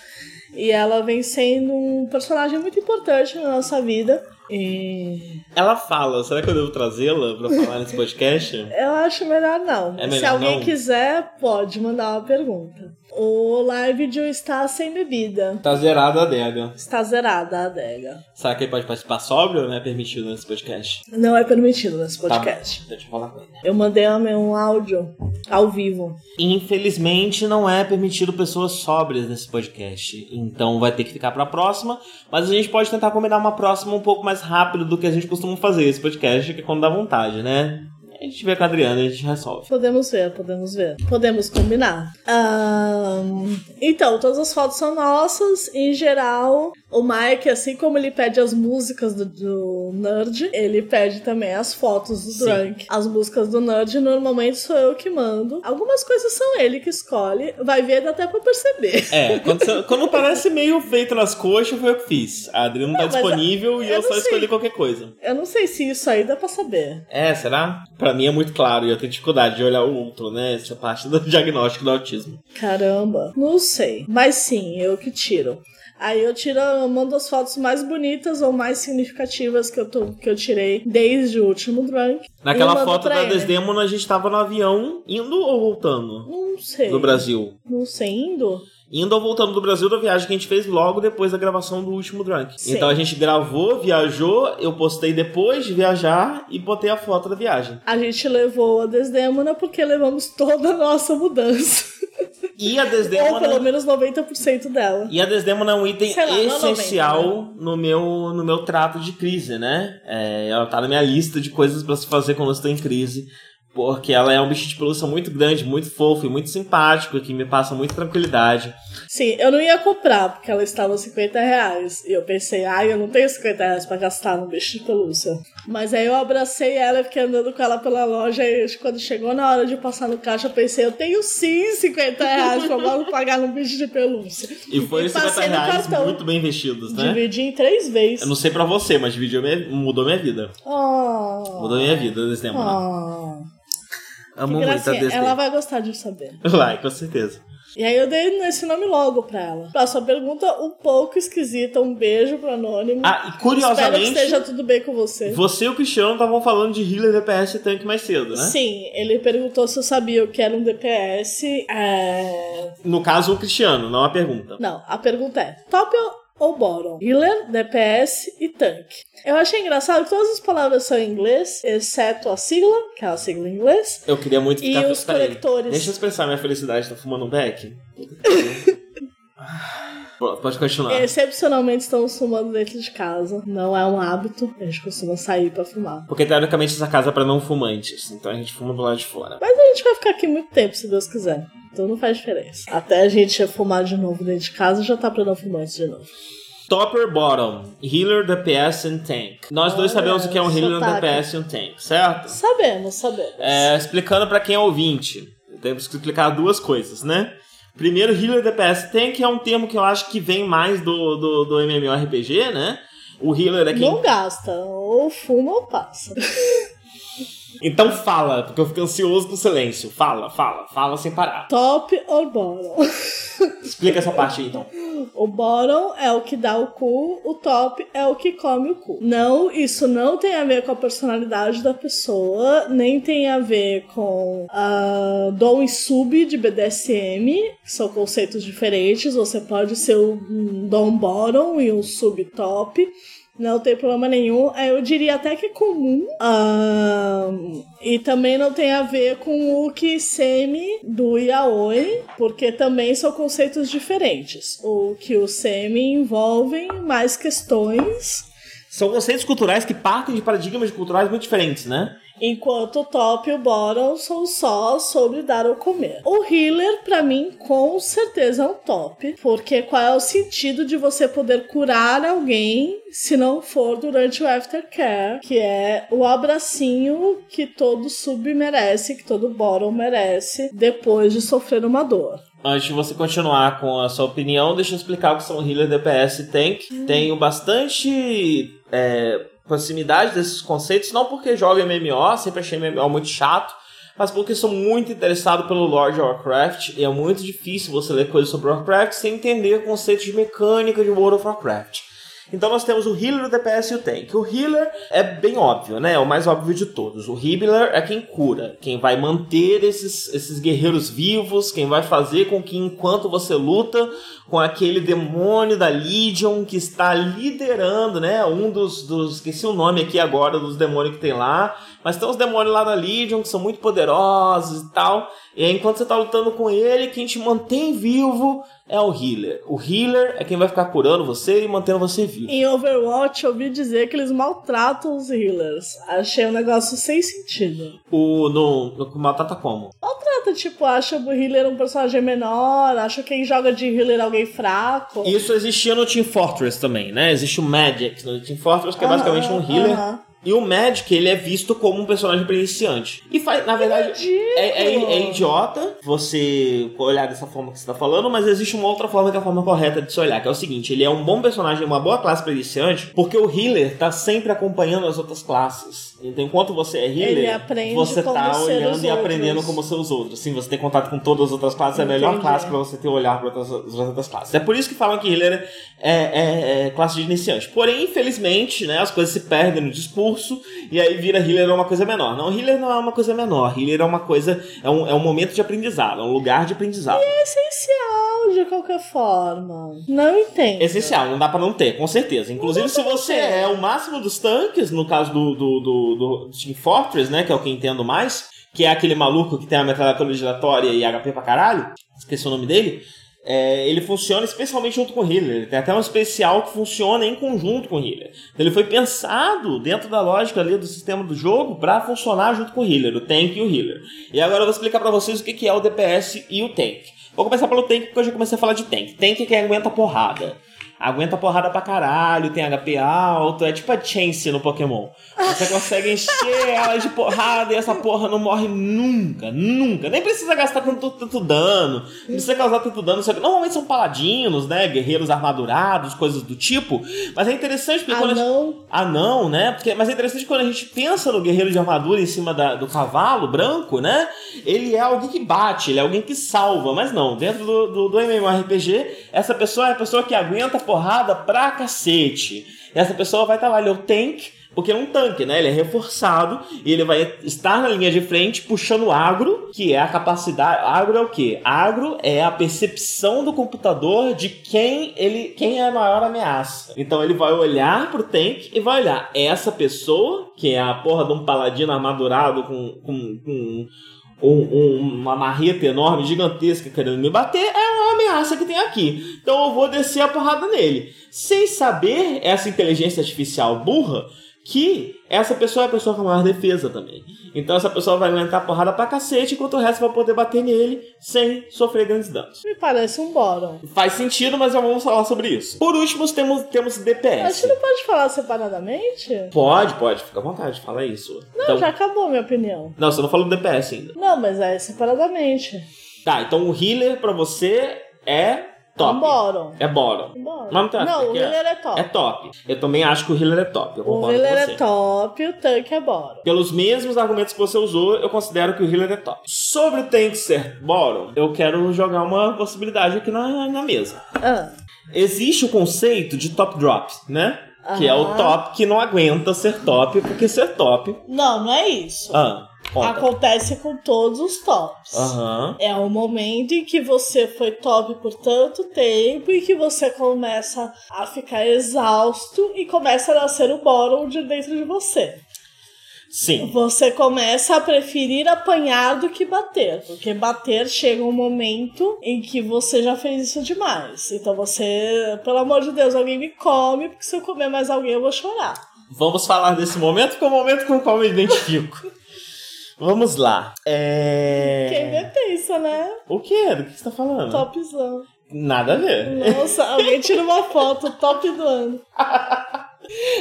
[SPEAKER 4] e ela vem sendo um personagem muito importante na nossa vida. E
[SPEAKER 5] Ela fala, será que eu devo trazê-la pra falar nesse podcast?
[SPEAKER 4] eu acho melhor não.
[SPEAKER 5] É
[SPEAKER 4] Se
[SPEAKER 5] melhor
[SPEAKER 4] alguém
[SPEAKER 5] não?
[SPEAKER 4] quiser, pode mandar uma pergunta. O live de um está sem bebida.
[SPEAKER 5] *laughs* Tá zerado a adega.
[SPEAKER 4] Está zerada a adega.
[SPEAKER 5] Será que ele pode participar sóbrio ou não é permitido nesse podcast?
[SPEAKER 4] Não é permitido nesse
[SPEAKER 5] Tá bom.
[SPEAKER 4] podcast.
[SPEAKER 5] Deixa eu falar com ele.
[SPEAKER 4] Eu mandei um- um áudio ao vivo.
[SPEAKER 5] Infelizmente não é permitido pessoas sóbrias nesse podcast, então vai ter que ficar pra próxima, mas a gente pode tentar combinar uma próxima um pouco mais rápido do que a gente costuma fazer esse podcast, que é quando dá vontade, né? A gente vê com a Adriana e a gente resolve.
[SPEAKER 4] Podemos ver, podemos ver. Podemos combinar. Ahn, então, todas as fotos são nossas. Em geral, o Mike, assim como ele pede as músicas do, do Nerd, ele pede também as fotos do
[SPEAKER 5] Sim.
[SPEAKER 4] Drunk. As músicas do Nerd, normalmente sou eu que mando. Algumas coisas são ele que escolhe. Vai ver, dá até pra perceber. *laughs*
[SPEAKER 5] É, quando, você- quando parece meio feito nas coxas, foi o que fiz. A Adriana não tá
[SPEAKER 4] Não, mas
[SPEAKER 5] disponível e
[SPEAKER 4] eu
[SPEAKER 5] eu
[SPEAKER 4] não
[SPEAKER 5] só
[SPEAKER 4] sei.
[SPEAKER 5] escolhi qualquer coisa.
[SPEAKER 4] Eu não sei se isso aí dá pra saber.
[SPEAKER 5] É, será? Pra mim é muito claro e eu tenho dificuldade de olhar o outro, né? Essa parte do *laughs* diagnóstico do autismo.
[SPEAKER 4] Caramba, não sei. Mas sim, eu que tiro. Aí eu tiro, eu mando as fotos mais bonitas ou mais significativas que eu, tô, que eu tirei desde o último drunk. E
[SPEAKER 5] Naquela
[SPEAKER 4] mando
[SPEAKER 5] foto
[SPEAKER 4] pra
[SPEAKER 5] da
[SPEAKER 4] ele.
[SPEAKER 5] Desdemona, a gente tava no avião indo ou voltando?
[SPEAKER 4] Não sei.
[SPEAKER 5] Do Brasil.
[SPEAKER 4] Não sei, indo?
[SPEAKER 5] Indo ou voltando do Brasil da viagem que a gente fez logo depois da gravação do último drunk.
[SPEAKER 4] Sim.
[SPEAKER 5] Então a gente gravou, viajou, eu postei depois de viajar e botei a foto da viagem.
[SPEAKER 4] A gente levou a Desdemona porque levamos toda a nossa mudança.
[SPEAKER 5] E a
[SPEAKER 4] ou pelo
[SPEAKER 5] Desdemona.
[SPEAKER 4] menos 90% dela.
[SPEAKER 5] E a Desdemona é um item
[SPEAKER 4] Sei lá, não é
[SPEAKER 5] essencial
[SPEAKER 4] 90,
[SPEAKER 5] no, meu, no meu trato de crise, né? É, ela tá na minha lista de coisas pra se fazer quando eu estou em crise. Porque ela é um bicho de pelúcia muito grande, muito fofo e muito simpático, que me passa muita tranquilidade.
[SPEAKER 4] Sim, eu não ia comprar, porque ela estava 50 reais. E eu pensei, ai, eu não tenho 50 reais pra gastar no bicho de pelúcia. Mas aí eu abracei ela e fiquei andando com ela pela loja. E quando chegou na hora de passar no caixa, eu pensei, eu tenho sim 50 reais pra eu pagar no bicho de pelúcia.
[SPEAKER 5] E foi
[SPEAKER 4] E
[SPEAKER 5] 50
[SPEAKER 4] passei no
[SPEAKER 5] reais
[SPEAKER 4] cartão.
[SPEAKER 5] muito bem investidos, né?
[SPEAKER 4] Dividi em três vezes.
[SPEAKER 5] Eu não sei pra você, mas dividiu minha- mudou minha vida.
[SPEAKER 4] Ah.
[SPEAKER 5] Mudou minha vida nesse tempo, né?
[SPEAKER 4] Ah.
[SPEAKER 6] Amo
[SPEAKER 4] Que
[SPEAKER 6] muito a
[SPEAKER 4] gracinha.
[SPEAKER 6] Disney.
[SPEAKER 4] ela vai gostar de saber.
[SPEAKER 5] Vai, com certeza.
[SPEAKER 4] E aí eu dei esse nome logo pra ela. Pra sua pergunta um pouco esquisita, um beijo pro anônimo.
[SPEAKER 5] Ah, e
[SPEAKER 4] Espero que
[SPEAKER 5] curiosamente,
[SPEAKER 4] esteja tudo bem com você.
[SPEAKER 5] você e o Cristiano estavam falando de healer, DPS e tanque mais cedo, né?
[SPEAKER 4] Sim, ele perguntou se eu sabia o que era um DPS. É...
[SPEAKER 5] No caso, o Cristiano, não a pergunta.
[SPEAKER 4] Não, a pergunta é: top ou bottom? Healer, DPS e tanque. Eu achei engraçado que todas as palavras são em inglês, exceto a sigla, que é a sigla em inglês.
[SPEAKER 5] Eu queria muito
[SPEAKER 4] E
[SPEAKER 5] ficar...
[SPEAKER 4] os
[SPEAKER 5] Peraí,
[SPEAKER 4] conectores?
[SPEAKER 5] Deixa eu expressar minha felicidade, tá fumando um
[SPEAKER 4] *laughs*
[SPEAKER 5] beck? Pô, Pode continuar.
[SPEAKER 4] Excepcionalmente estamos fumando dentro de casa. Não é um hábito. A gente costuma sair pra fumar.
[SPEAKER 5] Porque, teoricamente, essa casa é pra não fumantes. Então, a gente fuma do lado de fora.
[SPEAKER 4] Mas a gente vai ficar aqui muito tempo, se Deus quiser. Então não faz diferença. Até a gente fumar de novo dentro de casa, já tá pra não fumar isso de novo.
[SPEAKER 5] Topper Bottom, Healer, DPS and Tank. Nós dois
[SPEAKER 4] Olha,
[SPEAKER 5] sabemos o que é um Healer,
[SPEAKER 4] sotaque.
[SPEAKER 5] DPS e um Tank, certo?
[SPEAKER 4] Sabemos, sabemos.
[SPEAKER 5] É, explicando pra quem é ouvinte, temos que explicar duas coisas, né? Primeiro, Healer, DPS e Tank é um termo que eu acho que vem mais do, do, do MMORPG, né? O Healer é quem...
[SPEAKER 4] Não gasta. Ou fuma ou passa.
[SPEAKER 5] Então fala, porque eu fico ansioso com o silêncio. Fala, fala, fala sem parar.
[SPEAKER 4] Top ou bottom? *laughs*
[SPEAKER 5] Explica essa parte aí, então.
[SPEAKER 4] O bottom é o que dá o cu, o top é o que come o cu. Não, isso não tem a ver com a personalidade da pessoa, nem tem a ver com a dom e sub de BDSM, que são conceitos diferentes. Você pode ser um dom bottom e um sub top. Não tem problema nenhum. Eh, Eu diria até que é comum. Ahn, e também não tem a ver com o que semi do yaoi, porque também são conceitos diferentes. O que o semi envolvem mais questões,
[SPEAKER 5] São conceitos culturais que partem de paradigmas culturais muito diferentes, né?
[SPEAKER 4] enquanto o top e o bottom são só sobre dar ou comer. O healer, pra mim, com certeza é um top, porque qual é o sentido de você poder curar alguém se não for durante o aftercare, que é o abracinho que todo sub merece, que todo bottom merece depois de sofrer uma dor.
[SPEAKER 5] Antes de você continuar com a sua opinião, deixa eu explicar o que são healer, DPS e tank. Tenho bastante é, proximidade desses conceitos, não porque jogo MMO, sempre achei MMO muito chato, mas porque sou muito interessado pelo lore de Warcraft e é muito difícil você ler coisas sobre Warcraft sem entender conceitos de mecânica de World of Warcraft. Então nós temos o healer, o DPS e o tank. O healer é bem óbvio, né? É o mais óbvio de todos. O healer é quem cura, quem vai manter esses, esses guerreiros vivos, quem vai fazer com que enquanto você luta com aquele demônio da Legion que está liderando, né? Um dos, dos esqueci o nome aqui agora dos demônios que tem lá, mas tem uns demônios lá da Legion que são muito poderosos e tal. E aí, enquanto você tá lutando com ele, quem te mantém vivo é o healer. O healer é quem vai ficar curando você e mantendo você vivo.
[SPEAKER 4] Em Overwatch, eu ouvi dizer que eles maltratam os healers. Achei um negócio sem sentido.
[SPEAKER 5] O no, no Matata como?
[SPEAKER 4] Maltrata, tipo, acha o healer um personagem menor, acha quem joga de healer alguém fraco.
[SPEAKER 5] Isso existia no Team Fortress também, né? Existe o Magic no Team Fortress, que é basicamente um healer.
[SPEAKER 4] Ah, Aham.
[SPEAKER 5] E o Magic, ele é visto como um personagem pra iniciante. E faz, na verdade,
[SPEAKER 4] Ridículo.
[SPEAKER 5] é, é- é idiota você olhar dessa forma que você tá falando, mas existe uma outra forma que é a forma correta de se olhar, que é o seguinte, ele é um bom personagem, uma boa classe pra iniciante, porque o healer tá sempre acompanhando as outras classes. Então, enquanto você é healer,
[SPEAKER 4] Ele aprende
[SPEAKER 5] você
[SPEAKER 4] como
[SPEAKER 5] tá
[SPEAKER 4] ser os
[SPEAKER 5] olhando e
[SPEAKER 4] outros.
[SPEAKER 5] aprendendo como ser os outros. Sim, você tem contato com todas as outras classes, é a melhor
[SPEAKER 4] Entendi.
[SPEAKER 5] classe pra você ter olhar para outras, as outras classes. É por isso que falam que healer é, é- é classe de iniciante. Porém, infelizmente, né, as coisas se perdem no discurso e aí vira healer é uma coisa menor. Não, healer não é uma coisa menor. Healer é uma coisa, é um, é um momento de aprendizado, é um lugar de aprendizado.
[SPEAKER 4] É essencial, de qualquer forma. Não entendo.
[SPEAKER 5] Essencial, não dá pra não ter, com certeza. Inclusive, se você é o máximo dos tanques, no caso do, do, do, do Team Fortress, né? Que é o que eu entendo mais, que é aquele maluco que tem a metralhadora giratória e HP pra caralho, esqueci o nome dele. é, ele funciona especialmente junto com o Healer. Ele tem até um especial que funciona em conjunto com o Healer. Então, ele foi pensado dentro da lógica ali do sistema do jogo para funcionar junto com o Healer, o Tank e o Healer. E agora eu vou explicar para vocês o que que é o DPS e o Tank. Vou começar pelo Tank porque eu já comecei a falar de Tank. Tank é quem aguenta porrada. Aguenta porrada pra caralho, tem HP alto, é tipo a Chance no Pokémon. Você consegue encher ela de porrada e essa porra não morre nunca, nunca. Nem precisa gastar tanto, tanto dano, não precisa causar tanto dano. Normalmente são paladinos, né? Guerreiros armadurados, coisas do tipo. Mas é interessante porque quando a gente-
[SPEAKER 4] Anão.
[SPEAKER 5] ah, não, né? Porque, mas é interessante quando a gente pensa no guerreiro de armadura em cima da- do cavalo branco, né? Ele é alguém que bate, ele é alguém que salva. Mas não, dentro do, do, do MMORPG, essa pessoa é a pessoa que aguenta porrada pra cacete. Essa pessoa vai estar lá, ele é o tank, porque é um tanque, né? Ele é reforçado e ele vai estar na linha de frente puxando o agro, que é a capacidade. Agro é o quê? Agro é a percepção do computador de quem ele, quem é a maior ameaça. Então ele vai olhar pro tanque e vai olhar essa pessoa, que é a porra de um paladino armadurado com, com, com um- um- uma marreta enorme, gigantesca querendo me bater, é uma ameaça que tem aqui. Então eu vou descer a porrada nele. Sem saber essa inteligência artificial burra que essa pessoa é a pessoa com a maior defesa também. Então essa pessoa vai aguentar a porrada pra cacete, enquanto o resto vai poder bater nele sem sofrer grandes danos.
[SPEAKER 4] Me parece um bórum.
[SPEAKER 5] Faz sentido, mas já vamos falar sobre isso. Por último, temos, temos
[SPEAKER 4] A
[SPEAKER 5] DPS.
[SPEAKER 4] gente não pode falar separadamente?
[SPEAKER 5] Pode, pode, fica à vontade, fala isso. Então,
[SPEAKER 4] Não, já acabou a minha opinião.
[SPEAKER 5] Não, você não falou do DPS ainda.
[SPEAKER 4] Não, mas é separadamente. É
[SPEAKER 5] Tá, então o healer pra você é top.
[SPEAKER 4] Um bórum.
[SPEAKER 5] É bottom.
[SPEAKER 4] Um bórum.
[SPEAKER 5] Mas não tem-
[SPEAKER 4] Não, o
[SPEAKER 5] que é?
[SPEAKER 4] healer é top.
[SPEAKER 5] É top. Eu também acho que o healer é top. Eu
[SPEAKER 4] O
[SPEAKER 5] concordo com
[SPEAKER 4] healer
[SPEAKER 5] você.
[SPEAKER 4] é top, o tanque é bórum.
[SPEAKER 5] Pelos mesmos argumentos que você usou, eu considero que o healer é top. Sobre o tank ser bottom, eu quero jogar uma possibilidade aqui na, na mesa.
[SPEAKER 4] Ah,
[SPEAKER 5] Existe o conceito de top drop, né? Que é o
[SPEAKER 4] Aham.
[SPEAKER 5] top que não aguenta ser top, porque ser top.
[SPEAKER 4] Não, não é isso.
[SPEAKER 5] Ah, conta.
[SPEAKER 4] Acontece com todos os tops.
[SPEAKER 5] Aham.
[SPEAKER 4] É um momento em que você foi top por tanto tempo e que você começa a ficar exausto e começa a nascer o bórum de dentro de você.
[SPEAKER 5] Sim.
[SPEAKER 4] Você começa a preferir apanhar do que bater, porque bater chega um momento em que você já fez isso demais. Então você, pelo amor de Deus, alguém me come, porque se eu comer mais alguém eu vou chorar.
[SPEAKER 5] Vamos falar desse momento, que é o momento com o qual eu me identifico. Vamos lá. É...
[SPEAKER 4] Quem vê pensa, né?
[SPEAKER 5] O quê? Do que você tá falando?
[SPEAKER 4] Topzão.
[SPEAKER 5] Nada a ver.
[SPEAKER 4] Nossa, alguém tira uma foto, top do ano.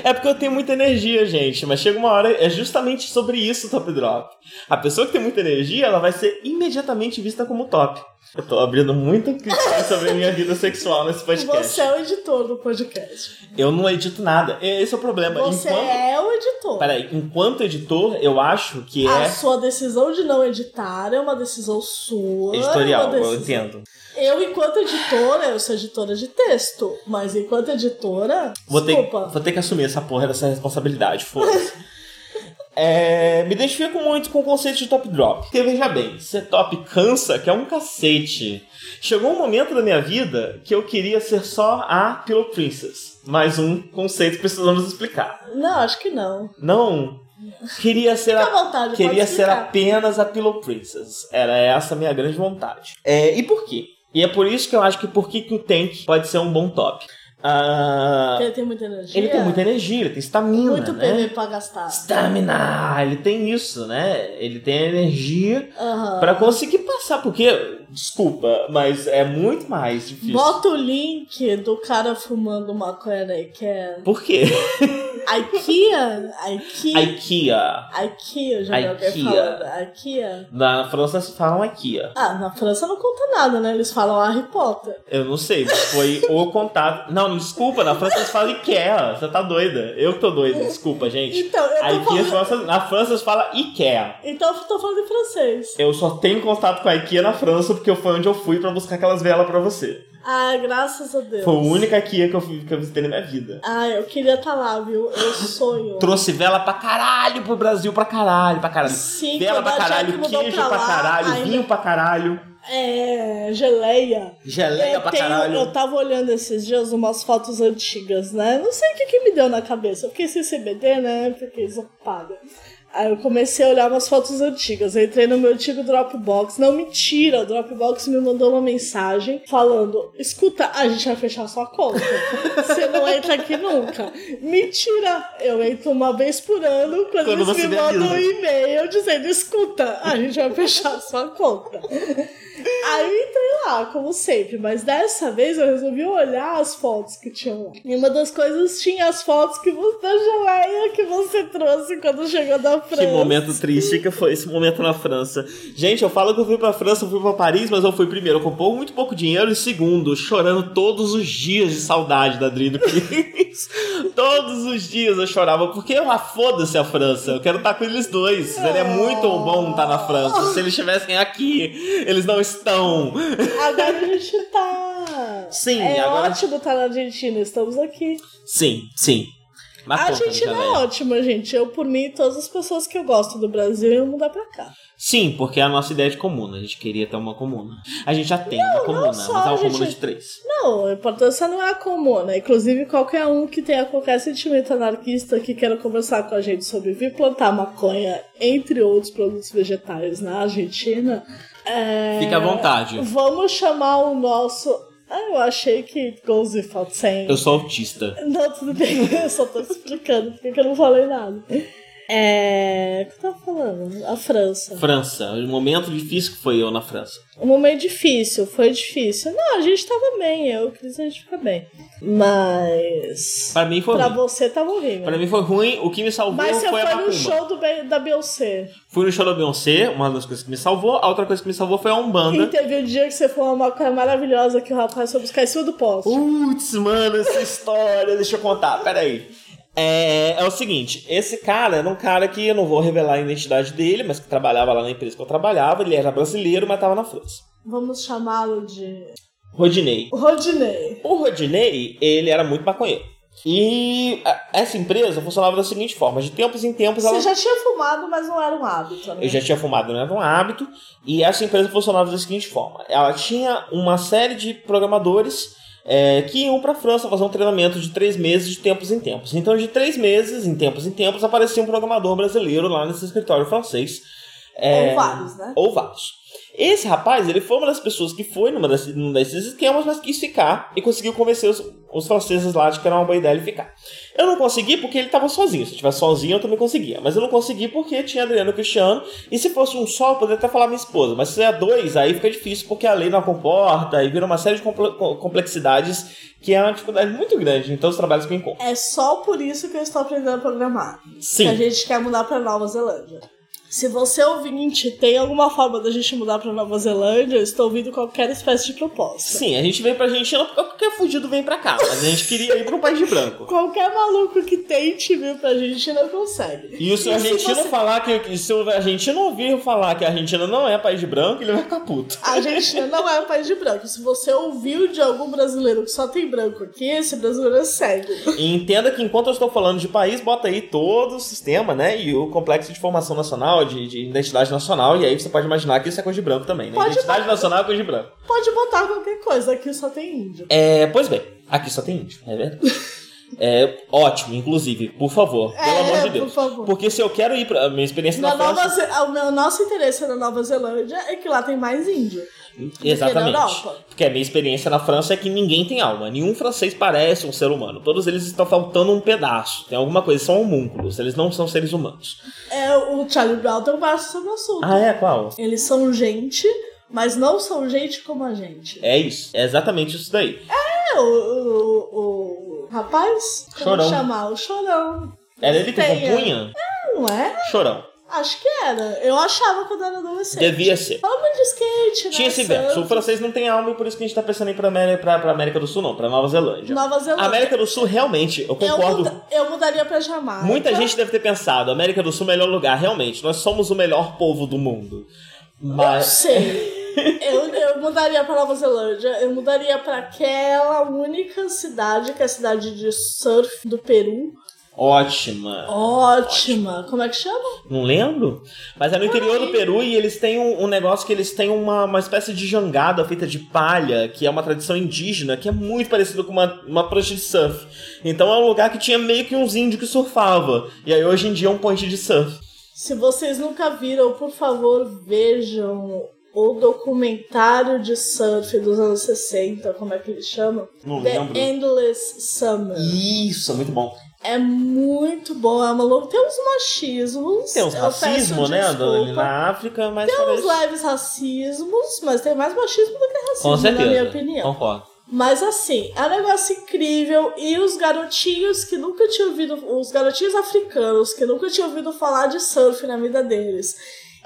[SPEAKER 5] É porque eu tenho muita energia, gente, mas chega uma hora, é justamente sobre isso o top drop. A pessoa que tem muita energia, ela vai ser imediatamente vista como top. Eu tô abrindo muita crítica sobre a minha vida sexual nesse podcast.
[SPEAKER 4] Você é o editor do podcast.
[SPEAKER 5] Eu não edito nada. Esse é o problema.
[SPEAKER 4] Você
[SPEAKER 5] enquanto...
[SPEAKER 4] é o editor.
[SPEAKER 5] Peraí, enquanto editor, eu acho que
[SPEAKER 4] A
[SPEAKER 5] é
[SPEAKER 4] sua decisão de não editar é uma decisão sua. é
[SPEAKER 5] editorial,
[SPEAKER 4] uma
[SPEAKER 5] eu
[SPEAKER 4] decisão-
[SPEAKER 5] entendo.
[SPEAKER 4] Eu, enquanto editora, eu sou editora de texto, mas enquanto editora,
[SPEAKER 5] Vou ter,
[SPEAKER 4] desculpa.
[SPEAKER 5] vou ter que assumir essa porra dessa responsabilidade, foda-se. *laughs* É, me identifico muito com o conceito de top drop. Porque veja bem, ser top cansa, que é um cacete. Chegou um momento da minha vida que eu queria ser só a Pillow Princess. Mais um conceito que precisamos explicar.
[SPEAKER 4] Não, acho que não.
[SPEAKER 5] Não queria ser
[SPEAKER 4] Fica
[SPEAKER 5] a
[SPEAKER 4] à vontade,
[SPEAKER 5] Tá. Queria
[SPEAKER 4] Tá pode
[SPEAKER 5] ser
[SPEAKER 4] explicar.
[SPEAKER 5] apenas a Pillow Princess. Era essa a minha grande vontade. É, e por quê? E é por isso que eu acho que por que, que o Tank pode ser um bom top. Ah,
[SPEAKER 4] Porque ele tem muita energia.
[SPEAKER 5] ele tem muita energia, ele tem estamina,
[SPEAKER 4] Muito
[SPEAKER 5] né?
[SPEAKER 4] PV pra gastar.
[SPEAKER 5] Estamina! Ele tem isso, né? Ele tem energia
[SPEAKER 4] Aham.
[SPEAKER 5] pra conseguir passar, porque, desculpa, mas é muito mais difícil.
[SPEAKER 4] Bota o link do cara fumando maconha na IKEA.
[SPEAKER 5] Por quê? *laughs*
[SPEAKER 4] IKEA? IKEA?
[SPEAKER 5] IKEA.
[SPEAKER 4] IKEA, já vi alguém
[SPEAKER 5] IKEA.
[SPEAKER 4] falando. IKEA?
[SPEAKER 5] Na França se falam IKEA.
[SPEAKER 4] Ah, na França não conta nada, né? Eles falam Harry Potter.
[SPEAKER 5] Eu não sei, mas foi o contato. Não, desculpa, na França se fala IKEA. Você tá doida? Eu que tô doida, desculpa, gente.
[SPEAKER 4] Então, eu tô
[SPEAKER 5] IKEA, se
[SPEAKER 4] falando...
[SPEAKER 5] fala- na França se fala IKEA.
[SPEAKER 4] Então, eu tô falando em francês.
[SPEAKER 5] Eu só tenho contato com a IKEA na França porque foi onde eu fui pra buscar aquelas velas pra você.
[SPEAKER 4] Ah, graças a Deus.
[SPEAKER 5] Foi a única Kia que eu, fui, que eu visitei na minha vida.
[SPEAKER 4] Ah, eu queria estar lá, viu? Eu sonho.
[SPEAKER 5] Trouxe vela pra caralho pro Brasil, pra caralho, pra caralho.
[SPEAKER 4] Sim,
[SPEAKER 5] vela
[SPEAKER 4] quando
[SPEAKER 5] pra
[SPEAKER 4] a Jaque
[SPEAKER 5] caralho,
[SPEAKER 4] mudou
[SPEAKER 5] queijo
[SPEAKER 4] pra
[SPEAKER 5] pra,
[SPEAKER 4] lá,
[SPEAKER 5] caralho,
[SPEAKER 4] ainda-
[SPEAKER 5] vinho pra caralho,
[SPEAKER 4] É, um geleia.
[SPEAKER 5] geleia
[SPEAKER 4] eu,
[SPEAKER 5] pra
[SPEAKER 4] tenho-
[SPEAKER 5] caralho.
[SPEAKER 4] eu tava olhando esses dias umas fotos antigas, né? Não sei o que, que me deu na cabeça. Eu fiquei sem CBD, né? Porque isso paga. Aí eu comecei a olhar umas fotos antigas. Eu entrei no meu antigo Dropbox. Não, mentira, o Dropbox me mandou uma mensagem falando: escuta, a gente vai fechar sua conta. Você não entra aqui nunca. Mentira! Eu entro uma vez por ano quando,
[SPEAKER 5] Quando
[SPEAKER 4] eles
[SPEAKER 5] você
[SPEAKER 4] me
[SPEAKER 5] me
[SPEAKER 4] mandam um
[SPEAKER 5] avisa.
[SPEAKER 4] e-mail dizendo: escuta, a gente vai fechar sua conta. Aí entrei lá, como sempre, mas dessa vez eu resolvi olhar as fotos que tinham lá. E uma das coisas tinha as fotos que você, da geleia que você trouxe quando chegou da França.
[SPEAKER 5] Que momento triste que foi esse momento na França. Gente, eu falo que eu fui pra França, eu fui pra Paris, mas eu fui primeiro com pou- muito pouco dinheiro e segundo, chorando todos os dias de saudade da Adri do Cris. *laughs* todos os dias eu chorava, porque eu ah, foda-se a França, eu quero estar com eles dois. Seria muito bom estar na França. Se eles estivessem aqui, eles não estão.
[SPEAKER 4] Agora a gente tá.
[SPEAKER 5] Sim,
[SPEAKER 4] é
[SPEAKER 5] agora-
[SPEAKER 4] ótimo estar na Argentina, estamos aqui.
[SPEAKER 5] Sim, sim. Mas
[SPEAKER 4] a
[SPEAKER 5] conta,
[SPEAKER 4] Argentina é
[SPEAKER 5] Angelina.
[SPEAKER 4] ótima, gente. Eu, por mim, e todas as pessoas que eu gosto do Brasil iam mudar pra cá.
[SPEAKER 5] Sim, porque é a nossa ideia de comuna. A gente queria ter uma comuna. A gente já tem uma comuna, mas é
[SPEAKER 4] só,
[SPEAKER 5] uma
[SPEAKER 4] gente.
[SPEAKER 5] comuna de três.
[SPEAKER 4] Não, a importância não é a comuna. Inclusive, qualquer um que tenha qualquer sentimento anarquista que queira conversar com a gente sobre vir plantar maconha, entre outros produtos vegetais na Argentina, é,
[SPEAKER 5] Fica à vontade.
[SPEAKER 4] Vamos chamar o nosso. Ah, eu achei que goes without saying.
[SPEAKER 5] Eu sou autista.
[SPEAKER 4] Não, tudo bem, *laughs* eu só tô te explicando porque que eu não falei nada. É. O que eu tava falando? A França.
[SPEAKER 5] França, o momento difícil que foi eu na França.
[SPEAKER 4] Um momento difícil, foi difícil. Não, a gente tava bem, eu e o Cris, a gente fica bem. Mas.
[SPEAKER 5] Pra mim foi
[SPEAKER 4] Pra
[SPEAKER 5] ruim.
[SPEAKER 4] você tava horrível.
[SPEAKER 5] Pra mim foi ruim, o que me salvou
[SPEAKER 4] Mas você
[SPEAKER 5] foi
[SPEAKER 4] foi
[SPEAKER 5] a
[SPEAKER 4] no
[SPEAKER 5] macumba.
[SPEAKER 4] show do, Be- da Beyoncé.
[SPEAKER 5] Fui no show da Beyoncé, uma das coisas que me salvou. A outra coisa que me salvou foi a
[SPEAKER 4] E
[SPEAKER 5] Umbanda.
[SPEAKER 4] teve um dia que você foi uma maconha maravilhosa que o rapaz foi buscar em cima do poste.
[SPEAKER 5] Uh. Putz, mano,
[SPEAKER 4] *laughs*
[SPEAKER 5] essa história, deixa eu contar, peraí. É, é o seguinte, esse cara era um cara que eu não vou revelar a identidade dele, mas que trabalhava lá na empresa que eu trabalhava, ele era brasileiro, mas tava na França.
[SPEAKER 4] Vamos chamá-lo de.
[SPEAKER 5] Rodinei.
[SPEAKER 4] Rodinei.
[SPEAKER 5] O Rodinei, ele era muito maconheiro. E a- essa empresa funcionava da seguinte forma: de tempos em tempos ela
[SPEAKER 4] Você já tinha fumado, mas não era um hábito, né?
[SPEAKER 5] Eu já tinha fumado, não era um hábito. E essa empresa funcionava da seguinte forma: ela tinha uma série de programadores é, que iam para a França fazer um treinamento de três meses de tempos em tempos. Então, de três meses, em tempos em tempos, aparecia um programador brasileiro lá nesse escritório francês. É,
[SPEAKER 4] Ou vários, né?
[SPEAKER 5] ou vários. Esse rapaz, ele foi uma das pessoas que foi numa das- num desses esquemas, mas quis ficar e conseguiu convencer os, os franceses lá de que era uma boa ideia ele ficar. Eu não consegui porque ele tava sozinho. Se eu tivesse sozinho, eu também conseguia. Mas eu não consegui porque tinha Adriano e Cristiano. E se fosse um só, eu poderia até falar minha esposa. Mas se é dois, aí fica difícil porque a lei não comporta e vira uma série de compl- co- complexidades que é uma dificuldade muito grande em todos os trabalhos que eu encontro.
[SPEAKER 4] É só por isso que eu estou aprendendo a programar. Que a
[SPEAKER 5] Sim.
[SPEAKER 4] gente quer mudar pra Nova Zelândia. Se você ouvinte tem alguma forma da gente mudar pra Nova Zelândia, eu estou ouvindo qualquer espécie de proposta.
[SPEAKER 5] Sim, a gente veio pra Argentina porque qualquer fudido vem pra cá. Mas a gente queria ir pra um país de branco.
[SPEAKER 4] Qualquer maluco que tente vir pra Argentina consegue.
[SPEAKER 5] E o se o
[SPEAKER 4] se
[SPEAKER 5] argentino
[SPEAKER 4] você-
[SPEAKER 5] falar que. e Se o argentino ouvir falar que a Argentina não é país de branco, ele vai ficar puto.
[SPEAKER 4] A Argentina não é um país de branco. Se você ouviu de algum brasileiro que só tem branco aqui, esse brasileiro é cego.
[SPEAKER 5] E *laughs* entenda que enquanto eu estou falando de país, bota aí todo o sistema, né? E o complexo de formação nacional, de, de identidade nacional, e aí você pode imaginar que isso é coisa de branco também, né?
[SPEAKER 4] Pode
[SPEAKER 5] identidade nacional é coisa de branco.
[SPEAKER 4] Pode botar qualquer coisa, aqui só tem índio.
[SPEAKER 5] É, pois bem, aqui só tem índio, é verdade. *laughs* É ótimo, inclusive, por favor, pelo amor de
[SPEAKER 4] por
[SPEAKER 5] Deus.
[SPEAKER 4] favor.
[SPEAKER 5] Porque se eu quero ir pra. a Minha experiência É, na,
[SPEAKER 4] Na Nova
[SPEAKER 5] França.
[SPEAKER 4] Ze- o meu- nosso interesse na Nova Zelândia é que lá tem mais índio.
[SPEAKER 5] Exatamente.
[SPEAKER 4] na Europa.
[SPEAKER 5] Porque a minha experiência na França é que ninguém tem alma. Nenhum francês parece um ser humano. Todos eles estão faltando um pedaço. Tem alguma coisa, são homúnculos. Eles não são seres humanos.
[SPEAKER 4] É, o Charlie Brown tem um verso sobre o assunto.
[SPEAKER 5] Ah, é? Qual?
[SPEAKER 4] Eles são gente, mas não são gente como a gente.
[SPEAKER 5] É isso. É exatamente isso daí.
[SPEAKER 4] É, o, o, o rapaz, como
[SPEAKER 5] Chorão.
[SPEAKER 4] chamar? O chorão.
[SPEAKER 5] Era ele que
[SPEAKER 4] Tem, é.
[SPEAKER 5] compunha?
[SPEAKER 4] Não é?
[SPEAKER 5] Chorão.
[SPEAKER 4] Acho que era. Eu achava quando era adolescente.
[SPEAKER 5] Devia ser.
[SPEAKER 4] Fala muito de skate, né?
[SPEAKER 5] Tinha esse
[SPEAKER 4] Santos,
[SPEAKER 5] verso. O francês não tem alma e por isso que a gente tá pensando em ir pra América, pra, pra América do Sul, não. Pra Nova Zelândia. É
[SPEAKER 4] Nova
[SPEAKER 5] A
[SPEAKER 4] Zelândia.
[SPEAKER 5] América do Sul, realmente, eu
[SPEAKER 4] eu,
[SPEAKER 5] concordo.
[SPEAKER 4] muda- eu mudaria pra Jamaica.
[SPEAKER 5] Muita gente deve ter pensado, América do Sul, melhor lugar. Realmente, nós somos o melhor povo do mundo.
[SPEAKER 4] Não
[SPEAKER 5] Mas... *laughs*
[SPEAKER 4] sei. Eu, eu mudaria pra Nova Zelândia, eu mudaria pra aquela única cidade, que é a cidade de surf do Peru.
[SPEAKER 5] Ótima.
[SPEAKER 4] Ótima! Como é que chama?
[SPEAKER 5] Não lembro. Mas é no interior do Peru e eles têm um, um negócio que eles têm uma, uma espécie de jangada feita de palha, que é uma tradição indígena, que é muito parecido com uma, uma prancha de surf. Então é um lugar que tinha meio que uns índios que surfava. E aí hoje em dia é um ponte de surf.
[SPEAKER 4] Se vocês nunca viram, por favor, vejam o documentário de surf dos anos 60, como é que eles chamam?
[SPEAKER 5] Não
[SPEAKER 4] The
[SPEAKER 5] lembro.
[SPEAKER 4] Endless Summer.
[SPEAKER 5] Isso, é muito bom.
[SPEAKER 4] É muito bom, é uma louca. Tem uns machismos.
[SPEAKER 5] Tem uns
[SPEAKER 4] eu
[SPEAKER 5] racismo,
[SPEAKER 4] peço
[SPEAKER 5] né,
[SPEAKER 4] desculpa.
[SPEAKER 5] ali na África, mas
[SPEAKER 4] Tem uns
[SPEAKER 5] talvez...
[SPEAKER 4] leves racismos, mas tem mais machismo do que racismo,
[SPEAKER 5] Com certeza.
[SPEAKER 4] na minha opinião.
[SPEAKER 5] Concordo.
[SPEAKER 4] Mas assim, é um negócio incrível. E os garotinhos que nunca tinham ouvido. Os garotinhos africanos que nunca tinham ouvido falar de surf na vida deles.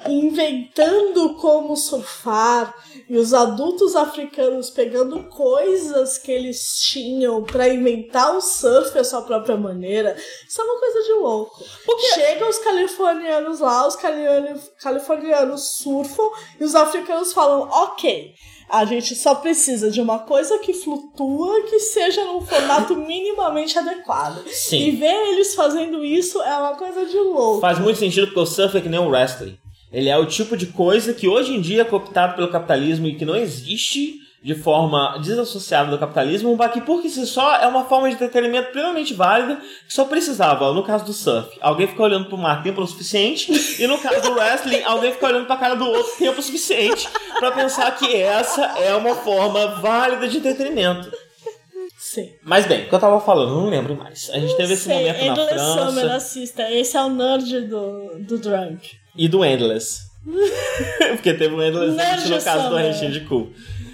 [SPEAKER 4] Inventando como surfar, e os adultos africanos pegando coisas que eles tinham pra inventar o surf à sua própria maneira, isso é uma coisa de louco. Chegam os californianos lá, os cali- californianos surfam e os africanos falam: ok, a gente só precisa de uma coisa que flutua, que seja num formato minimamente adequado. E
[SPEAKER 5] Sim.
[SPEAKER 4] ver eles fazendo isso é uma coisa de louco.
[SPEAKER 5] Faz muito sentido porque o surf é que nem o wrestling. Ele é o tipo de coisa que hoje em dia é cooptado pelo capitalismo e que não existe de forma desassociada do capitalismo, mas que por que si só é uma forma de entretenimento plenamente válida que só precisava, no caso do surf, alguém ficar olhando pro mar tempo o suficiente, e no caso do wrestling, alguém ficar olhando pra cara do outro tempo o suficiente pra pensar que essa é uma forma válida de entretenimento.
[SPEAKER 4] Sim.
[SPEAKER 5] Mas bem, o que eu tava falando, não lembro mais. A gente teve esse
[SPEAKER 4] Sei, é
[SPEAKER 5] momento na
[SPEAKER 4] Endless
[SPEAKER 5] França
[SPEAKER 4] Summer, assista. Esse é o nerd do, do Drunk.
[SPEAKER 5] e do Endless.
[SPEAKER 4] *laughs*
[SPEAKER 5] Porque teve um Endless
[SPEAKER 4] Nerd
[SPEAKER 5] Gente no caso do
[SPEAKER 4] Summer.
[SPEAKER 5] Arrenchinho de Cu.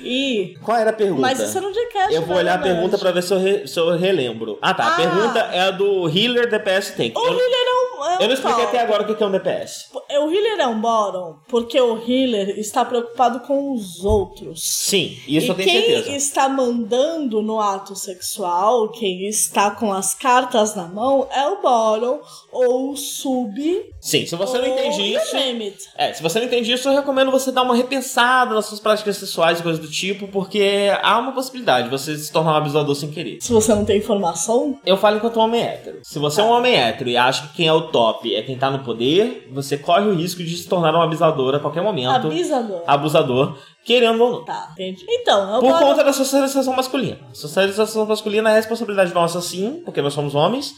[SPEAKER 4] E.
[SPEAKER 5] Qual era a pergunta?
[SPEAKER 4] Mas isso era um Dreamcast.
[SPEAKER 5] eu vou olhar a pergunta pra ver se eu, re- se eu relembro. Ah, tá. A
[SPEAKER 4] Ah.
[SPEAKER 5] pergunta é a do Healer DPS Tank.
[SPEAKER 4] O
[SPEAKER 5] Eu,
[SPEAKER 4] Healer é um. É um
[SPEAKER 5] eu não expliquei
[SPEAKER 4] top.
[SPEAKER 5] até agora o que que é um DPS.
[SPEAKER 4] O Healer é um bottom porque o Healer está preocupado com os outros.
[SPEAKER 5] Sim, isso
[SPEAKER 4] e
[SPEAKER 5] eu tenho
[SPEAKER 4] quem
[SPEAKER 5] certeza.
[SPEAKER 4] está mandando no ato sexual, quem está com as cartas na mão, é o bottom ou o sub.
[SPEAKER 5] Sim, se você
[SPEAKER 4] ou
[SPEAKER 5] não entende
[SPEAKER 4] you
[SPEAKER 5] isso.
[SPEAKER 4] name it.
[SPEAKER 5] É, se você não entende isso, eu recomendo você dar uma repensada nas suas práticas sexuais e coisas do tipo, porque há uma possibilidade de você se tornar um abusador sem querer.
[SPEAKER 4] Se você não tem informação,
[SPEAKER 5] Eu falo enquanto homem hétero. Se você é um homem hétero e acha que quem é o top é quem tá no poder, você corre o risco de se tornar um abusador a qualquer momento.
[SPEAKER 4] avisador.
[SPEAKER 5] Abusador, querendo ou não.
[SPEAKER 4] Tá, entendi. Então, é o
[SPEAKER 5] Por
[SPEAKER 4] bottom.
[SPEAKER 5] conta da socialização masculina. A socialização masculina é responsabilidade nossa, sim, porque nós somos homens,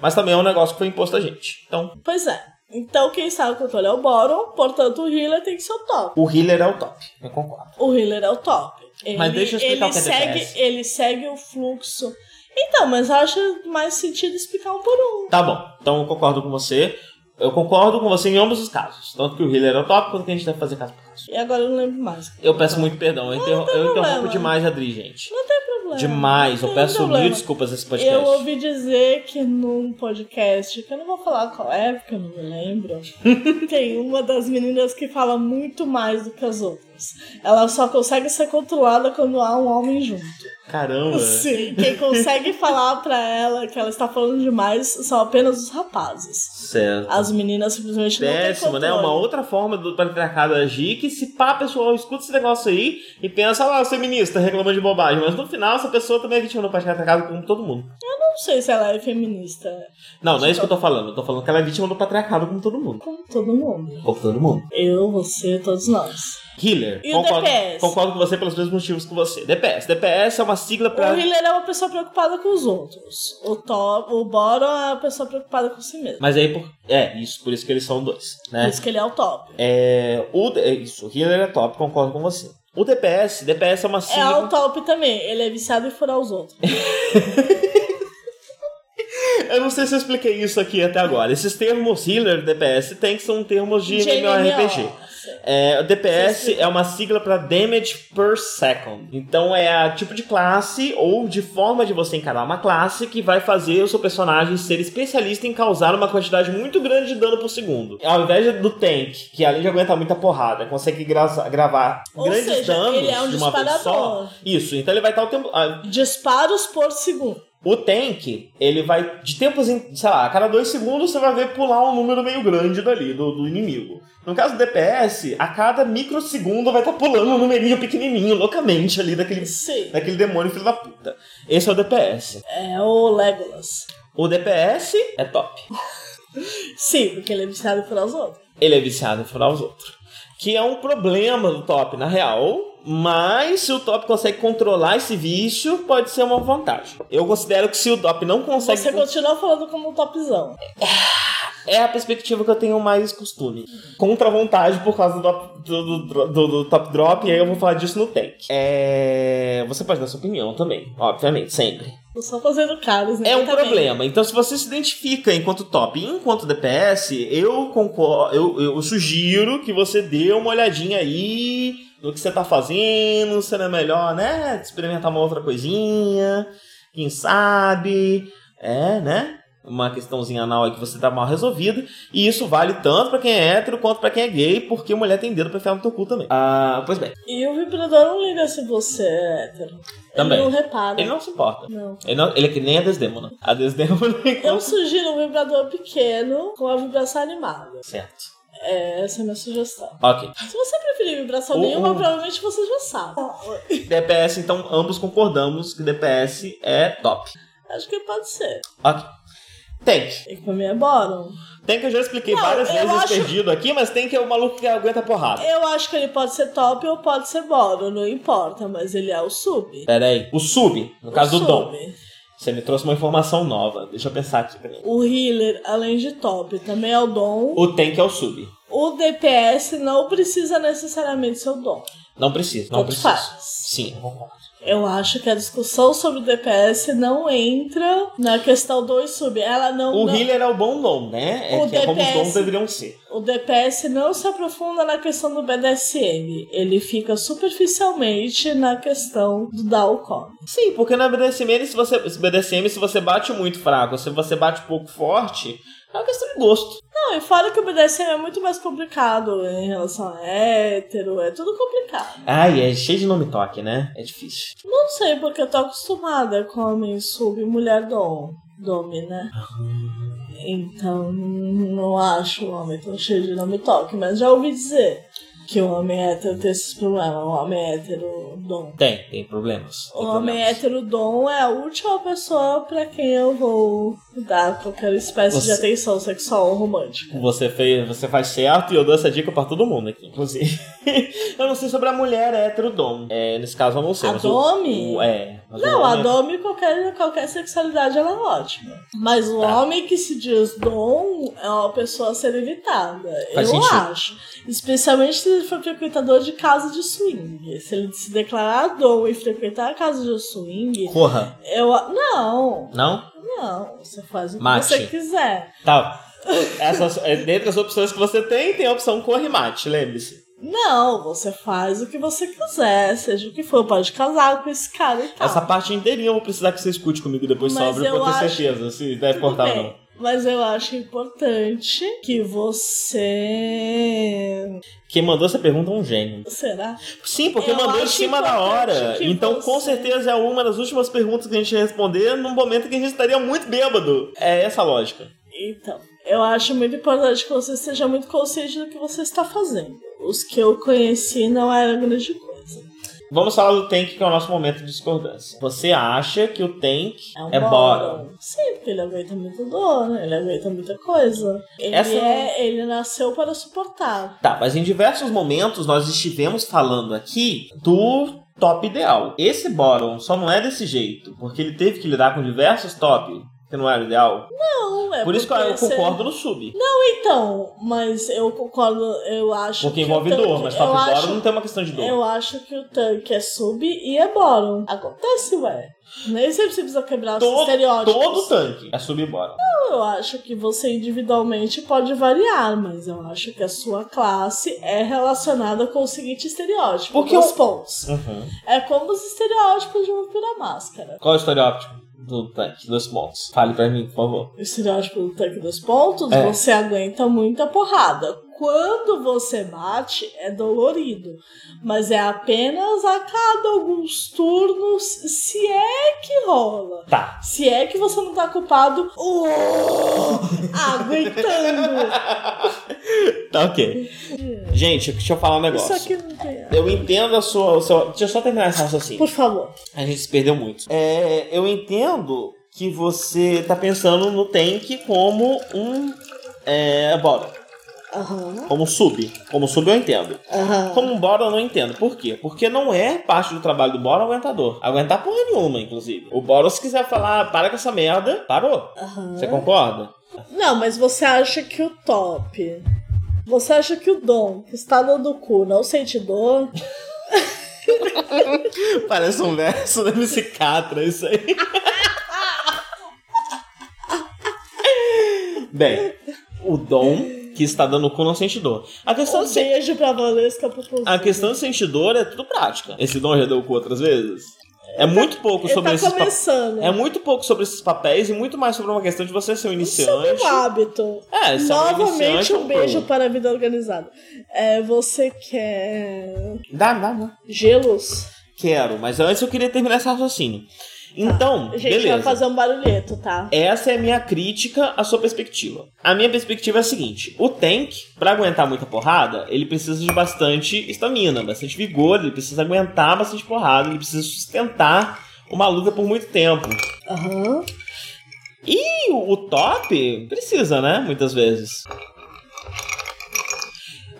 [SPEAKER 5] mas também é um negócio que foi imposto a gente. Então,
[SPEAKER 4] Pois é. Então, quem sabe o controle é o bottom, portanto, o healer tem que ser o top.
[SPEAKER 5] o healer é o top. Eu concordo.
[SPEAKER 4] O healer é o top. Ele,
[SPEAKER 5] Mas deixa eu explicar
[SPEAKER 4] ele
[SPEAKER 5] o que é DPS.
[SPEAKER 4] segue, ele segue o fluxo. Então, mas eu acho mais sentido explicar um por um.
[SPEAKER 5] Tá bom, então eu concordo com você. Eu concordo com você em ambos os casos. Tanto que o healer é o top, quanto que a gente deve fazer caso por caso.
[SPEAKER 4] E agora eu não lembro mais.
[SPEAKER 5] Eu peço muito perdão, eu, interrom- eu interrompo
[SPEAKER 4] problema.
[SPEAKER 5] demais a Adri, gente.
[SPEAKER 4] Não tem problema.
[SPEAKER 5] Demais, eu
[SPEAKER 4] Não tem
[SPEAKER 5] peço mil
[SPEAKER 4] problema.
[SPEAKER 5] desculpas nesse podcast.
[SPEAKER 4] Eu ouvi dizer que num podcast, que eu não vou falar qual é, porque eu não
[SPEAKER 5] *laughs*
[SPEAKER 4] me lembro, tem uma das meninas que fala muito mais do que as outras. Ela só consegue ser controlada quando há um homem junto.
[SPEAKER 5] Caramba.
[SPEAKER 4] Sim, quem consegue falar pra ela que ela está falando demais são apenas os rapazes.
[SPEAKER 5] Certo.
[SPEAKER 4] As meninas simplesmente
[SPEAKER 5] Péssimo,
[SPEAKER 4] não têm
[SPEAKER 5] né?
[SPEAKER 4] controle.
[SPEAKER 5] Uma outra forma do patriarcado agir que se pá, pessoal, escuta esse negócio aí e pensa, ah, o feminista reclamando de bobagem. Mas no final, essa pessoa também é vítima do patriarcado como todo mundo.
[SPEAKER 4] Não sei se ela é feminista,
[SPEAKER 5] Não, não é isso que eu tô falando. Eu tô falando que ela é vítima do patriarcado como todo mundo.
[SPEAKER 4] como todo mundo.
[SPEAKER 5] Como todo mundo.
[SPEAKER 4] Eu, você, todos nós.
[SPEAKER 5] Healer.
[SPEAKER 4] E o
[SPEAKER 5] concordo,
[SPEAKER 4] DPS?
[SPEAKER 5] concordo com você pelos mesmos motivos que você. DPS. DPS é uma sigla pra...
[SPEAKER 4] O healer é uma pessoa preocupada com os outros. O top, o bottom é uma pessoa preocupada com si mesmo.
[SPEAKER 5] Mas aí, por... é, isso. Por isso que eles são dois, né?
[SPEAKER 4] Por isso que ele é o top.
[SPEAKER 5] É, o, é isso, o healer é top, concordo com você. O DPS, DPS é uma
[SPEAKER 4] É
[SPEAKER 5] sigla.
[SPEAKER 4] o top também. Ele é viciado em furar os outros.
[SPEAKER 5] Eu não sei se eu expliquei isso aqui até agora. Esses termos healer, DPS, tem que são termos de, MMORPG.
[SPEAKER 4] Sim.
[SPEAKER 5] É, o DPS
[SPEAKER 4] Sim, sim.
[SPEAKER 5] é uma sigla para Damage Per Second. Então é a tipo de classe ou de forma de você encarar uma classe que vai fazer o seu personagem ser especialista em causar uma quantidade muito grande de dano por segundo. Ao invés do tank, que além de aguentar muita porrada, consegue gra- gravar
[SPEAKER 4] Ou
[SPEAKER 5] grandes
[SPEAKER 4] seja,
[SPEAKER 5] danos
[SPEAKER 4] ele é um
[SPEAKER 5] de uma vez só.
[SPEAKER 4] disparador.
[SPEAKER 5] Isso, então ele vai estar o tempo. ah,
[SPEAKER 4] Disparos por segundo.
[SPEAKER 5] o tank, ele vai de tempos em. sei lá, a cada dois segundos você vai ver pular um número meio grande dali, do, do inimigo. No caso do DPS, a cada microsegundo vai estar pulando um numerinho pequenininho, loucamente ali daquele,
[SPEAKER 4] Sim.
[SPEAKER 5] daquele demônio filho da puta. Esse é o DPS.
[SPEAKER 4] É o Legolas.
[SPEAKER 5] O DPS é top.
[SPEAKER 4] Sim, porque ele é viciado em furar os outros.
[SPEAKER 5] Ele é viciado em furar os outros. que é um problema do top, na real. Mas se o top consegue controlar esse vício, pode ser uma vantagem. Eu considero que se o top não consegue.
[SPEAKER 4] Você continua falando como um topzão.
[SPEAKER 5] É a perspectiva que eu tenho mais costume. Contra a vontade por causa do, do, do- do- do top drop, e aí eu vou falar disso no take. É, Você pode dar sua opinião também, obviamente, sempre.
[SPEAKER 4] Tô só fazendo caras, né?
[SPEAKER 5] É um
[SPEAKER 4] Também.
[SPEAKER 5] problema. Então, se você se identifica enquanto top e enquanto DPS, eu concordo, eu, eu sugiro que você dê uma olhadinha aí no que você tá fazendo, se não é melhor, né? Experimentar uma outra coisinha, quem sabe, é, né? Uma questãozinha anal aí que você tá mal resolvida. E isso vale tanto pra quem é hétero quanto pra quem é gay, porque mulher tem dedo pra enfiar no teu cu também. Ah, pois bem.
[SPEAKER 4] E o vibrador não liga se você é hétero.
[SPEAKER 5] Também.
[SPEAKER 4] Ele não repara.
[SPEAKER 5] Ele não se importa.
[SPEAKER 4] Não.
[SPEAKER 5] Ele, não- ele é que nem a Desdemona. A é Desdemona...
[SPEAKER 4] Eu sugiro um vibrador pequeno com a vibração animada.
[SPEAKER 5] Certo.
[SPEAKER 4] É, essa é a minha sugestão.
[SPEAKER 5] Ok.
[SPEAKER 4] Se você preferir vibração
[SPEAKER 5] Ou-
[SPEAKER 4] nenhuma,
[SPEAKER 5] ou-
[SPEAKER 4] provavelmente você já sabe.
[SPEAKER 5] DPS, então, ambos concordamos que DPS é top.
[SPEAKER 4] Acho que pode ser.
[SPEAKER 5] Ok. Tank.
[SPEAKER 4] E pra mim é bottom.
[SPEAKER 5] Tank eu já expliquei
[SPEAKER 4] Não,
[SPEAKER 5] várias
[SPEAKER 4] eu
[SPEAKER 5] vezes
[SPEAKER 4] acho-
[SPEAKER 5] perdido aqui, mas Tank é o maluco que aguenta porrada.
[SPEAKER 4] Eu acho que ele pode ser top ou pode ser bottom, não importa, mas ele é o sub.
[SPEAKER 5] Pera aí. O sub, no caso
[SPEAKER 4] O
[SPEAKER 5] do
[SPEAKER 4] sub.
[SPEAKER 5] Dom. Você me trouxe uma informação nova. Deixa eu pensar aqui. peraí.
[SPEAKER 4] O healer, além de top, também é o dom.
[SPEAKER 5] O Tank é o sub.
[SPEAKER 4] O DPS não precisa necessariamente ser o dom.
[SPEAKER 5] Não precisa, não
[SPEAKER 4] Tanto
[SPEAKER 5] precisa.
[SPEAKER 4] faz.
[SPEAKER 5] Sim, eu concordo.
[SPEAKER 4] Eu acho que a discussão sobre o DPS não entra na questão do sub. Ela não.
[SPEAKER 5] O
[SPEAKER 4] não-
[SPEAKER 5] healer é o bom dom, né? É
[SPEAKER 4] O
[SPEAKER 5] que é como os
[SPEAKER 4] DPS
[SPEAKER 5] dons deveriam ser.
[SPEAKER 4] O DPS não se aprofunda na questão do BDSM. Ele fica superficialmente na questão do Dalcom.
[SPEAKER 5] Sim, porque na BDSM, se você, BDSM, se você bate muito fraco, se você bate pouco forte, é uma questão de gosto.
[SPEAKER 4] Não, e fora que o BDSM é muito mais complicado em relação a hétero, é tudo complicado.
[SPEAKER 5] Ai, é cheio de nome toque, né? É difícil.
[SPEAKER 4] Não sei porque eu tô acostumada com homem sub e mulher dom. Dome, né? Então, não acho o homem tão cheio de nome toque, mas já ouvi dizer que o homem hétero tem esses problemas, o homem hétero dom.
[SPEAKER 5] Tem, tem problemas.
[SPEAKER 4] O homem hétero dom é a última pessoa pra quem eu vou dar qualquer espécie de
[SPEAKER 5] Você-
[SPEAKER 4] atenção sexual ou romântica.
[SPEAKER 5] Você, fez, você faz certo e eu dou essa dica pra todo mundo aqui, inclusive. *laughs* eu não sei sobre a mulher hétero dom. É, nesse caso eu não sei.
[SPEAKER 4] A
[SPEAKER 5] mas o-
[SPEAKER 4] dome?
[SPEAKER 5] o- é. mas o
[SPEAKER 4] Não, a
[SPEAKER 5] homem-
[SPEAKER 4] dome, qualquer, qualquer sexualidade, ela é ótima. Mas o
[SPEAKER 5] Tá.
[SPEAKER 4] homem que se diz dom é uma pessoa a ser evitada.
[SPEAKER 5] Faz
[SPEAKER 4] eu
[SPEAKER 5] sentido.
[SPEAKER 4] acho. Especialmente se ele for frequentador de casa de swing. Se ele se declarar dom e frequentar a casa de swing,
[SPEAKER 5] Corra.
[SPEAKER 4] eu. a- Não,
[SPEAKER 5] Não?
[SPEAKER 4] não. Você faz o que
[SPEAKER 5] Mate.
[SPEAKER 4] você quiser.
[SPEAKER 5] Tá. Essas, é, dentre as opções que você tem, tem a opção corre e mate, lembre-se.
[SPEAKER 4] Não, você faz o que você quiser, seja o que for, pode casar com esse cara e tal.
[SPEAKER 5] Essa parte inteirinha eu vou precisar que você escute comigo depois
[SPEAKER 4] Tá. Mas
[SPEAKER 5] sobre pra
[SPEAKER 4] eu
[SPEAKER 5] eu ter
[SPEAKER 4] acho-
[SPEAKER 5] certeza se deve
[SPEAKER 4] Tudo
[SPEAKER 5] cortar ou
[SPEAKER 4] bem,
[SPEAKER 5] não.
[SPEAKER 4] Mas eu acho importante que você.
[SPEAKER 5] Quem mandou essa pergunta é um gênio.
[SPEAKER 4] Será?
[SPEAKER 5] Sim, porque
[SPEAKER 4] Eu
[SPEAKER 5] mandou em
[SPEAKER 4] acho
[SPEAKER 5] cima da
[SPEAKER 4] importante
[SPEAKER 5] hora.
[SPEAKER 4] que
[SPEAKER 5] Então, com
[SPEAKER 4] você-
[SPEAKER 5] certeza, é uma das últimas perguntas que a gente ia responder num momento que a gente estaria muito bêbado. É essa a lógica.
[SPEAKER 4] Então, eu acho muito importante que você seja muito consciente do que você está fazendo. Os que eu conheci não eram grande coisa.
[SPEAKER 5] Vamos falar do Tank, que é o nosso momento de discordância. Você acha que o Tank
[SPEAKER 4] É um
[SPEAKER 5] é bora?
[SPEAKER 4] bottom. Sim, porque ele aguenta muita dor, né? ele aguenta muita coisa. Ele,
[SPEAKER 5] Essa- um
[SPEAKER 4] é, ele nasceu para suportar.
[SPEAKER 5] Tá, mas em diversos momentos nós estivemos falando aqui do top ideal. Esse bottom só não é desse jeito, porque ele teve que lidar com diversos top que não era o ideal.
[SPEAKER 4] Não, é
[SPEAKER 5] Por isso que eu
[SPEAKER 4] porque você-
[SPEAKER 5] concordo no sub.
[SPEAKER 4] Então, mas eu concordo, eu acho
[SPEAKER 5] porque
[SPEAKER 4] que. o
[SPEAKER 5] envolve dor,
[SPEAKER 4] tanque-
[SPEAKER 5] mas
[SPEAKER 4] eu
[SPEAKER 5] top bottom
[SPEAKER 4] acho-
[SPEAKER 5] não tem uma questão de dor.
[SPEAKER 4] Eu acho que o tanque é sub e é bottom. Acontece, ué. Nem sempre você precisa quebrar os
[SPEAKER 5] Todo-
[SPEAKER 4] estereótipos.
[SPEAKER 5] Todo tanque é sub bottom.
[SPEAKER 4] Eu acho que você individualmente pode variar, mas eu acho que a sua classe é relacionada com o seguinte estereótipo.
[SPEAKER 5] Porque
[SPEAKER 4] os
[SPEAKER 5] eu-
[SPEAKER 4] pontos.
[SPEAKER 5] Uhum.
[SPEAKER 4] É como os estereótipos de uma pura máscara.
[SPEAKER 5] Qual é o estereótipo do tanque, dos pontos? Fale pra mim, por favor.
[SPEAKER 4] O estereótipo do tanque dos pontos,
[SPEAKER 5] É.
[SPEAKER 4] você aguenta muita porrada. Quando você bate, é dolorido. Mas é apenas a cada alguns turnos, se é que rola.
[SPEAKER 5] Tá.
[SPEAKER 4] Se é que você não tá culpado, oh, aguentando.
[SPEAKER 5] *laughs* Tá ok. Gente, deixa eu falar um
[SPEAKER 4] Isso
[SPEAKER 5] negócio.
[SPEAKER 4] aqui não tem.
[SPEAKER 5] Eu entendo a sua, o seu- Deixa eu só terminar esse raciocínio.
[SPEAKER 4] Por favor.
[SPEAKER 5] A gente se perdeu muito. É, eu entendo que você tá pensando no tank como um. É. Bora.
[SPEAKER 4] Aham.
[SPEAKER 5] Como sub. Como sub eu entendo.
[SPEAKER 4] Aham.
[SPEAKER 5] Como um bottom eu não entendo. Por quê? Porque não é parte do trabalho do bottom aguentador. Aguentar porra nenhuma, inclusive. O bottom, se quiser falar, para com essa merda, parou.
[SPEAKER 4] Aham.
[SPEAKER 5] Você concorda?
[SPEAKER 4] Não, mas você acha que o top. Você acha que o Dom, que está dando cu, não sente dor?
[SPEAKER 5] *laughs* Parece um verso da Catra, isso aí. *laughs* Bem, o dom que está dando cu não sente dor. A questão,
[SPEAKER 4] Um
[SPEAKER 5] de, sen-
[SPEAKER 4] beijo pra Valesca Popozuda.
[SPEAKER 5] a questão de sentir dor é tudo prática. Esse dom já deu cu outras vezes? É muito pouco
[SPEAKER 4] Ele
[SPEAKER 5] sobre
[SPEAKER 4] tá
[SPEAKER 5] esses pa-
[SPEAKER 4] começando.
[SPEAKER 5] É muito pouco sobre esses papéis e muito mais sobre uma questão de você ser um
[SPEAKER 4] Sobre
[SPEAKER 5] iniciante.
[SPEAKER 4] o é hábito.
[SPEAKER 5] É, se é um
[SPEAKER 4] Novamente,
[SPEAKER 5] iniciante,
[SPEAKER 4] um beijo
[SPEAKER 5] pro-
[SPEAKER 4] para a vida organizada. É, você quer
[SPEAKER 5] Dá, dá, dá.
[SPEAKER 4] gelos?
[SPEAKER 5] Quero, mas antes eu queria terminar esse raciocínio. Então,
[SPEAKER 4] A gente vai
[SPEAKER 5] beleza.
[SPEAKER 4] fazer um barulheto, tá?
[SPEAKER 5] Essa é a minha crítica à sua perspectiva. A minha perspectiva é a seguinte: o tank, pra aguentar muita porrada, ele precisa de bastante estamina, bastante vigor, ele precisa aguentar bastante porrada, ele precisa sustentar uma luta por muito tempo.
[SPEAKER 4] Aham.
[SPEAKER 5] E o o top precisa, né? Muitas vezes.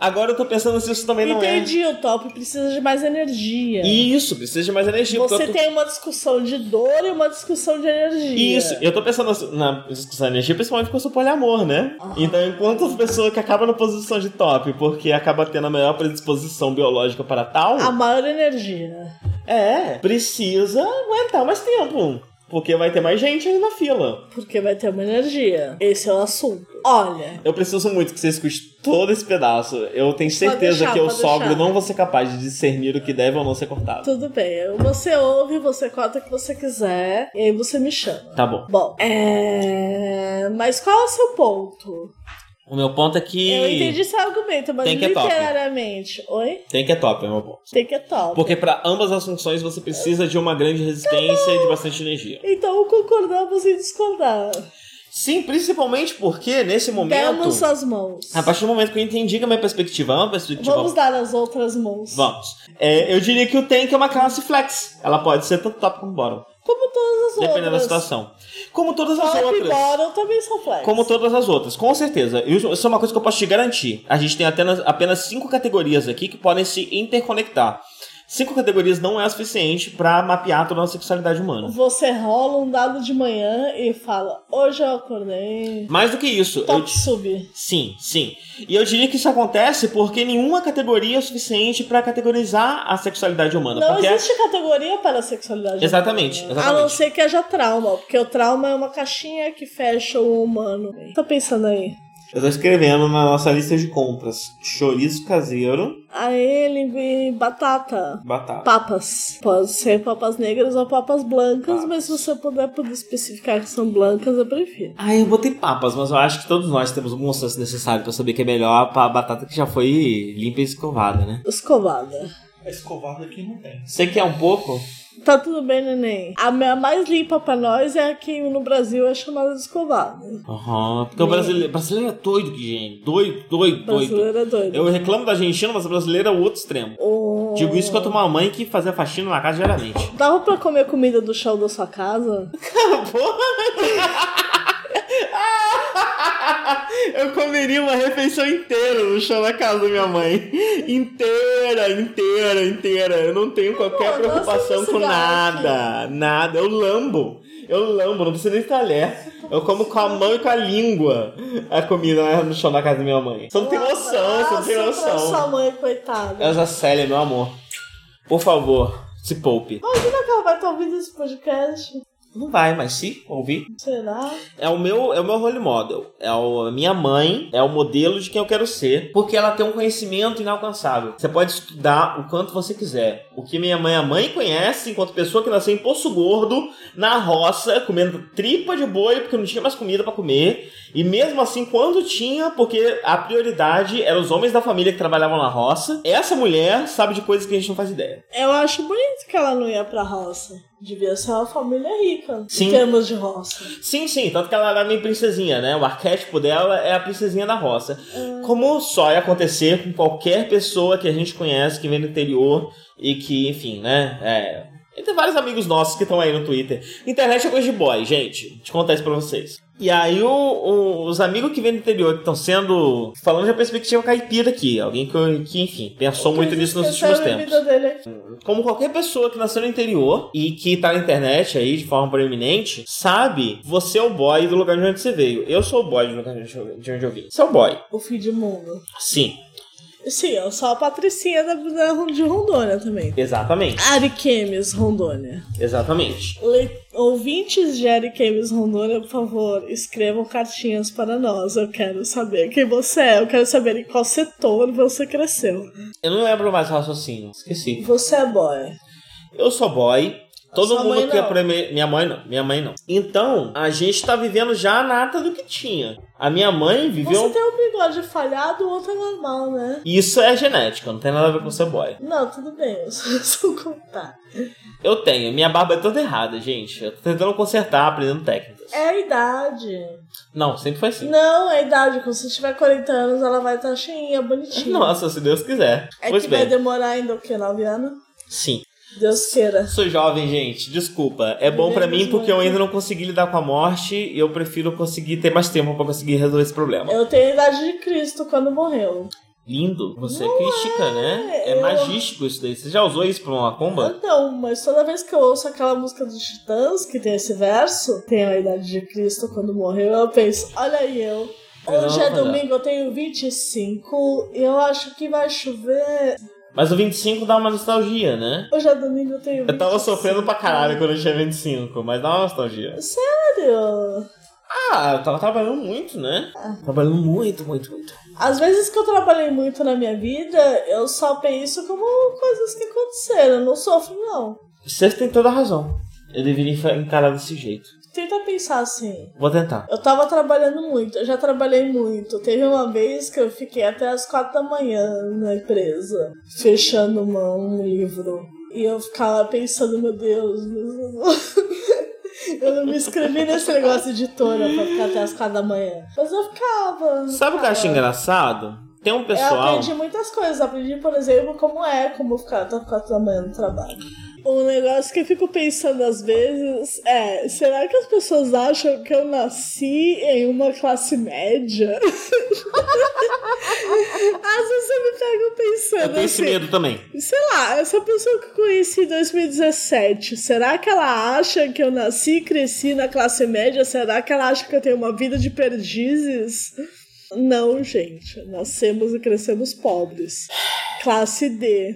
[SPEAKER 5] Agora eu tô pensando se isso também não
[SPEAKER 4] Entendi, o top precisa de mais energia.
[SPEAKER 5] é. Isso, precisa de mais energia. porque eu
[SPEAKER 4] você
[SPEAKER 5] tô-
[SPEAKER 4] tem uma discussão de dor e uma discussão de energia.
[SPEAKER 5] Isso, eu tô pensando assim, na discussão de energia, principalmente porque eu sou poliamor, né? Então, enquanto as pessoas que acabam na posição de top, porque acaba tendo a maior predisposição biológica para tal,
[SPEAKER 4] A maior energia.
[SPEAKER 5] é, precisa aguentar mais tempo. Porque vai ter mais gente ali na fila.
[SPEAKER 4] Porque vai ter uma energia. Esse é o assunto. Olha,
[SPEAKER 5] Eu preciso muito que você escute todo esse pedaço. Eu tenho certeza
[SPEAKER 4] deixar,
[SPEAKER 5] que eu
[SPEAKER 4] pode
[SPEAKER 5] sogro
[SPEAKER 4] deixar.
[SPEAKER 5] não vou ser capaz de discernir o que deve ou não ser cortado.
[SPEAKER 4] tudo bem. Você ouve, você corta o que você quiser. E aí você me chama.
[SPEAKER 5] Tá bom.
[SPEAKER 4] Bom, é... mas qual é o seu ponto?
[SPEAKER 5] O meu ponto é que.
[SPEAKER 4] Eu entendi seu argumento, mas
[SPEAKER 5] Tem que é top.
[SPEAKER 4] literariamente. Oi?
[SPEAKER 5] Tem que é top, é o meu ponto.
[SPEAKER 4] Tem que é top.
[SPEAKER 5] Porque para ambas as funções você precisa de uma grande resistência e de bastante energia.
[SPEAKER 4] Então concordamos em discordar.
[SPEAKER 5] Sim, principalmente porque nesse momento.
[SPEAKER 4] Demos as mãos.
[SPEAKER 5] A partir do momento que eu entendi que a minha perspectiva é uma perspectiva.
[SPEAKER 4] Vamos dar as outras mãos.
[SPEAKER 5] Vamos. É, eu diria que o tank é uma classe flex. Ela pode ser tanto top como bottom.
[SPEAKER 4] Como todas as
[SPEAKER 5] Dependendo da
[SPEAKER 4] outras.
[SPEAKER 5] situação. Como todas as
[SPEAKER 4] Top e
[SPEAKER 5] outras.
[SPEAKER 4] bottom também são flex.
[SPEAKER 5] Como todas as outras, com certeza. Eu- Isso é uma coisa que eu posso te garantir. A gente tem apenas, apenas cinco categorias aqui que podem se interconectar. Cinco categorias não é o suficiente para mapear toda a sexualidade humana.
[SPEAKER 4] Você rola um dado de manhã e fala, hoje eu acordei.
[SPEAKER 5] Mais do que isso, eu
[SPEAKER 4] Top
[SPEAKER 5] te-
[SPEAKER 4] sub.
[SPEAKER 5] Sim, sim. E eu diria que isso acontece porque nenhuma categoria é suficiente para categorizar a sexualidade humana.
[SPEAKER 4] Não
[SPEAKER 5] porque é
[SPEAKER 4] existe categoria para a sexualidade.
[SPEAKER 5] Exatamente,
[SPEAKER 4] humana.
[SPEAKER 5] exatamente.
[SPEAKER 4] A não ser que haja trauma, porque o trauma é uma caixinha que fecha o humano. Tô pensando aí.
[SPEAKER 5] Eu tô escrevendo na nossa lista de compras: chouriço caseiro,
[SPEAKER 4] Aê, linguiça, batata.
[SPEAKER 5] batata.
[SPEAKER 4] Papas. Pode ser papas negras ou papas blancas, mas se você puder, puder especificar que são blancas, eu prefiro.
[SPEAKER 5] Ah, eu botei papas, mas eu acho que todos nós temos algum senso necessário para saber que é melhor a batata que já foi limpa e escovada, né?
[SPEAKER 4] Escovada.
[SPEAKER 6] Escovado aqui não tem.
[SPEAKER 5] Você quer um pouco?
[SPEAKER 4] Tá tudo bem, neném. A minha mais limpa pra nós é a que no Brasil é chamada de escovada.
[SPEAKER 5] Aham, porque o brasileiro, brasileiro é doido, gente. Doido, doido, doido.
[SPEAKER 4] Brasileira é Oh. doida.
[SPEAKER 5] Eu reclamo da Argentina, mas o brasileiro é o outro extremo.
[SPEAKER 4] O-
[SPEAKER 5] Digo isso com a tua mamãe que fazia faxina na casa diariamente.
[SPEAKER 4] Dava pra comer comida do chão da sua casa?
[SPEAKER 5] Eu comeria uma refeição inteira no chão da casa da minha mãe. Inteira, inteira, inteira. Eu não tenho qualquer
[SPEAKER 4] Amor,
[SPEAKER 5] preocupação
[SPEAKER 4] nossa,
[SPEAKER 5] com
[SPEAKER 4] esse
[SPEAKER 5] nada. Nada. Eu lambo. Eu lambo, não precisa nem talher. Eu como com a mão e com a língua a comida no chão da casa da minha mãe. Você não tem noção, você não tem
[SPEAKER 4] Nossa, pra sua
[SPEAKER 5] noção.
[SPEAKER 4] mãe, coitada.
[SPEAKER 5] Elza Célia, meu amor. Por favor, se poupe.
[SPEAKER 4] Será que ela vai estar ouvindo esse podcast?
[SPEAKER 5] Não vai, mas se ouvir.
[SPEAKER 4] Será?
[SPEAKER 5] É o meu, é o meu role model. É o- a minha mãe, é o modelo de quem eu quero ser, porque ela tem um conhecimento inalcançável. Você pode estudar o quanto você quiser. O que minha mãe, a mãe conhece, enquanto pessoa que nasceu em Poço Gordo, na roça, comendo tripa de boi, porque não tinha mais comida pra comer. E mesmo assim, quando tinha, porque a prioridade eram os homens da família que trabalhavam na roça, essa mulher sabe de coisas que a gente não faz ideia.
[SPEAKER 4] Eu acho bonito que ela não ia pra roça. Devia ser uma família rica.
[SPEAKER 5] Sim.
[SPEAKER 4] Em termos de roça.
[SPEAKER 5] Sim, sim, tanto que ela era meio princesinha, né? O arquétipo dela é a princesinha da roça. Como só ia acontecer com qualquer pessoa que a gente conhece que vem do interior e que, enfim, né? É. E tem vários amigos nossos que estão aí no Twitter. Internet é coisa de boy, gente. Deixa eu contar isso pra vocês. E aí o- o- os amigos que vêm do interior que estão sendo. Falando já percebi que tinha um caipira aqui. Alguém que, eu- que enfim, pensou muito nisso nos
[SPEAKER 4] Essa é
[SPEAKER 5] últimos
[SPEAKER 4] a
[SPEAKER 5] tempos.
[SPEAKER 4] bebida dele aqui.
[SPEAKER 5] Como qualquer pessoa que nasceu no interior e que tá na internet aí de forma preeminente, sabe, você é o boy do lugar de onde você veio. Eu sou o boy do lugar de onde eu- de onde eu vim. Você é o boy.
[SPEAKER 4] O fim de mundo.
[SPEAKER 5] Sim,
[SPEAKER 4] Sim, eu sou a Patricinha da, da- de Rondônia também.
[SPEAKER 5] exatamente.
[SPEAKER 4] Ariquemes, Rondônia.
[SPEAKER 5] Exatamente.
[SPEAKER 4] Le- Ouvintes de Ariquemes, Rondônia, por favor, escrevam cartinhas para nós. Eu quero saber quem você é. Eu quero saber em qual setor você cresceu.
[SPEAKER 5] Eu não lembro mais o raciocínio. Esqueci.
[SPEAKER 4] Você é boy.
[SPEAKER 5] Eu sou boy. Todo
[SPEAKER 4] Sua
[SPEAKER 5] mundo
[SPEAKER 4] mãe
[SPEAKER 5] quer
[SPEAKER 4] não.
[SPEAKER 5] pra mim. Minha mãe não. Minha mãe não. Então, a gente tá vivendo já a nata do que tinha. A minha mãe viveu.
[SPEAKER 4] Você tem um bigode falhado, o outro é normal, né?
[SPEAKER 5] Isso é genética, não tem nada a ver com ser boy.
[SPEAKER 4] Não, tudo bem, *laughs* eu só, só contar.
[SPEAKER 5] Eu tenho, minha barba é toda errada, gente. Eu tô tentando consertar, aprendendo técnicas.
[SPEAKER 4] É a idade.
[SPEAKER 5] Não, sempre foi assim.
[SPEAKER 4] Não, é a idade. Quando você tiver 40 anos, ela vai estar cheinha, bonitinha.
[SPEAKER 5] Nossa, se Deus quiser.
[SPEAKER 4] é
[SPEAKER 5] pois
[SPEAKER 4] que
[SPEAKER 5] bem,
[SPEAKER 4] vai demorar ainda o quê? 9 anos?
[SPEAKER 5] sim.
[SPEAKER 4] Deus queira.
[SPEAKER 5] Sou jovem, gente, desculpa. É bom pra mim
[SPEAKER 4] Vivemos
[SPEAKER 5] porque eu
[SPEAKER 4] muito.
[SPEAKER 5] ainda não consegui lidar com a morte e eu prefiro conseguir ter mais tempo pra conseguir resolver esse problema.
[SPEAKER 4] Eu tenho a idade de Cristo quando morreu.
[SPEAKER 5] Lindo, você é crítica, né? É
[SPEAKER 4] eu-
[SPEAKER 5] magístico isso daí. Você já usou isso pra uma comba?
[SPEAKER 4] Ah, Não, mas toda vez que eu ouço aquela música dos Titãs, que tem esse verso, tem a idade de Cristo quando morreu, eu penso, olha aí eu.
[SPEAKER 5] Eu não
[SPEAKER 4] Hoje
[SPEAKER 5] vou
[SPEAKER 4] é
[SPEAKER 5] fazer.
[SPEAKER 4] domingo, eu tenho 25 e eu acho que vai chover.
[SPEAKER 5] Mas o 25 dá uma nostalgia, né?
[SPEAKER 4] Hoje é domingo, eu tenho 25.
[SPEAKER 5] Eu tava sofrendo pra caralho quando eu tinha 25, mas dá uma nostalgia.
[SPEAKER 4] Sério?
[SPEAKER 5] Ah, eu tava trabalhando muito, né? Trabalhando muito, muito, muito.
[SPEAKER 4] Às vezes que eu trabalhei muito na minha vida, eu só penso como coisas que aconteceram. Eu não sofro, não.
[SPEAKER 5] Você tem toda a razão. Eu deveria enfa- encarar desse jeito.
[SPEAKER 4] Tenta pensar assim.
[SPEAKER 5] Vou tentar.
[SPEAKER 4] Eu tava trabalhando muito, eu já trabalhei muito. Teve uma vez que eu fiquei até as quatro da manhã na empresa, fechando uma, um livro. E eu ficava pensando, meu Deus, *laughs* eu não me inscrevi nesse negócio de editora pra ficar até as quatro da manhã. Mas eu ficava.
[SPEAKER 5] Sabe o que eu acho
[SPEAKER 4] ficava.
[SPEAKER 5] engraçado? Tem um
[SPEAKER 4] Eu
[SPEAKER 5] pessoal.
[SPEAKER 4] aprendi muitas coisas. Aprendi, por exemplo, como é como ficar até quatro da manhã no trabalho. Um negócio que eu fico pensando às vezes é: será que as pessoas acham que eu nasci em uma classe média? *laughs* às vezes eu me pego pensando.
[SPEAKER 5] Eu tenho esse
[SPEAKER 4] assim,
[SPEAKER 5] medo também.
[SPEAKER 4] Sei lá, essa pessoa que eu conheci em 2017, será que ela acha que eu nasci e cresci na classe média? Será que ela acha que eu tenho uma vida de perdizes? Não, gente. Nascemos e crescemos pobres. Classe D.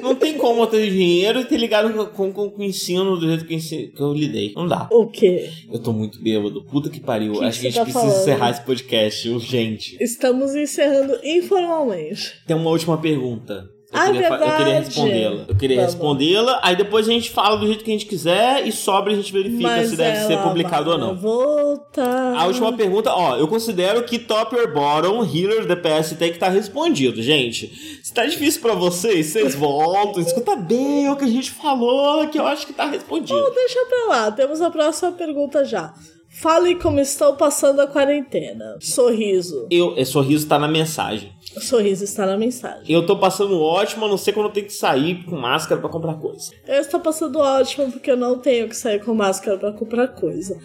[SPEAKER 5] Não tem como eu ter dinheiro e ter ligado com, com- com o ensino do jeito que eu, ensi- que eu lidei. Não dá.
[SPEAKER 4] O quê?
[SPEAKER 5] Eu tô muito bêbado. Puta que pariu.
[SPEAKER 4] Que
[SPEAKER 5] acho que a
[SPEAKER 4] que
[SPEAKER 5] gente
[SPEAKER 4] você tá
[SPEAKER 5] precisa
[SPEAKER 4] falando?
[SPEAKER 5] encerrar esse podcast, urgente.
[SPEAKER 4] Estamos encerrando informalmente.
[SPEAKER 5] Tem uma última pergunta. Eu
[SPEAKER 4] Ah,
[SPEAKER 5] queria, fa- eu queria
[SPEAKER 4] verdade. Tá
[SPEAKER 5] respondê-la. Eu queria
[SPEAKER 4] Vamos.
[SPEAKER 5] respondê-la, aí depois a gente fala do jeito que a gente quiser e sobra a gente verifica se deve
[SPEAKER 4] ela
[SPEAKER 5] ser publicado ou
[SPEAKER 4] é vai
[SPEAKER 5] não.
[SPEAKER 4] Voltar.
[SPEAKER 5] A última pergunta, ó, eu considero que top or bottom, healer do PS tem que estar respondido, gente. Se tá difícil pra vocês, vocês voltam, escuta bem o que a gente falou, que eu acho que tá respondido.
[SPEAKER 4] Deixa pra lá, temos a próxima pergunta já. Fale como estão passando a quarentena. Sorriso.
[SPEAKER 5] Eu, esse sorriso tá na mensagem.
[SPEAKER 4] Sorriso está na mensagem.
[SPEAKER 5] Eu tô passando ótimo, a não ser quando eu tenho que sair com máscara pra comprar coisa.
[SPEAKER 4] Eu estou passando ótimo porque eu não tenho que sair com máscara para comprar coisa.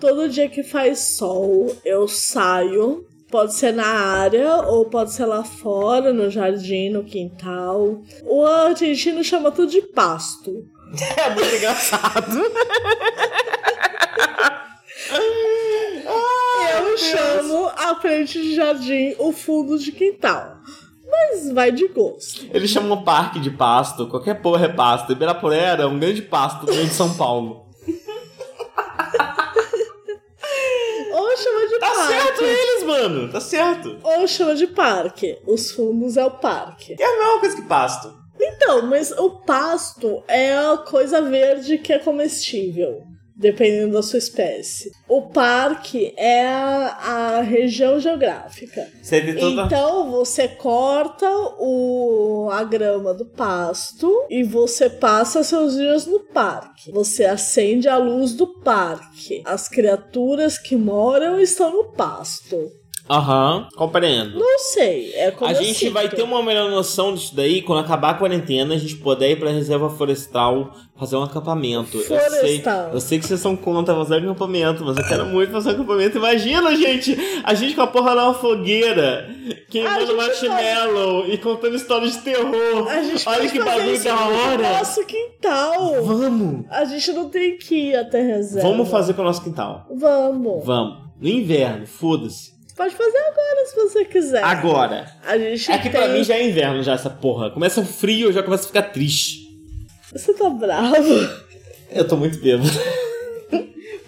[SPEAKER 4] Todo dia que faz sol, eu saio. Pode ser na área ou pode ser lá fora, no jardim, no quintal. O argentino chama tudo de pasto.
[SPEAKER 5] É muito engraçado.
[SPEAKER 4] Eu chamo a frente de jardim o fundo de quintal. Mas vai de gosto.
[SPEAKER 5] Eles chamam um parque de pasto, qualquer porra é pasto. Ibirapuera é um grande pasto no meio de São Paulo.
[SPEAKER 4] Ou chama de
[SPEAKER 5] Tá
[SPEAKER 4] parque.
[SPEAKER 5] certo eles, mano, tá certo.
[SPEAKER 4] Ou chama de parque. Os fundos é o parque.
[SPEAKER 5] É a mesma coisa que pasto.
[SPEAKER 4] Então, mas o pasto é a coisa verde que é comestível, dependendo da sua espécie. O parque é a, a região geográfica.
[SPEAKER 5] Você tem toda...
[SPEAKER 4] Então você corta o, a grama do pasto e você passa seus dias no parque. Você acende a luz do parque. As criaturas que moram estão no pasto.
[SPEAKER 5] Aham, compreendo.
[SPEAKER 4] Não sei, é como
[SPEAKER 5] a
[SPEAKER 4] eu
[SPEAKER 5] gente
[SPEAKER 4] sinto.
[SPEAKER 5] vai ter um uma melhor noção disso daí quando acabar a quarentena, a gente puder ir pra reserva florestal fazer um acampamento. Eu sei,
[SPEAKER 4] Florestal.
[SPEAKER 5] eu sei que vocês são contra fazer acampamento, mas eu quero muito fazer acampamento. Imagina, gente, a gente com a porra na fogueira, queimando
[SPEAKER 4] gente um
[SPEAKER 5] marshmallow e contando histórias de terror.
[SPEAKER 4] A gente
[SPEAKER 5] Olha
[SPEAKER 4] pode
[SPEAKER 5] que
[SPEAKER 4] fazer
[SPEAKER 5] bagulho
[SPEAKER 4] isso
[SPEAKER 5] da
[SPEAKER 4] no
[SPEAKER 5] hora.
[SPEAKER 4] nosso quintal.
[SPEAKER 5] Vamos!
[SPEAKER 4] A gente não tem que ir até reserva.
[SPEAKER 5] Vamos fazer pro nosso quintal.
[SPEAKER 4] Vamos.
[SPEAKER 5] Vamos. No inverno, foda-se.
[SPEAKER 4] Pode fazer agora se você quiser.
[SPEAKER 5] Agora.
[SPEAKER 4] A gente
[SPEAKER 5] É que
[SPEAKER 4] tem...
[SPEAKER 5] pra mim já é inverno já essa porra. Começa o frio, eu já começo a ficar triste.
[SPEAKER 4] Você tá bravo? *laughs*
[SPEAKER 5] Eu tô muito bêbado.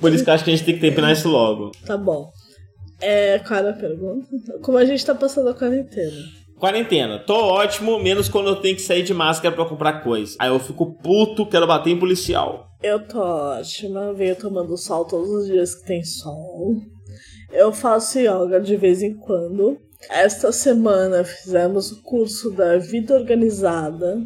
[SPEAKER 5] Por isso que eu acho que a gente tem que terminar isso logo.
[SPEAKER 4] Tá bom. É, qual era a pergunta? Como a gente tá passando a quarentena?
[SPEAKER 5] Quarentena. Tô ótimo, menos quando eu tenho que sair de máscara pra comprar coisa. Aí eu fico puto, quero bater em policial.
[SPEAKER 4] Eu tô ótima, venho tomando sol todos os dias que tem sol. Eu faço yoga de vez em quando. Esta semana fizemos o curso da vida organizada.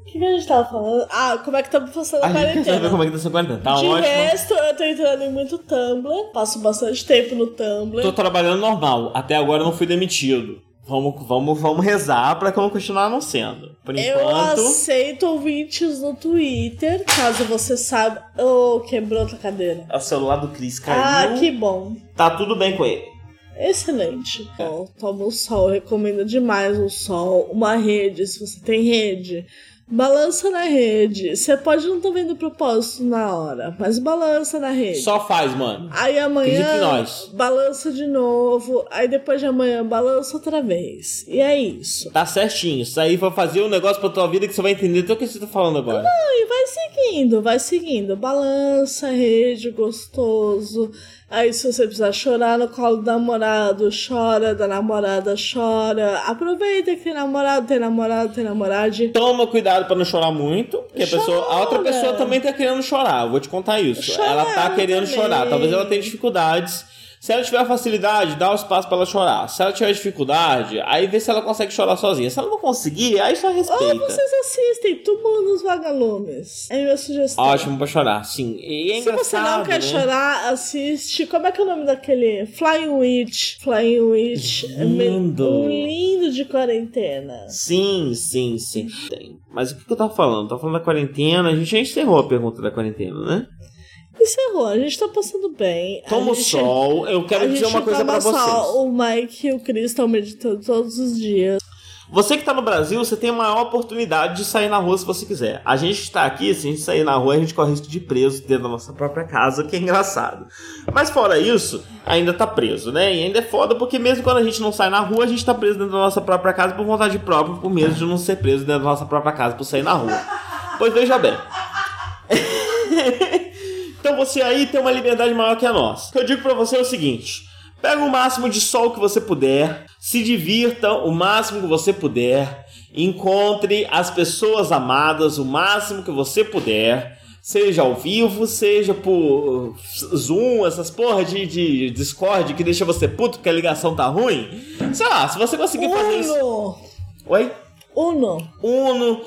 [SPEAKER 4] O que, que a gente tava falando? Ah, como é que estamos passando a
[SPEAKER 5] A gente quer saber
[SPEAKER 4] quarentena?
[SPEAKER 5] como é que tá essa quarentena. Tá
[SPEAKER 4] de
[SPEAKER 5] ótimo.
[SPEAKER 4] resto, eu tô entrando em muito Tumblr, passo bastante tempo no Tumblr.
[SPEAKER 5] Tô trabalhando normal. Até agora eu não fui demitido. Vamos, vamos, vamos rezar pra que eu não continuar não sendo. Por
[SPEAKER 4] Eu
[SPEAKER 5] enquanto.
[SPEAKER 4] aceito ouvintes no Twitter, caso você saiba. Oh, quebrou outra cadeira.
[SPEAKER 5] O celular do Cris caiu.
[SPEAKER 4] Ah, que bom.
[SPEAKER 5] Tá tudo bem com ele.
[SPEAKER 4] Excelente. Ó, toma o sol, recomendo demais o sol. Uma rede, se você tem rede. Balança na rede. Você pode não estar vendo o propósito na hora, mas balança na rede.
[SPEAKER 5] Só faz, mano. Acredita
[SPEAKER 4] Aí
[SPEAKER 5] em
[SPEAKER 4] amanhã
[SPEAKER 5] nós.
[SPEAKER 4] balança de novo. Aí depois de amanhã balança outra vez. E é isso.
[SPEAKER 5] Tá certinho. Isso aí vai fazer um negócio pra tua vida que você vai entender até o que você tá falando agora.
[SPEAKER 4] E vai seguindo, vai seguindo. Balança, rede, gostoso. Aí se você precisar chorar no colo do namorado, chora, da namorada, chora. Aproveita que tem namorado, tem namorado, tem namorado.
[SPEAKER 5] Toma cuidado pra não chorar muito, porque a,
[SPEAKER 4] Chora.
[SPEAKER 5] pessoa, a outra pessoa também tá querendo chorar, eu vou te contar isso.
[SPEAKER 4] Chora
[SPEAKER 5] ela tá
[SPEAKER 4] ela
[SPEAKER 5] querendo
[SPEAKER 4] também.
[SPEAKER 5] chorar, talvez ela tenha dificuldades. Se ela tiver facilidade, dá o espaço pra ela chorar. Se ela tiver dificuldade, aí vê se ela consegue chorar sozinha. Se ela não conseguir, aí só
[SPEAKER 4] Ou
[SPEAKER 5] respeita.
[SPEAKER 4] vocês assistem Túmulo dos Vagalumes. É a minha sugestão.
[SPEAKER 5] Ótimo pra chorar, sim. E é
[SPEAKER 4] Se você não
[SPEAKER 5] engraçado,
[SPEAKER 4] quer
[SPEAKER 5] né?
[SPEAKER 4] chorar, assiste. Como é que é o nome daquele? Flying Witch. Flying Witch. É meio-
[SPEAKER 5] Lindo.
[SPEAKER 4] lindo de quarentena.
[SPEAKER 5] Sim, sim, sim. Tem. Mas o que que eu tava falando? Tava falando da quarentena, a gente já encerrou a pergunta da quarentena, né?
[SPEAKER 4] Encerrou, a gente tá passando bem. A
[SPEAKER 5] Toma o
[SPEAKER 4] gente-
[SPEAKER 5] sol, eu
[SPEAKER 4] a
[SPEAKER 5] quero dizer
[SPEAKER 4] gente
[SPEAKER 5] uma coisa
[SPEAKER 4] toma
[SPEAKER 5] pra vocês.
[SPEAKER 4] sol, O Mike e o Chris estão meditando todos os dias.
[SPEAKER 5] Você que tá no Brasil, você tem a maior oportunidade de sair na rua se você quiser. A gente que tá aqui, se a gente sair na rua, a gente corre risco de ir preso dentro da nossa própria casa, o que é engraçado. Mas fora isso, ainda tá preso, né? E ainda é foda porque mesmo quando a gente não sai na rua, a gente tá preso dentro da nossa própria casa por vontade própria, por medo de não ser preso dentro da nossa própria casa por sair na rua. Pois veja bem. Então você aí tem uma liberdade maior que a nossa. O que eu digo pra você é o seguinte: pega o máximo de sol que você puder, se divirta o máximo que você puder, encontre as pessoas amadas o máximo que você puder. Seja ao vivo, seja por Zoom, essas porra de, de Discord que deixa você puto porque a ligação tá ruim. Sei lá, se você conseguir fazer isso.
[SPEAKER 4] Uno!
[SPEAKER 5] Oi?
[SPEAKER 4] Uno!
[SPEAKER 5] Uno.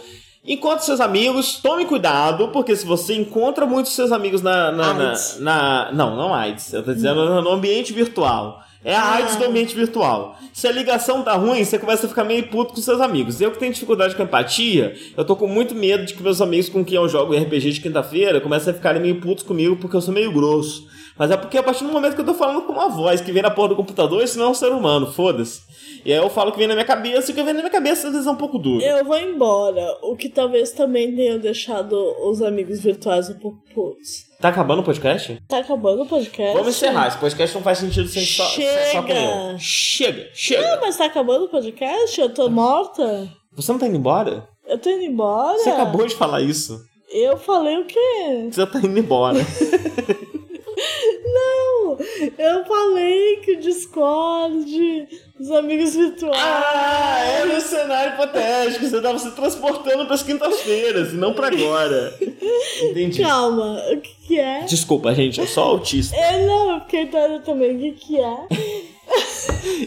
[SPEAKER 5] Encontre seus amigos, tome cuidado, porque se você encontra muitos seus amigos na. na, na,
[SPEAKER 4] AIDS.
[SPEAKER 5] na- não, não AIDS. Eu tô dizendo no ambiente virtual. É a
[SPEAKER 4] Ah.
[SPEAKER 5] AIDS do ambiente virtual. Se a ligação tá ruim, você começa a ficar meio puto com seus amigos. Eu que tenho dificuldade com empatia, eu tô com muito medo de que meus amigos com quem eu jogo RPG de quinta-feira comecem a ficarem meio putos comigo porque eu sou meio grosso. Mas é porque a partir do momento que eu tô falando com uma voz que vem na porra do computador, isso não é um ser humano, foda-se. E aí eu falo o que vem na minha cabeça, e o que vem na minha cabeça às vezes é um pouco duro.
[SPEAKER 4] Eu vou embora, o que talvez também tenha deixado os amigos virtuais um pouco putos.
[SPEAKER 5] Tá acabando o podcast?
[SPEAKER 4] Tá acabando o podcast?
[SPEAKER 5] Vamos encerrar. Esse podcast não faz sentido sem só, sem só
[SPEAKER 4] Chega!
[SPEAKER 5] comigo. Chega, chega.
[SPEAKER 4] Não, mas tá acabando o podcast? Eu tô morta?
[SPEAKER 5] Você não tá indo embora?
[SPEAKER 4] Eu tô indo embora?
[SPEAKER 5] Você acabou de falar isso.
[SPEAKER 4] Eu falei o quê?
[SPEAKER 5] Você tá indo embora.
[SPEAKER 4] Não! Eu falei que o Discord, os amigos virtuais.
[SPEAKER 5] ah, era o cenário hipotético. Você tava se transportando pras quintas-feiras e não pra agora. Entendi.
[SPEAKER 4] Calma, o que, que é?
[SPEAKER 5] Desculpa, gente, eu sou autista.
[SPEAKER 4] Eu não, eu fiquei doida também. O que, que é?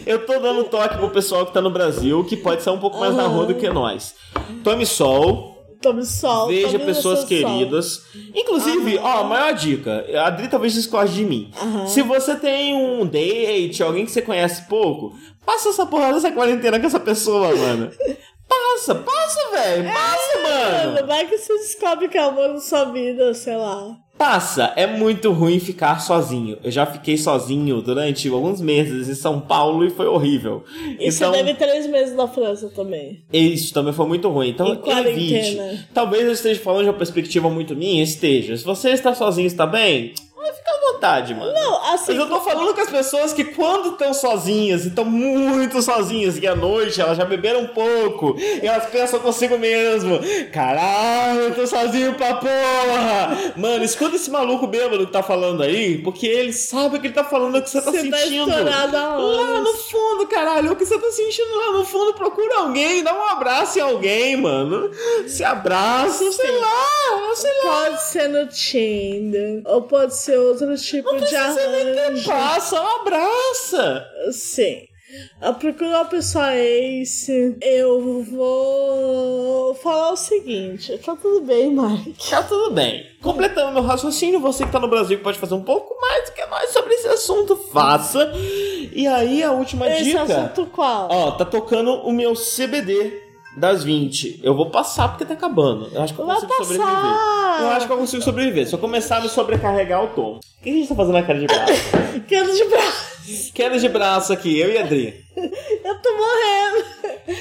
[SPEAKER 5] Eu tô dando toque pro pessoal que tá no Brasil, que pode ser um pouco mais na rua do que nós. Tome sol,
[SPEAKER 4] Tome sol.
[SPEAKER 5] Veja
[SPEAKER 4] tome
[SPEAKER 5] pessoas
[SPEAKER 4] seu sol.
[SPEAKER 5] queridas. Inclusive, ó, a maior dica. A Adri talvez discorde de mim.
[SPEAKER 4] Aham.
[SPEAKER 5] Se você tem um date, alguém que você conhece pouco, passa essa porra dessa quarentena com essa pessoa, mano. Passa, passa, velho. Passa, mano.
[SPEAKER 4] É, Mano, vai que você descobre que é amor na sua vida, sei lá.
[SPEAKER 5] Passa. É muito ruim ficar sozinho. Eu já fiquei sozinho durante alguns meses em São Paulo e foi horrível.
[SPEAKER 4] E
[SPEAKER 5] Então-
[SPEAKER 4] você deve três meses na França também.
[SPEAKER 5] Isso também foi muito ruim.
[SPEAKER 4] Em
[SPEAKER 5] Então, evite.
[SPEAKER 4] quarentena.
[SPEAKER 5] Talvez eu esteja falando de uma perspectiva muito minha, esteja. Se você está sozinho e está bem, vai ficar à vontade, mano.
[SPEAKER 4] Não, assim.
[SPEAKER 5] Mas eu tô falando com as pessoas que quando estão sozinhas, e estão muito sozinhas, e à noite elas já beberam um pouco, e elas pensam consigo mesmo, caralho, eu tô sozinho pra porra! Mano, escuta esse maluco bêbado que tá falando aí, porque ele sabe o que ele tá falando, o que você tá
[SPEAKER 4] você vai
[SPEAKER 5] sentindo.
[SPEAKER 4] estourar da
[SPEAKER 5] Lá
[SPEAKER 4] hora.
[SPEAKER 5] no fundo, caralho, o que você tá sentindo lá no fundo? Procura alguém, dá um abraço em alguém, mano. Se abraça, sei lá, sei lá.
[SPEAKER 4] Pode ser no Tinder, ou pode ser outro tipo de arranjo.
[SPEAKER 5] Passa, abraça.
[SPEAKER 4] Sim. Eu procuro uma pessoa ace. Eu vou falar o seguinte: tá tudo bem, Mike.
[SPEAKER 5] Tá tudo bem. Completando meu raciocínio, você que tá no Brasil pode fazer um pouco mais do que nós sobre esse assunto, faça. E aí, a última
[SPEAKER 4] Esse
[SPEAKER 5] dica.
[SPEAKER 4] assunto qual?
[SPEAKER 5] Ó, tá tocando o meu CBD das 20. Eu vou passar porque tá acabando. Eu acho que eu
[SPEAKER 4] Vai
[SPEAKER 5] consigo sobreviver.
[SPEAKER 4] passar!
[SPEAKER 5] Eu acho que eu consigo sobreviver. Se eu começar a me sobrecarregar, eu tomo. O que a gente tá fazendo na queda de braço?
[SPEAKER 4] Quero de braço.
[SPEAKER 5] *laughs* queda de braço aqui, eu e a Adri.
[SPEAKER 4] Eu tô morrendo.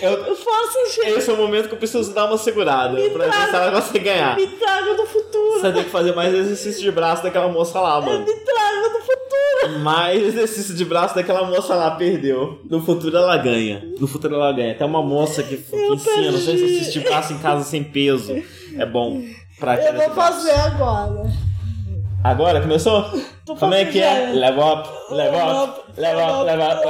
[SPEAKER 5] Eu-
[SPEAKER 4] Eu faço um gente.
[SPEAKER 5] esse é o momento que eu preciso dar uma segurada pra ver
[SPEAKER 4] traga.
[SPEAKER 5] se ela consegue ganhar.
[SPEAKER 4] Me traga do futuro.
[SPEAKER 5] Você tem que fazer mais exercício de braço daquela moça lá, mano.
[SPEAKER 4] Me traga do futuro.
[SPEAKER 5] Mais exercício de braço daquela moça lá, perdeu. No futuro ela ganha. No futuro ela ganha. Tem uma moça que, que
[SPEAKER 4] Eu
[SPEAKER 5] ensina
[SPEAKER 4] perdi.
[SPEAKER 5] seu exercício de braço em casa sem peso. É bom pra
[SPEAKER 4] Eu
[SPEAKER 5] queda
[SPEAKER 4] vou
[SPEAKER 5] de braço.
[SPEAKER 4] fazer agora.
[SPEAKER 5] Agora começou?
[SPEAKER 4] Tô
[SPEAKER 5] Como é
[SPEAKER 4] fazendo
[SPEAKER 5] que é?
[SPEAKER 4] ideia.
[SPEAKER 5] Level up, level up, level up, level up,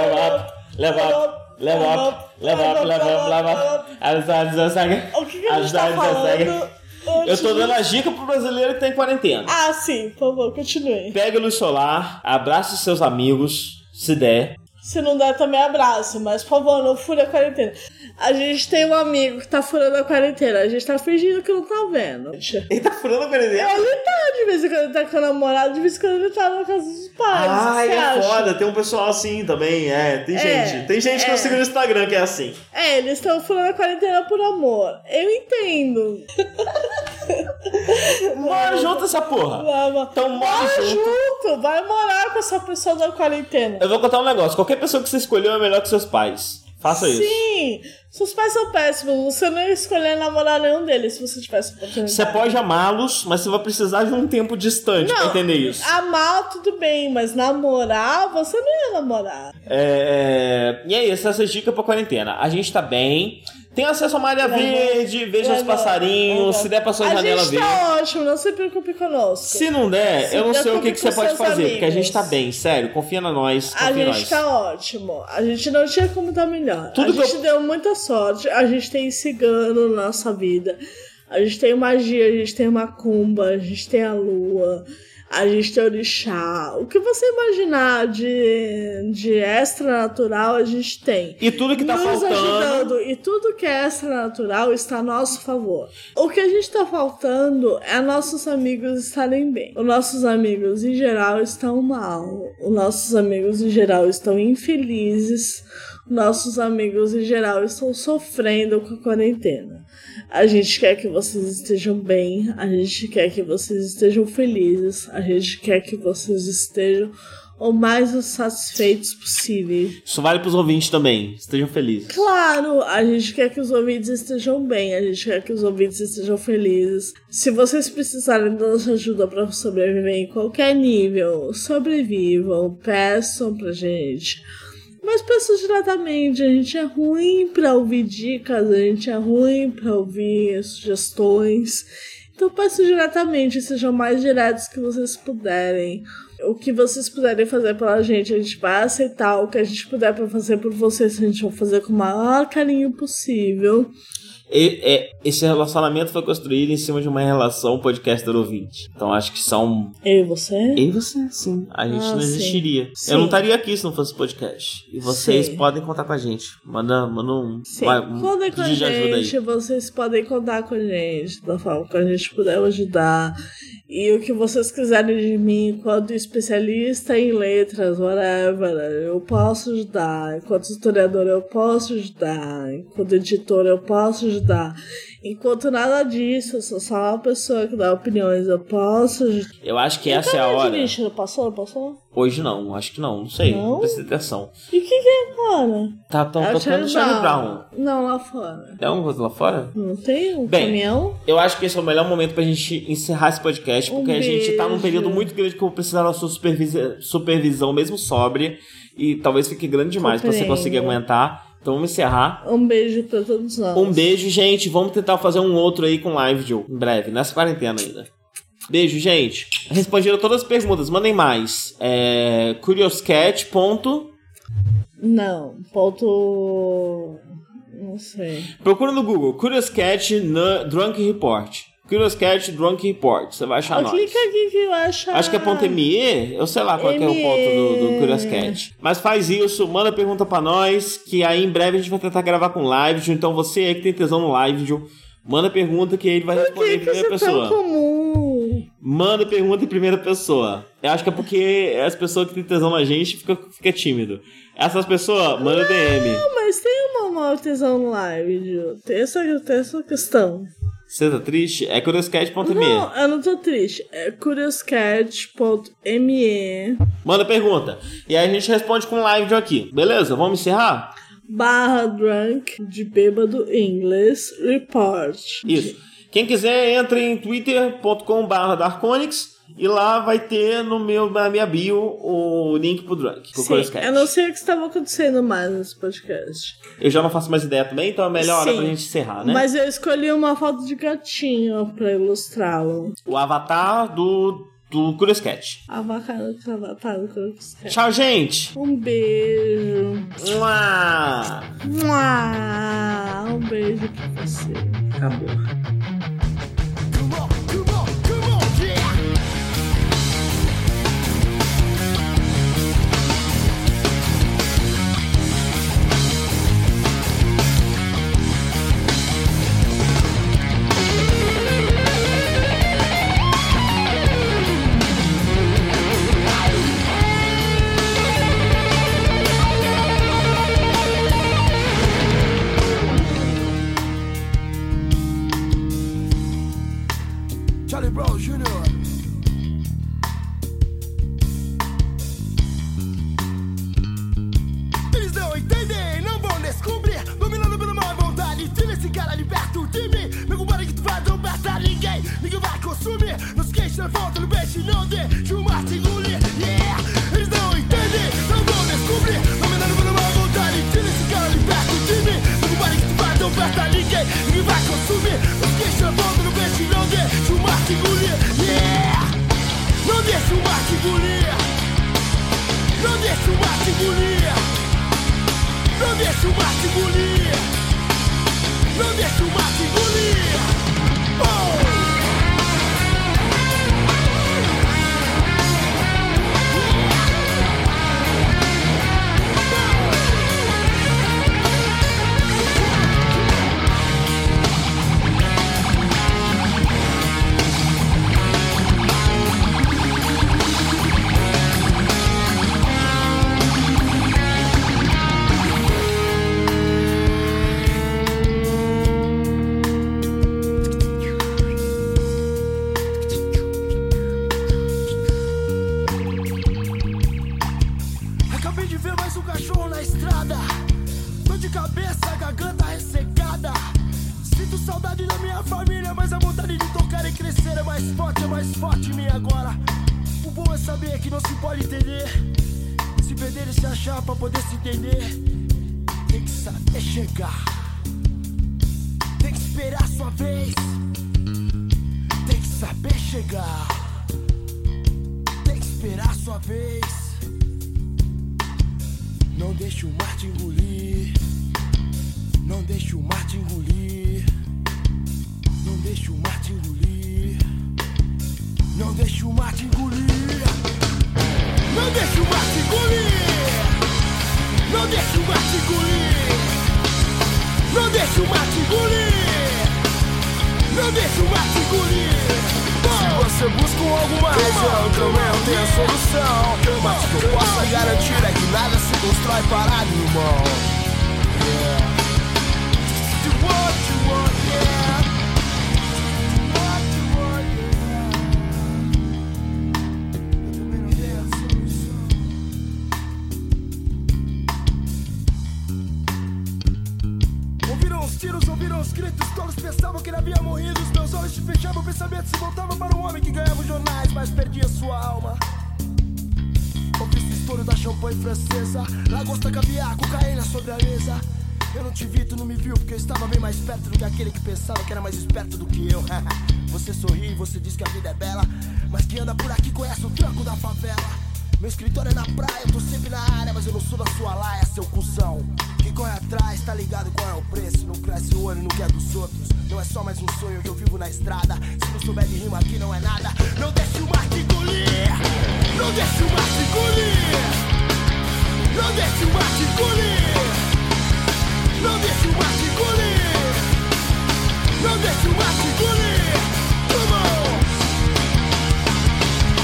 [SPEAKER 5] level up, level up, level up, level up, level up, level up. Ajudar, ajudar, segue.
[SPEAKER 4] O que, que a gente
[SPEAKER 5] Ajudar,
[SPEAKER 4] tá
[SPEAKER 5] ajudar, segue.
[SPEAKER 4] falando?
[SPEAKER 5] Eu
[SPEAKER 4] antes
[SPEAKER 5] tô
[SPEAKER 4] de-
[SPEAKER 5] dando a dica pro brasileiro que tá em quarentena.
[SPEAKER 4] Ah, sim, por favor, continue.
[SPEAKER 5] Pegue luz solar, abrace seus amigos, se der.
[SPEAKER 4] Se não der, também abraço, mas por favor, não fure a quarentena. A gente tem um amigo que tá furando a quarentena, a gente tá fingindo que não tá vendo.
[SPEAKER 5] Ele tá furando a quarentena?
[SPEAKER 4] Ele tá, de vez em quando ele tá com a namorada, de vez em quando ele tá na casa dos pais. o que
[SPEAKER 5] Ai,
[SPEAKER 4] você
[SPEAKER 5] é
[SPEAKER 4] acha?
[SPEAKER 5] foda, tem um pessoal assim também, é. Tem
[SPEAKER 4] É,
[SPEAKER 5] gente. Tem gente que eu
[SPEAKER 4] é.
[SPEAKER 5] sigo no Instagram que é assim.
[SPEAKER 4] É, eles estão furando a quarentena por amor. Eu entendo.
[SPEAKER 5] *laughs* Mora junto essa porra.
[SPEAKER 4] Lama.
[SPEAKER 5] Então mora
[SPEAKER 4] Mora
[SPEAKER 5] junto.
[SPEAKER 4] junto, vai morar com essa pessoa da quarentena.
[SPEAKER 5] Eu vou contar um negócio: qualquer pessoa que você escolheu é melhor que seus pais. Faça isso.
[SPEAKER 4] Sim, seus pais são péssimos. Você não ia escolher namorar nenhum deles se você tivesse oportunidade.
[SPEAKER 5] Você pode amá-los, mas você vai precisar de um tempo distante pra entender isso.
[SPEAKER 4] Amar, tudo bem, mas namorar, você não ia namorar.
[SPEAKER 5] É, é, E é isso, essa é a dica pra quarentena. A gente tá bem. Tem acesso à malha
[SPEAKER 4] Legal.
[SPEAKER 5] verde, veja os
[SPEAKER 4] Legal.
[SPEAKER 5] passarinhos,
[SPEAKER 4] Legal.
[SPEAKER 5] se der pra sua
[SPEAKER 4] a
[SPEAKER 5] janela
[SPEAKER 4] gente
[SPEAKER 5] verde.
[SPEAKER 4] tá ótimo, não se preocupe conosco.
[SPEAKER 5] Se não der,
[SPEAKER 4] Se
[SPEAKER 5] eu não sei o
[SPEAKER 4] preocupe
[SPEAKER 5] que, que você
[SPEAKER 4] com
[SPEAKER 5] pode
[SPEAKER 4] seus
[SPEAKER 5] fazer, porque a gente
[SPEAKER 4] amigos.
[SPEAKER 5] tá bem, sério, confia na nós, confia
[SPEAKER 4] a
[SPEAKER 5] em
[SPEAKER 4] gente
[SPEAKER 5] nós.
[SPEAKER 4] tá ótimo. A gente não tinha como tá melhor.
[SPEAKER 5] Tudo
[SPEAKER 4] a
[SPEAKER 5] que
[SPEAKER 4] gente deu muita sorte. A gente tem cigano na nossa vida. A gente tem magia, a gente tem macumba, a gente tem a lua, a gente tem orixá. O que você imaginar de, de extranatural, a gente tem.
[SPEAKER 5] E tudo que tá
[SPEAKER 4] nos
[SPEAKER 5] faltando.
[SPEAKER 4] ajudando. E tudo que é extranatural está a nosso favor. O que a gente está faltando é nossos amigos estarem bem. Os nossos amigos em geral estão mal. Os nossos amigos em geral estão infelizes. Nossos amigos em geral estão sofrendo com a quarentena. A gente quer que vocês estejam bem, a gente quer que vocês estejam felizes, a gente quer que vocês estejam o mais satisfeitos possível.
[SPEAKER 5] Isso vale pros ouvintes também. Estejam felizes.
[SPEAKER 4] Claro, a gente quer que os ouvintes estejam bem, a gente quer que os ouvintes estejam felizes. Se vocês precisarem da nossa ajuda para sobreviver em qualquer nível, sobrevivam, peçam pra gente. Mas peçam diretamente, a gente é ruim pra ouvir dicas, a gente é ruim pra ouvir sugestões. Então peçam diretamente, sejam mais diretos que vocês puderem. O que vocês puderem fazer pela gente, a gente vai aceitar. O que a gente puder pra fazer por vocês, a gente vai fazer com o maior carinho possível.
[SPEAKER 5] E- é, esse relacionamento foi construído em cima de uma relação podcaster ouvinte. Então acho que são.
[SPEAKER 4] Eu e você?
[SPEAKER 5] Eu e você, sim. A gente
[SPEAKER 4] Ah,
[SPEAKER 5] não
[SPEAKER 4] sim.
[SPEAKER 5] existiria.
[SPEAKER 4] Sim.
[SPEAKER 5] Eu não estaria aqui se não fosse podcast. E vocês
[SPEAKER 4] Sim.
[SPEAKER 5] podem contar com a gente. Manda, manda um.
[SPEAKER 4] Sim,
[SPEAKER 5] uma- um
[SPEAKER 4] contem com a
[SPEAKER 5] pedido de ajuda
[SPEAKER 4] gente,
[SPEAKER 5] aí.
[SPEAKER 4] vocês podem contar com a gente da forma que a gente puder ajudar. E o que vocês quiserem de mim, enquanto especialista em letras, whatever, eu posso ajudar. Enquanto historiador, eu posso ajudar. Enquanto editor, eu posso ajudar. Enquanto nada disso, eu sou só uma pessoa que dá opiniões, eu posso ajudar.
[SPEAKER 5] Eu acho que essa é a
[SPEAKER 4] Cadê
[SPEAKER 5] hora.
[SPEAKER 4] de lixo? Passou? Passou?
[SPEAKER 5] Hoje não, acho que não. Não sei. Não,
[SPEAKER 4] Não?
[SPEAKER 5] prestei atenção.
[SPEAKER 4] E o que, que é, cara?
[SPEAKER 5] Tá tão
[SPEAKER 4] É o
[SPEAKER 5] tocando Charlie Brown.
[SPEAKER 4] Não, lá fora.
[SPEAKER 5] Tem alguma coisa lá fora?
[SPEAKER 4] Não tem um
[SPEAKER 5] Bem,
[SPEAKER 4] caminhão?
[SPEAKER 5] Eu acho que esse é o melhor momento pra gente encerrar esse podcast,
[SPEAKER 4] Um
[SPEAKER 5] porque a gente tá num
[SPEAKER 4] beijo.
[SPEAKER 5] período muito grande que eu vou precisar da sua supervisa- supervisão, mesmo sóbria, e talvez fique grande demais pra você
[SPEAKER 4] Compreendo.
[SPEAKER 5] conseguir aguentar. Então vamos encerrar.
[SPEAKER 4] Um beijo pra todos nós.
[SPEAKER 5] Um beijo, gente. Vamos tentar fazer um outro aí com live, Joe, em breve, nessa quarentena ainda. Beijo, gente. Responderam todas as perguntas, mandem mais. É... Curioscat. Ponto...
[SPEAKER 4] Não, ponto. Não sei.
[SPEAKER 5] Procura no Google Curioscat na- Drunk Report. Curioscat Drunk Report. Você vai achar
[SPEAKER 4] Ah,
[SPEAKER 5] nós.
[SPEAKER 4] clica aqui que eu acho.
[SPEAKER 5] Acho que é ponto ME, eu sei lá qual que é o
[SPEAKER 4] ME.
[SPEAKER 5] ponto do, do Curioscat. Mas faz isso, manda pergunta pra nós, que aí em breve a gente vai tentar gravar com live, Ju. então você aí que tem tesão no live, Ju, manda pergunta que ele vai responder em
[SPEAKER 4] Que
[SPEAKER 5] primeira
[SPEAKER 4] isso é tão
[SPEAKER 5] pessoa.
[SPEAKER 4] comum.
[SPEAKER 5] Manda pergunta em primeira pessoa. Eu acho que é porque as pessoas que têm tesão na gente fica, fica tímido. Essas pessoas, manda DM.
[SPEAKER 4] Não, mas tem uma maior tesão no live, Ju. Tem essa, tem essa questão.
[SPEAKER 5] Você tá triste? É curioscat.me.
[SPEAKER 4] Não, eu não tô triste. É curioscat.me
[SPEAKER 5] Manda pergunta. E aí a gente responde com live, Ju, aqui. Beleza? Vamos encerrar?
[SPEAKER 4] barra drunk de bêbado em inglês report.
[SPEAKER 5] Isso. Quem quiser, entre em twitter.com.br Darkonix e lá vai ter no meu, na minha bio o link pro Drunk. Pro
[SPEAKER 4] Sim,
[SPEAKER 5] Curioscat.
[SPEAKER 4] eu não sei o que estava acontecendo mais nesse podcast.
[SPEAKER 5] Eu já não faço mais ideia também, então é a melhor hora
[SPEAKER 4] Sim.
[SPEAKER 5] pra gente encerrar, né?
[SPEAKER 4] Mas eu escolhi uma foto de gatinho pra ilustrá-lo.
[SPEAKER 5] O avatar do, do Curioscat.
[SPEAKER 4] Avacado, cravatado, croquiscado.
[SPEAKER 5] Tchau, gente!
[SPEAKER 4] Um beijo.
[SPEAKER 5] Mua!
[SPEAKER 4] Mua! Um beijo pra você. Acabou.
[SPEAKER 2] Come on, come on, come on, yeah. Charlie Brown Jr. Eles não entendem, não vão descobrir. Dominando pela má vontade, tira esse cara, liberto de mim. Não compare que tu vai tombar pra ninguém, ninguém vai consumir. Não se queixe da falta do peixe, não deixe o mar te engolir. Yeah, eles não entendem, não vão descobrir. Dominando pela má vontade, tira esse cara, liberto de mim. Não compare que tu vai tombar pra ninguém, ninguém vai consumir. Não se queixe da falta do peixe, não deixe o mar te engolir. Yeah, não deixe o mar te engolir. Não deixe o mar te engolir. Não deixa o mar te engolir Não deixa o mar te engolir Oh! Acabei de ver mais um cachorro na estrada Tô de cabeça, garganta ressecada Sinto saudade da minha família Mas a vontade de tocar e crescer é mais forte, é mais forte em mim agora O bom é saber que não se pode entender Se perder e se achar pra poder se entender Tem que saber chegar Tem que esperar sua vez Tem que saber chegar Tem que esperar sua vez não deixe o mar te engolir. Não deixe o mar te engolir. Não deixe o mar te engolir. Não deixe o mar te engolir. Não deixe o mar te engolir. Não deixe o mar te engolir. Não deixe o mar te engolir. Não deixe o mar te engolir. Se você busca alguma razão, também eu tenho a solução. Mas o que eu posso garantir é que nada se constrói parado, irmão. Yeah. Do what you want, yeah. Do what you want, yeah. Eu também não tenho a solução. Ouviram os tiros, ouviram os gritos, todos pensavam que ele havia morrido. Os meus olhos se fechavam, o pensamento se voltava para um homem que ganhava os jornais, mas perdia sua alma. Ouvi esse estouro da champanhe francesa, lagosta, caviar, cocaína sobre a mesa. Eu não te vi, tu não me viu, porque eu estava bem mais perto do que aquele que pensava que era mais esperto do que eu. *laughs* você sorri, você diz que a vida é bela, mas quem anda por aqui conhece o tranco da favela. Meu escritório é na praia, eu tô sempre na área, mas eu não sou da sua laia, seu cuzão. Quem corre atrás, tá ligado qual é o preço. Não cresce o olho, não quer dos outros. Não é só mais um sonho que eu vivo na estrada. Se não souber de rima aqui, não é nada. Não deixe o mar te engolir. Não deixe o mar te engolir. Não deixe o mar te engolir. Não deixe o mar te engolir. Não deixe o mar te engolir. Come on.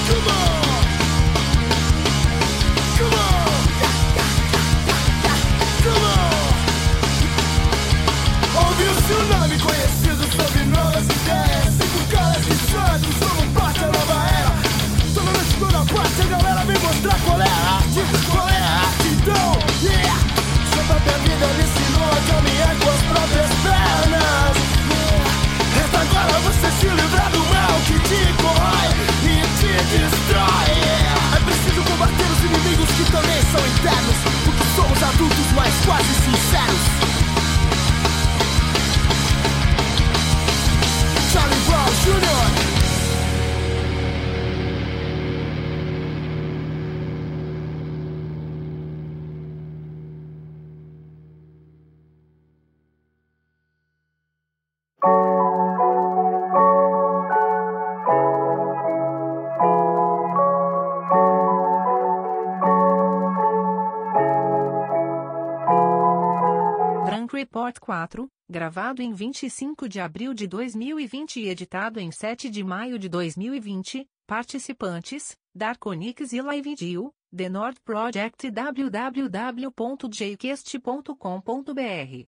[SPEAKER 2] Come on. Come on! Come on! Ouvi o seu nome conhecido sob novas ideias. Cinco caras de sonhos, como parte da nova era. Toda noite, toda parte, a galera vem mostrar qual é a arte. Qual é a arte, então, yeah! Sua própria vida me ensinou a caminhar com as próprias pernas. Resta agora você se livrar do mal que te corrói e te destrói. É preciso combater os inimigos que também são internos, porque somos adultos, mas quase sinceros. Charlie Brown Jr.
[SPEAKER 7] Drunk Report 4, gravado em 25 de abril de 2020 e editado em 7 de maio de 2020. Participantes: Darkonix e LiveDeal, The Nord Project e www.jquest.com.br.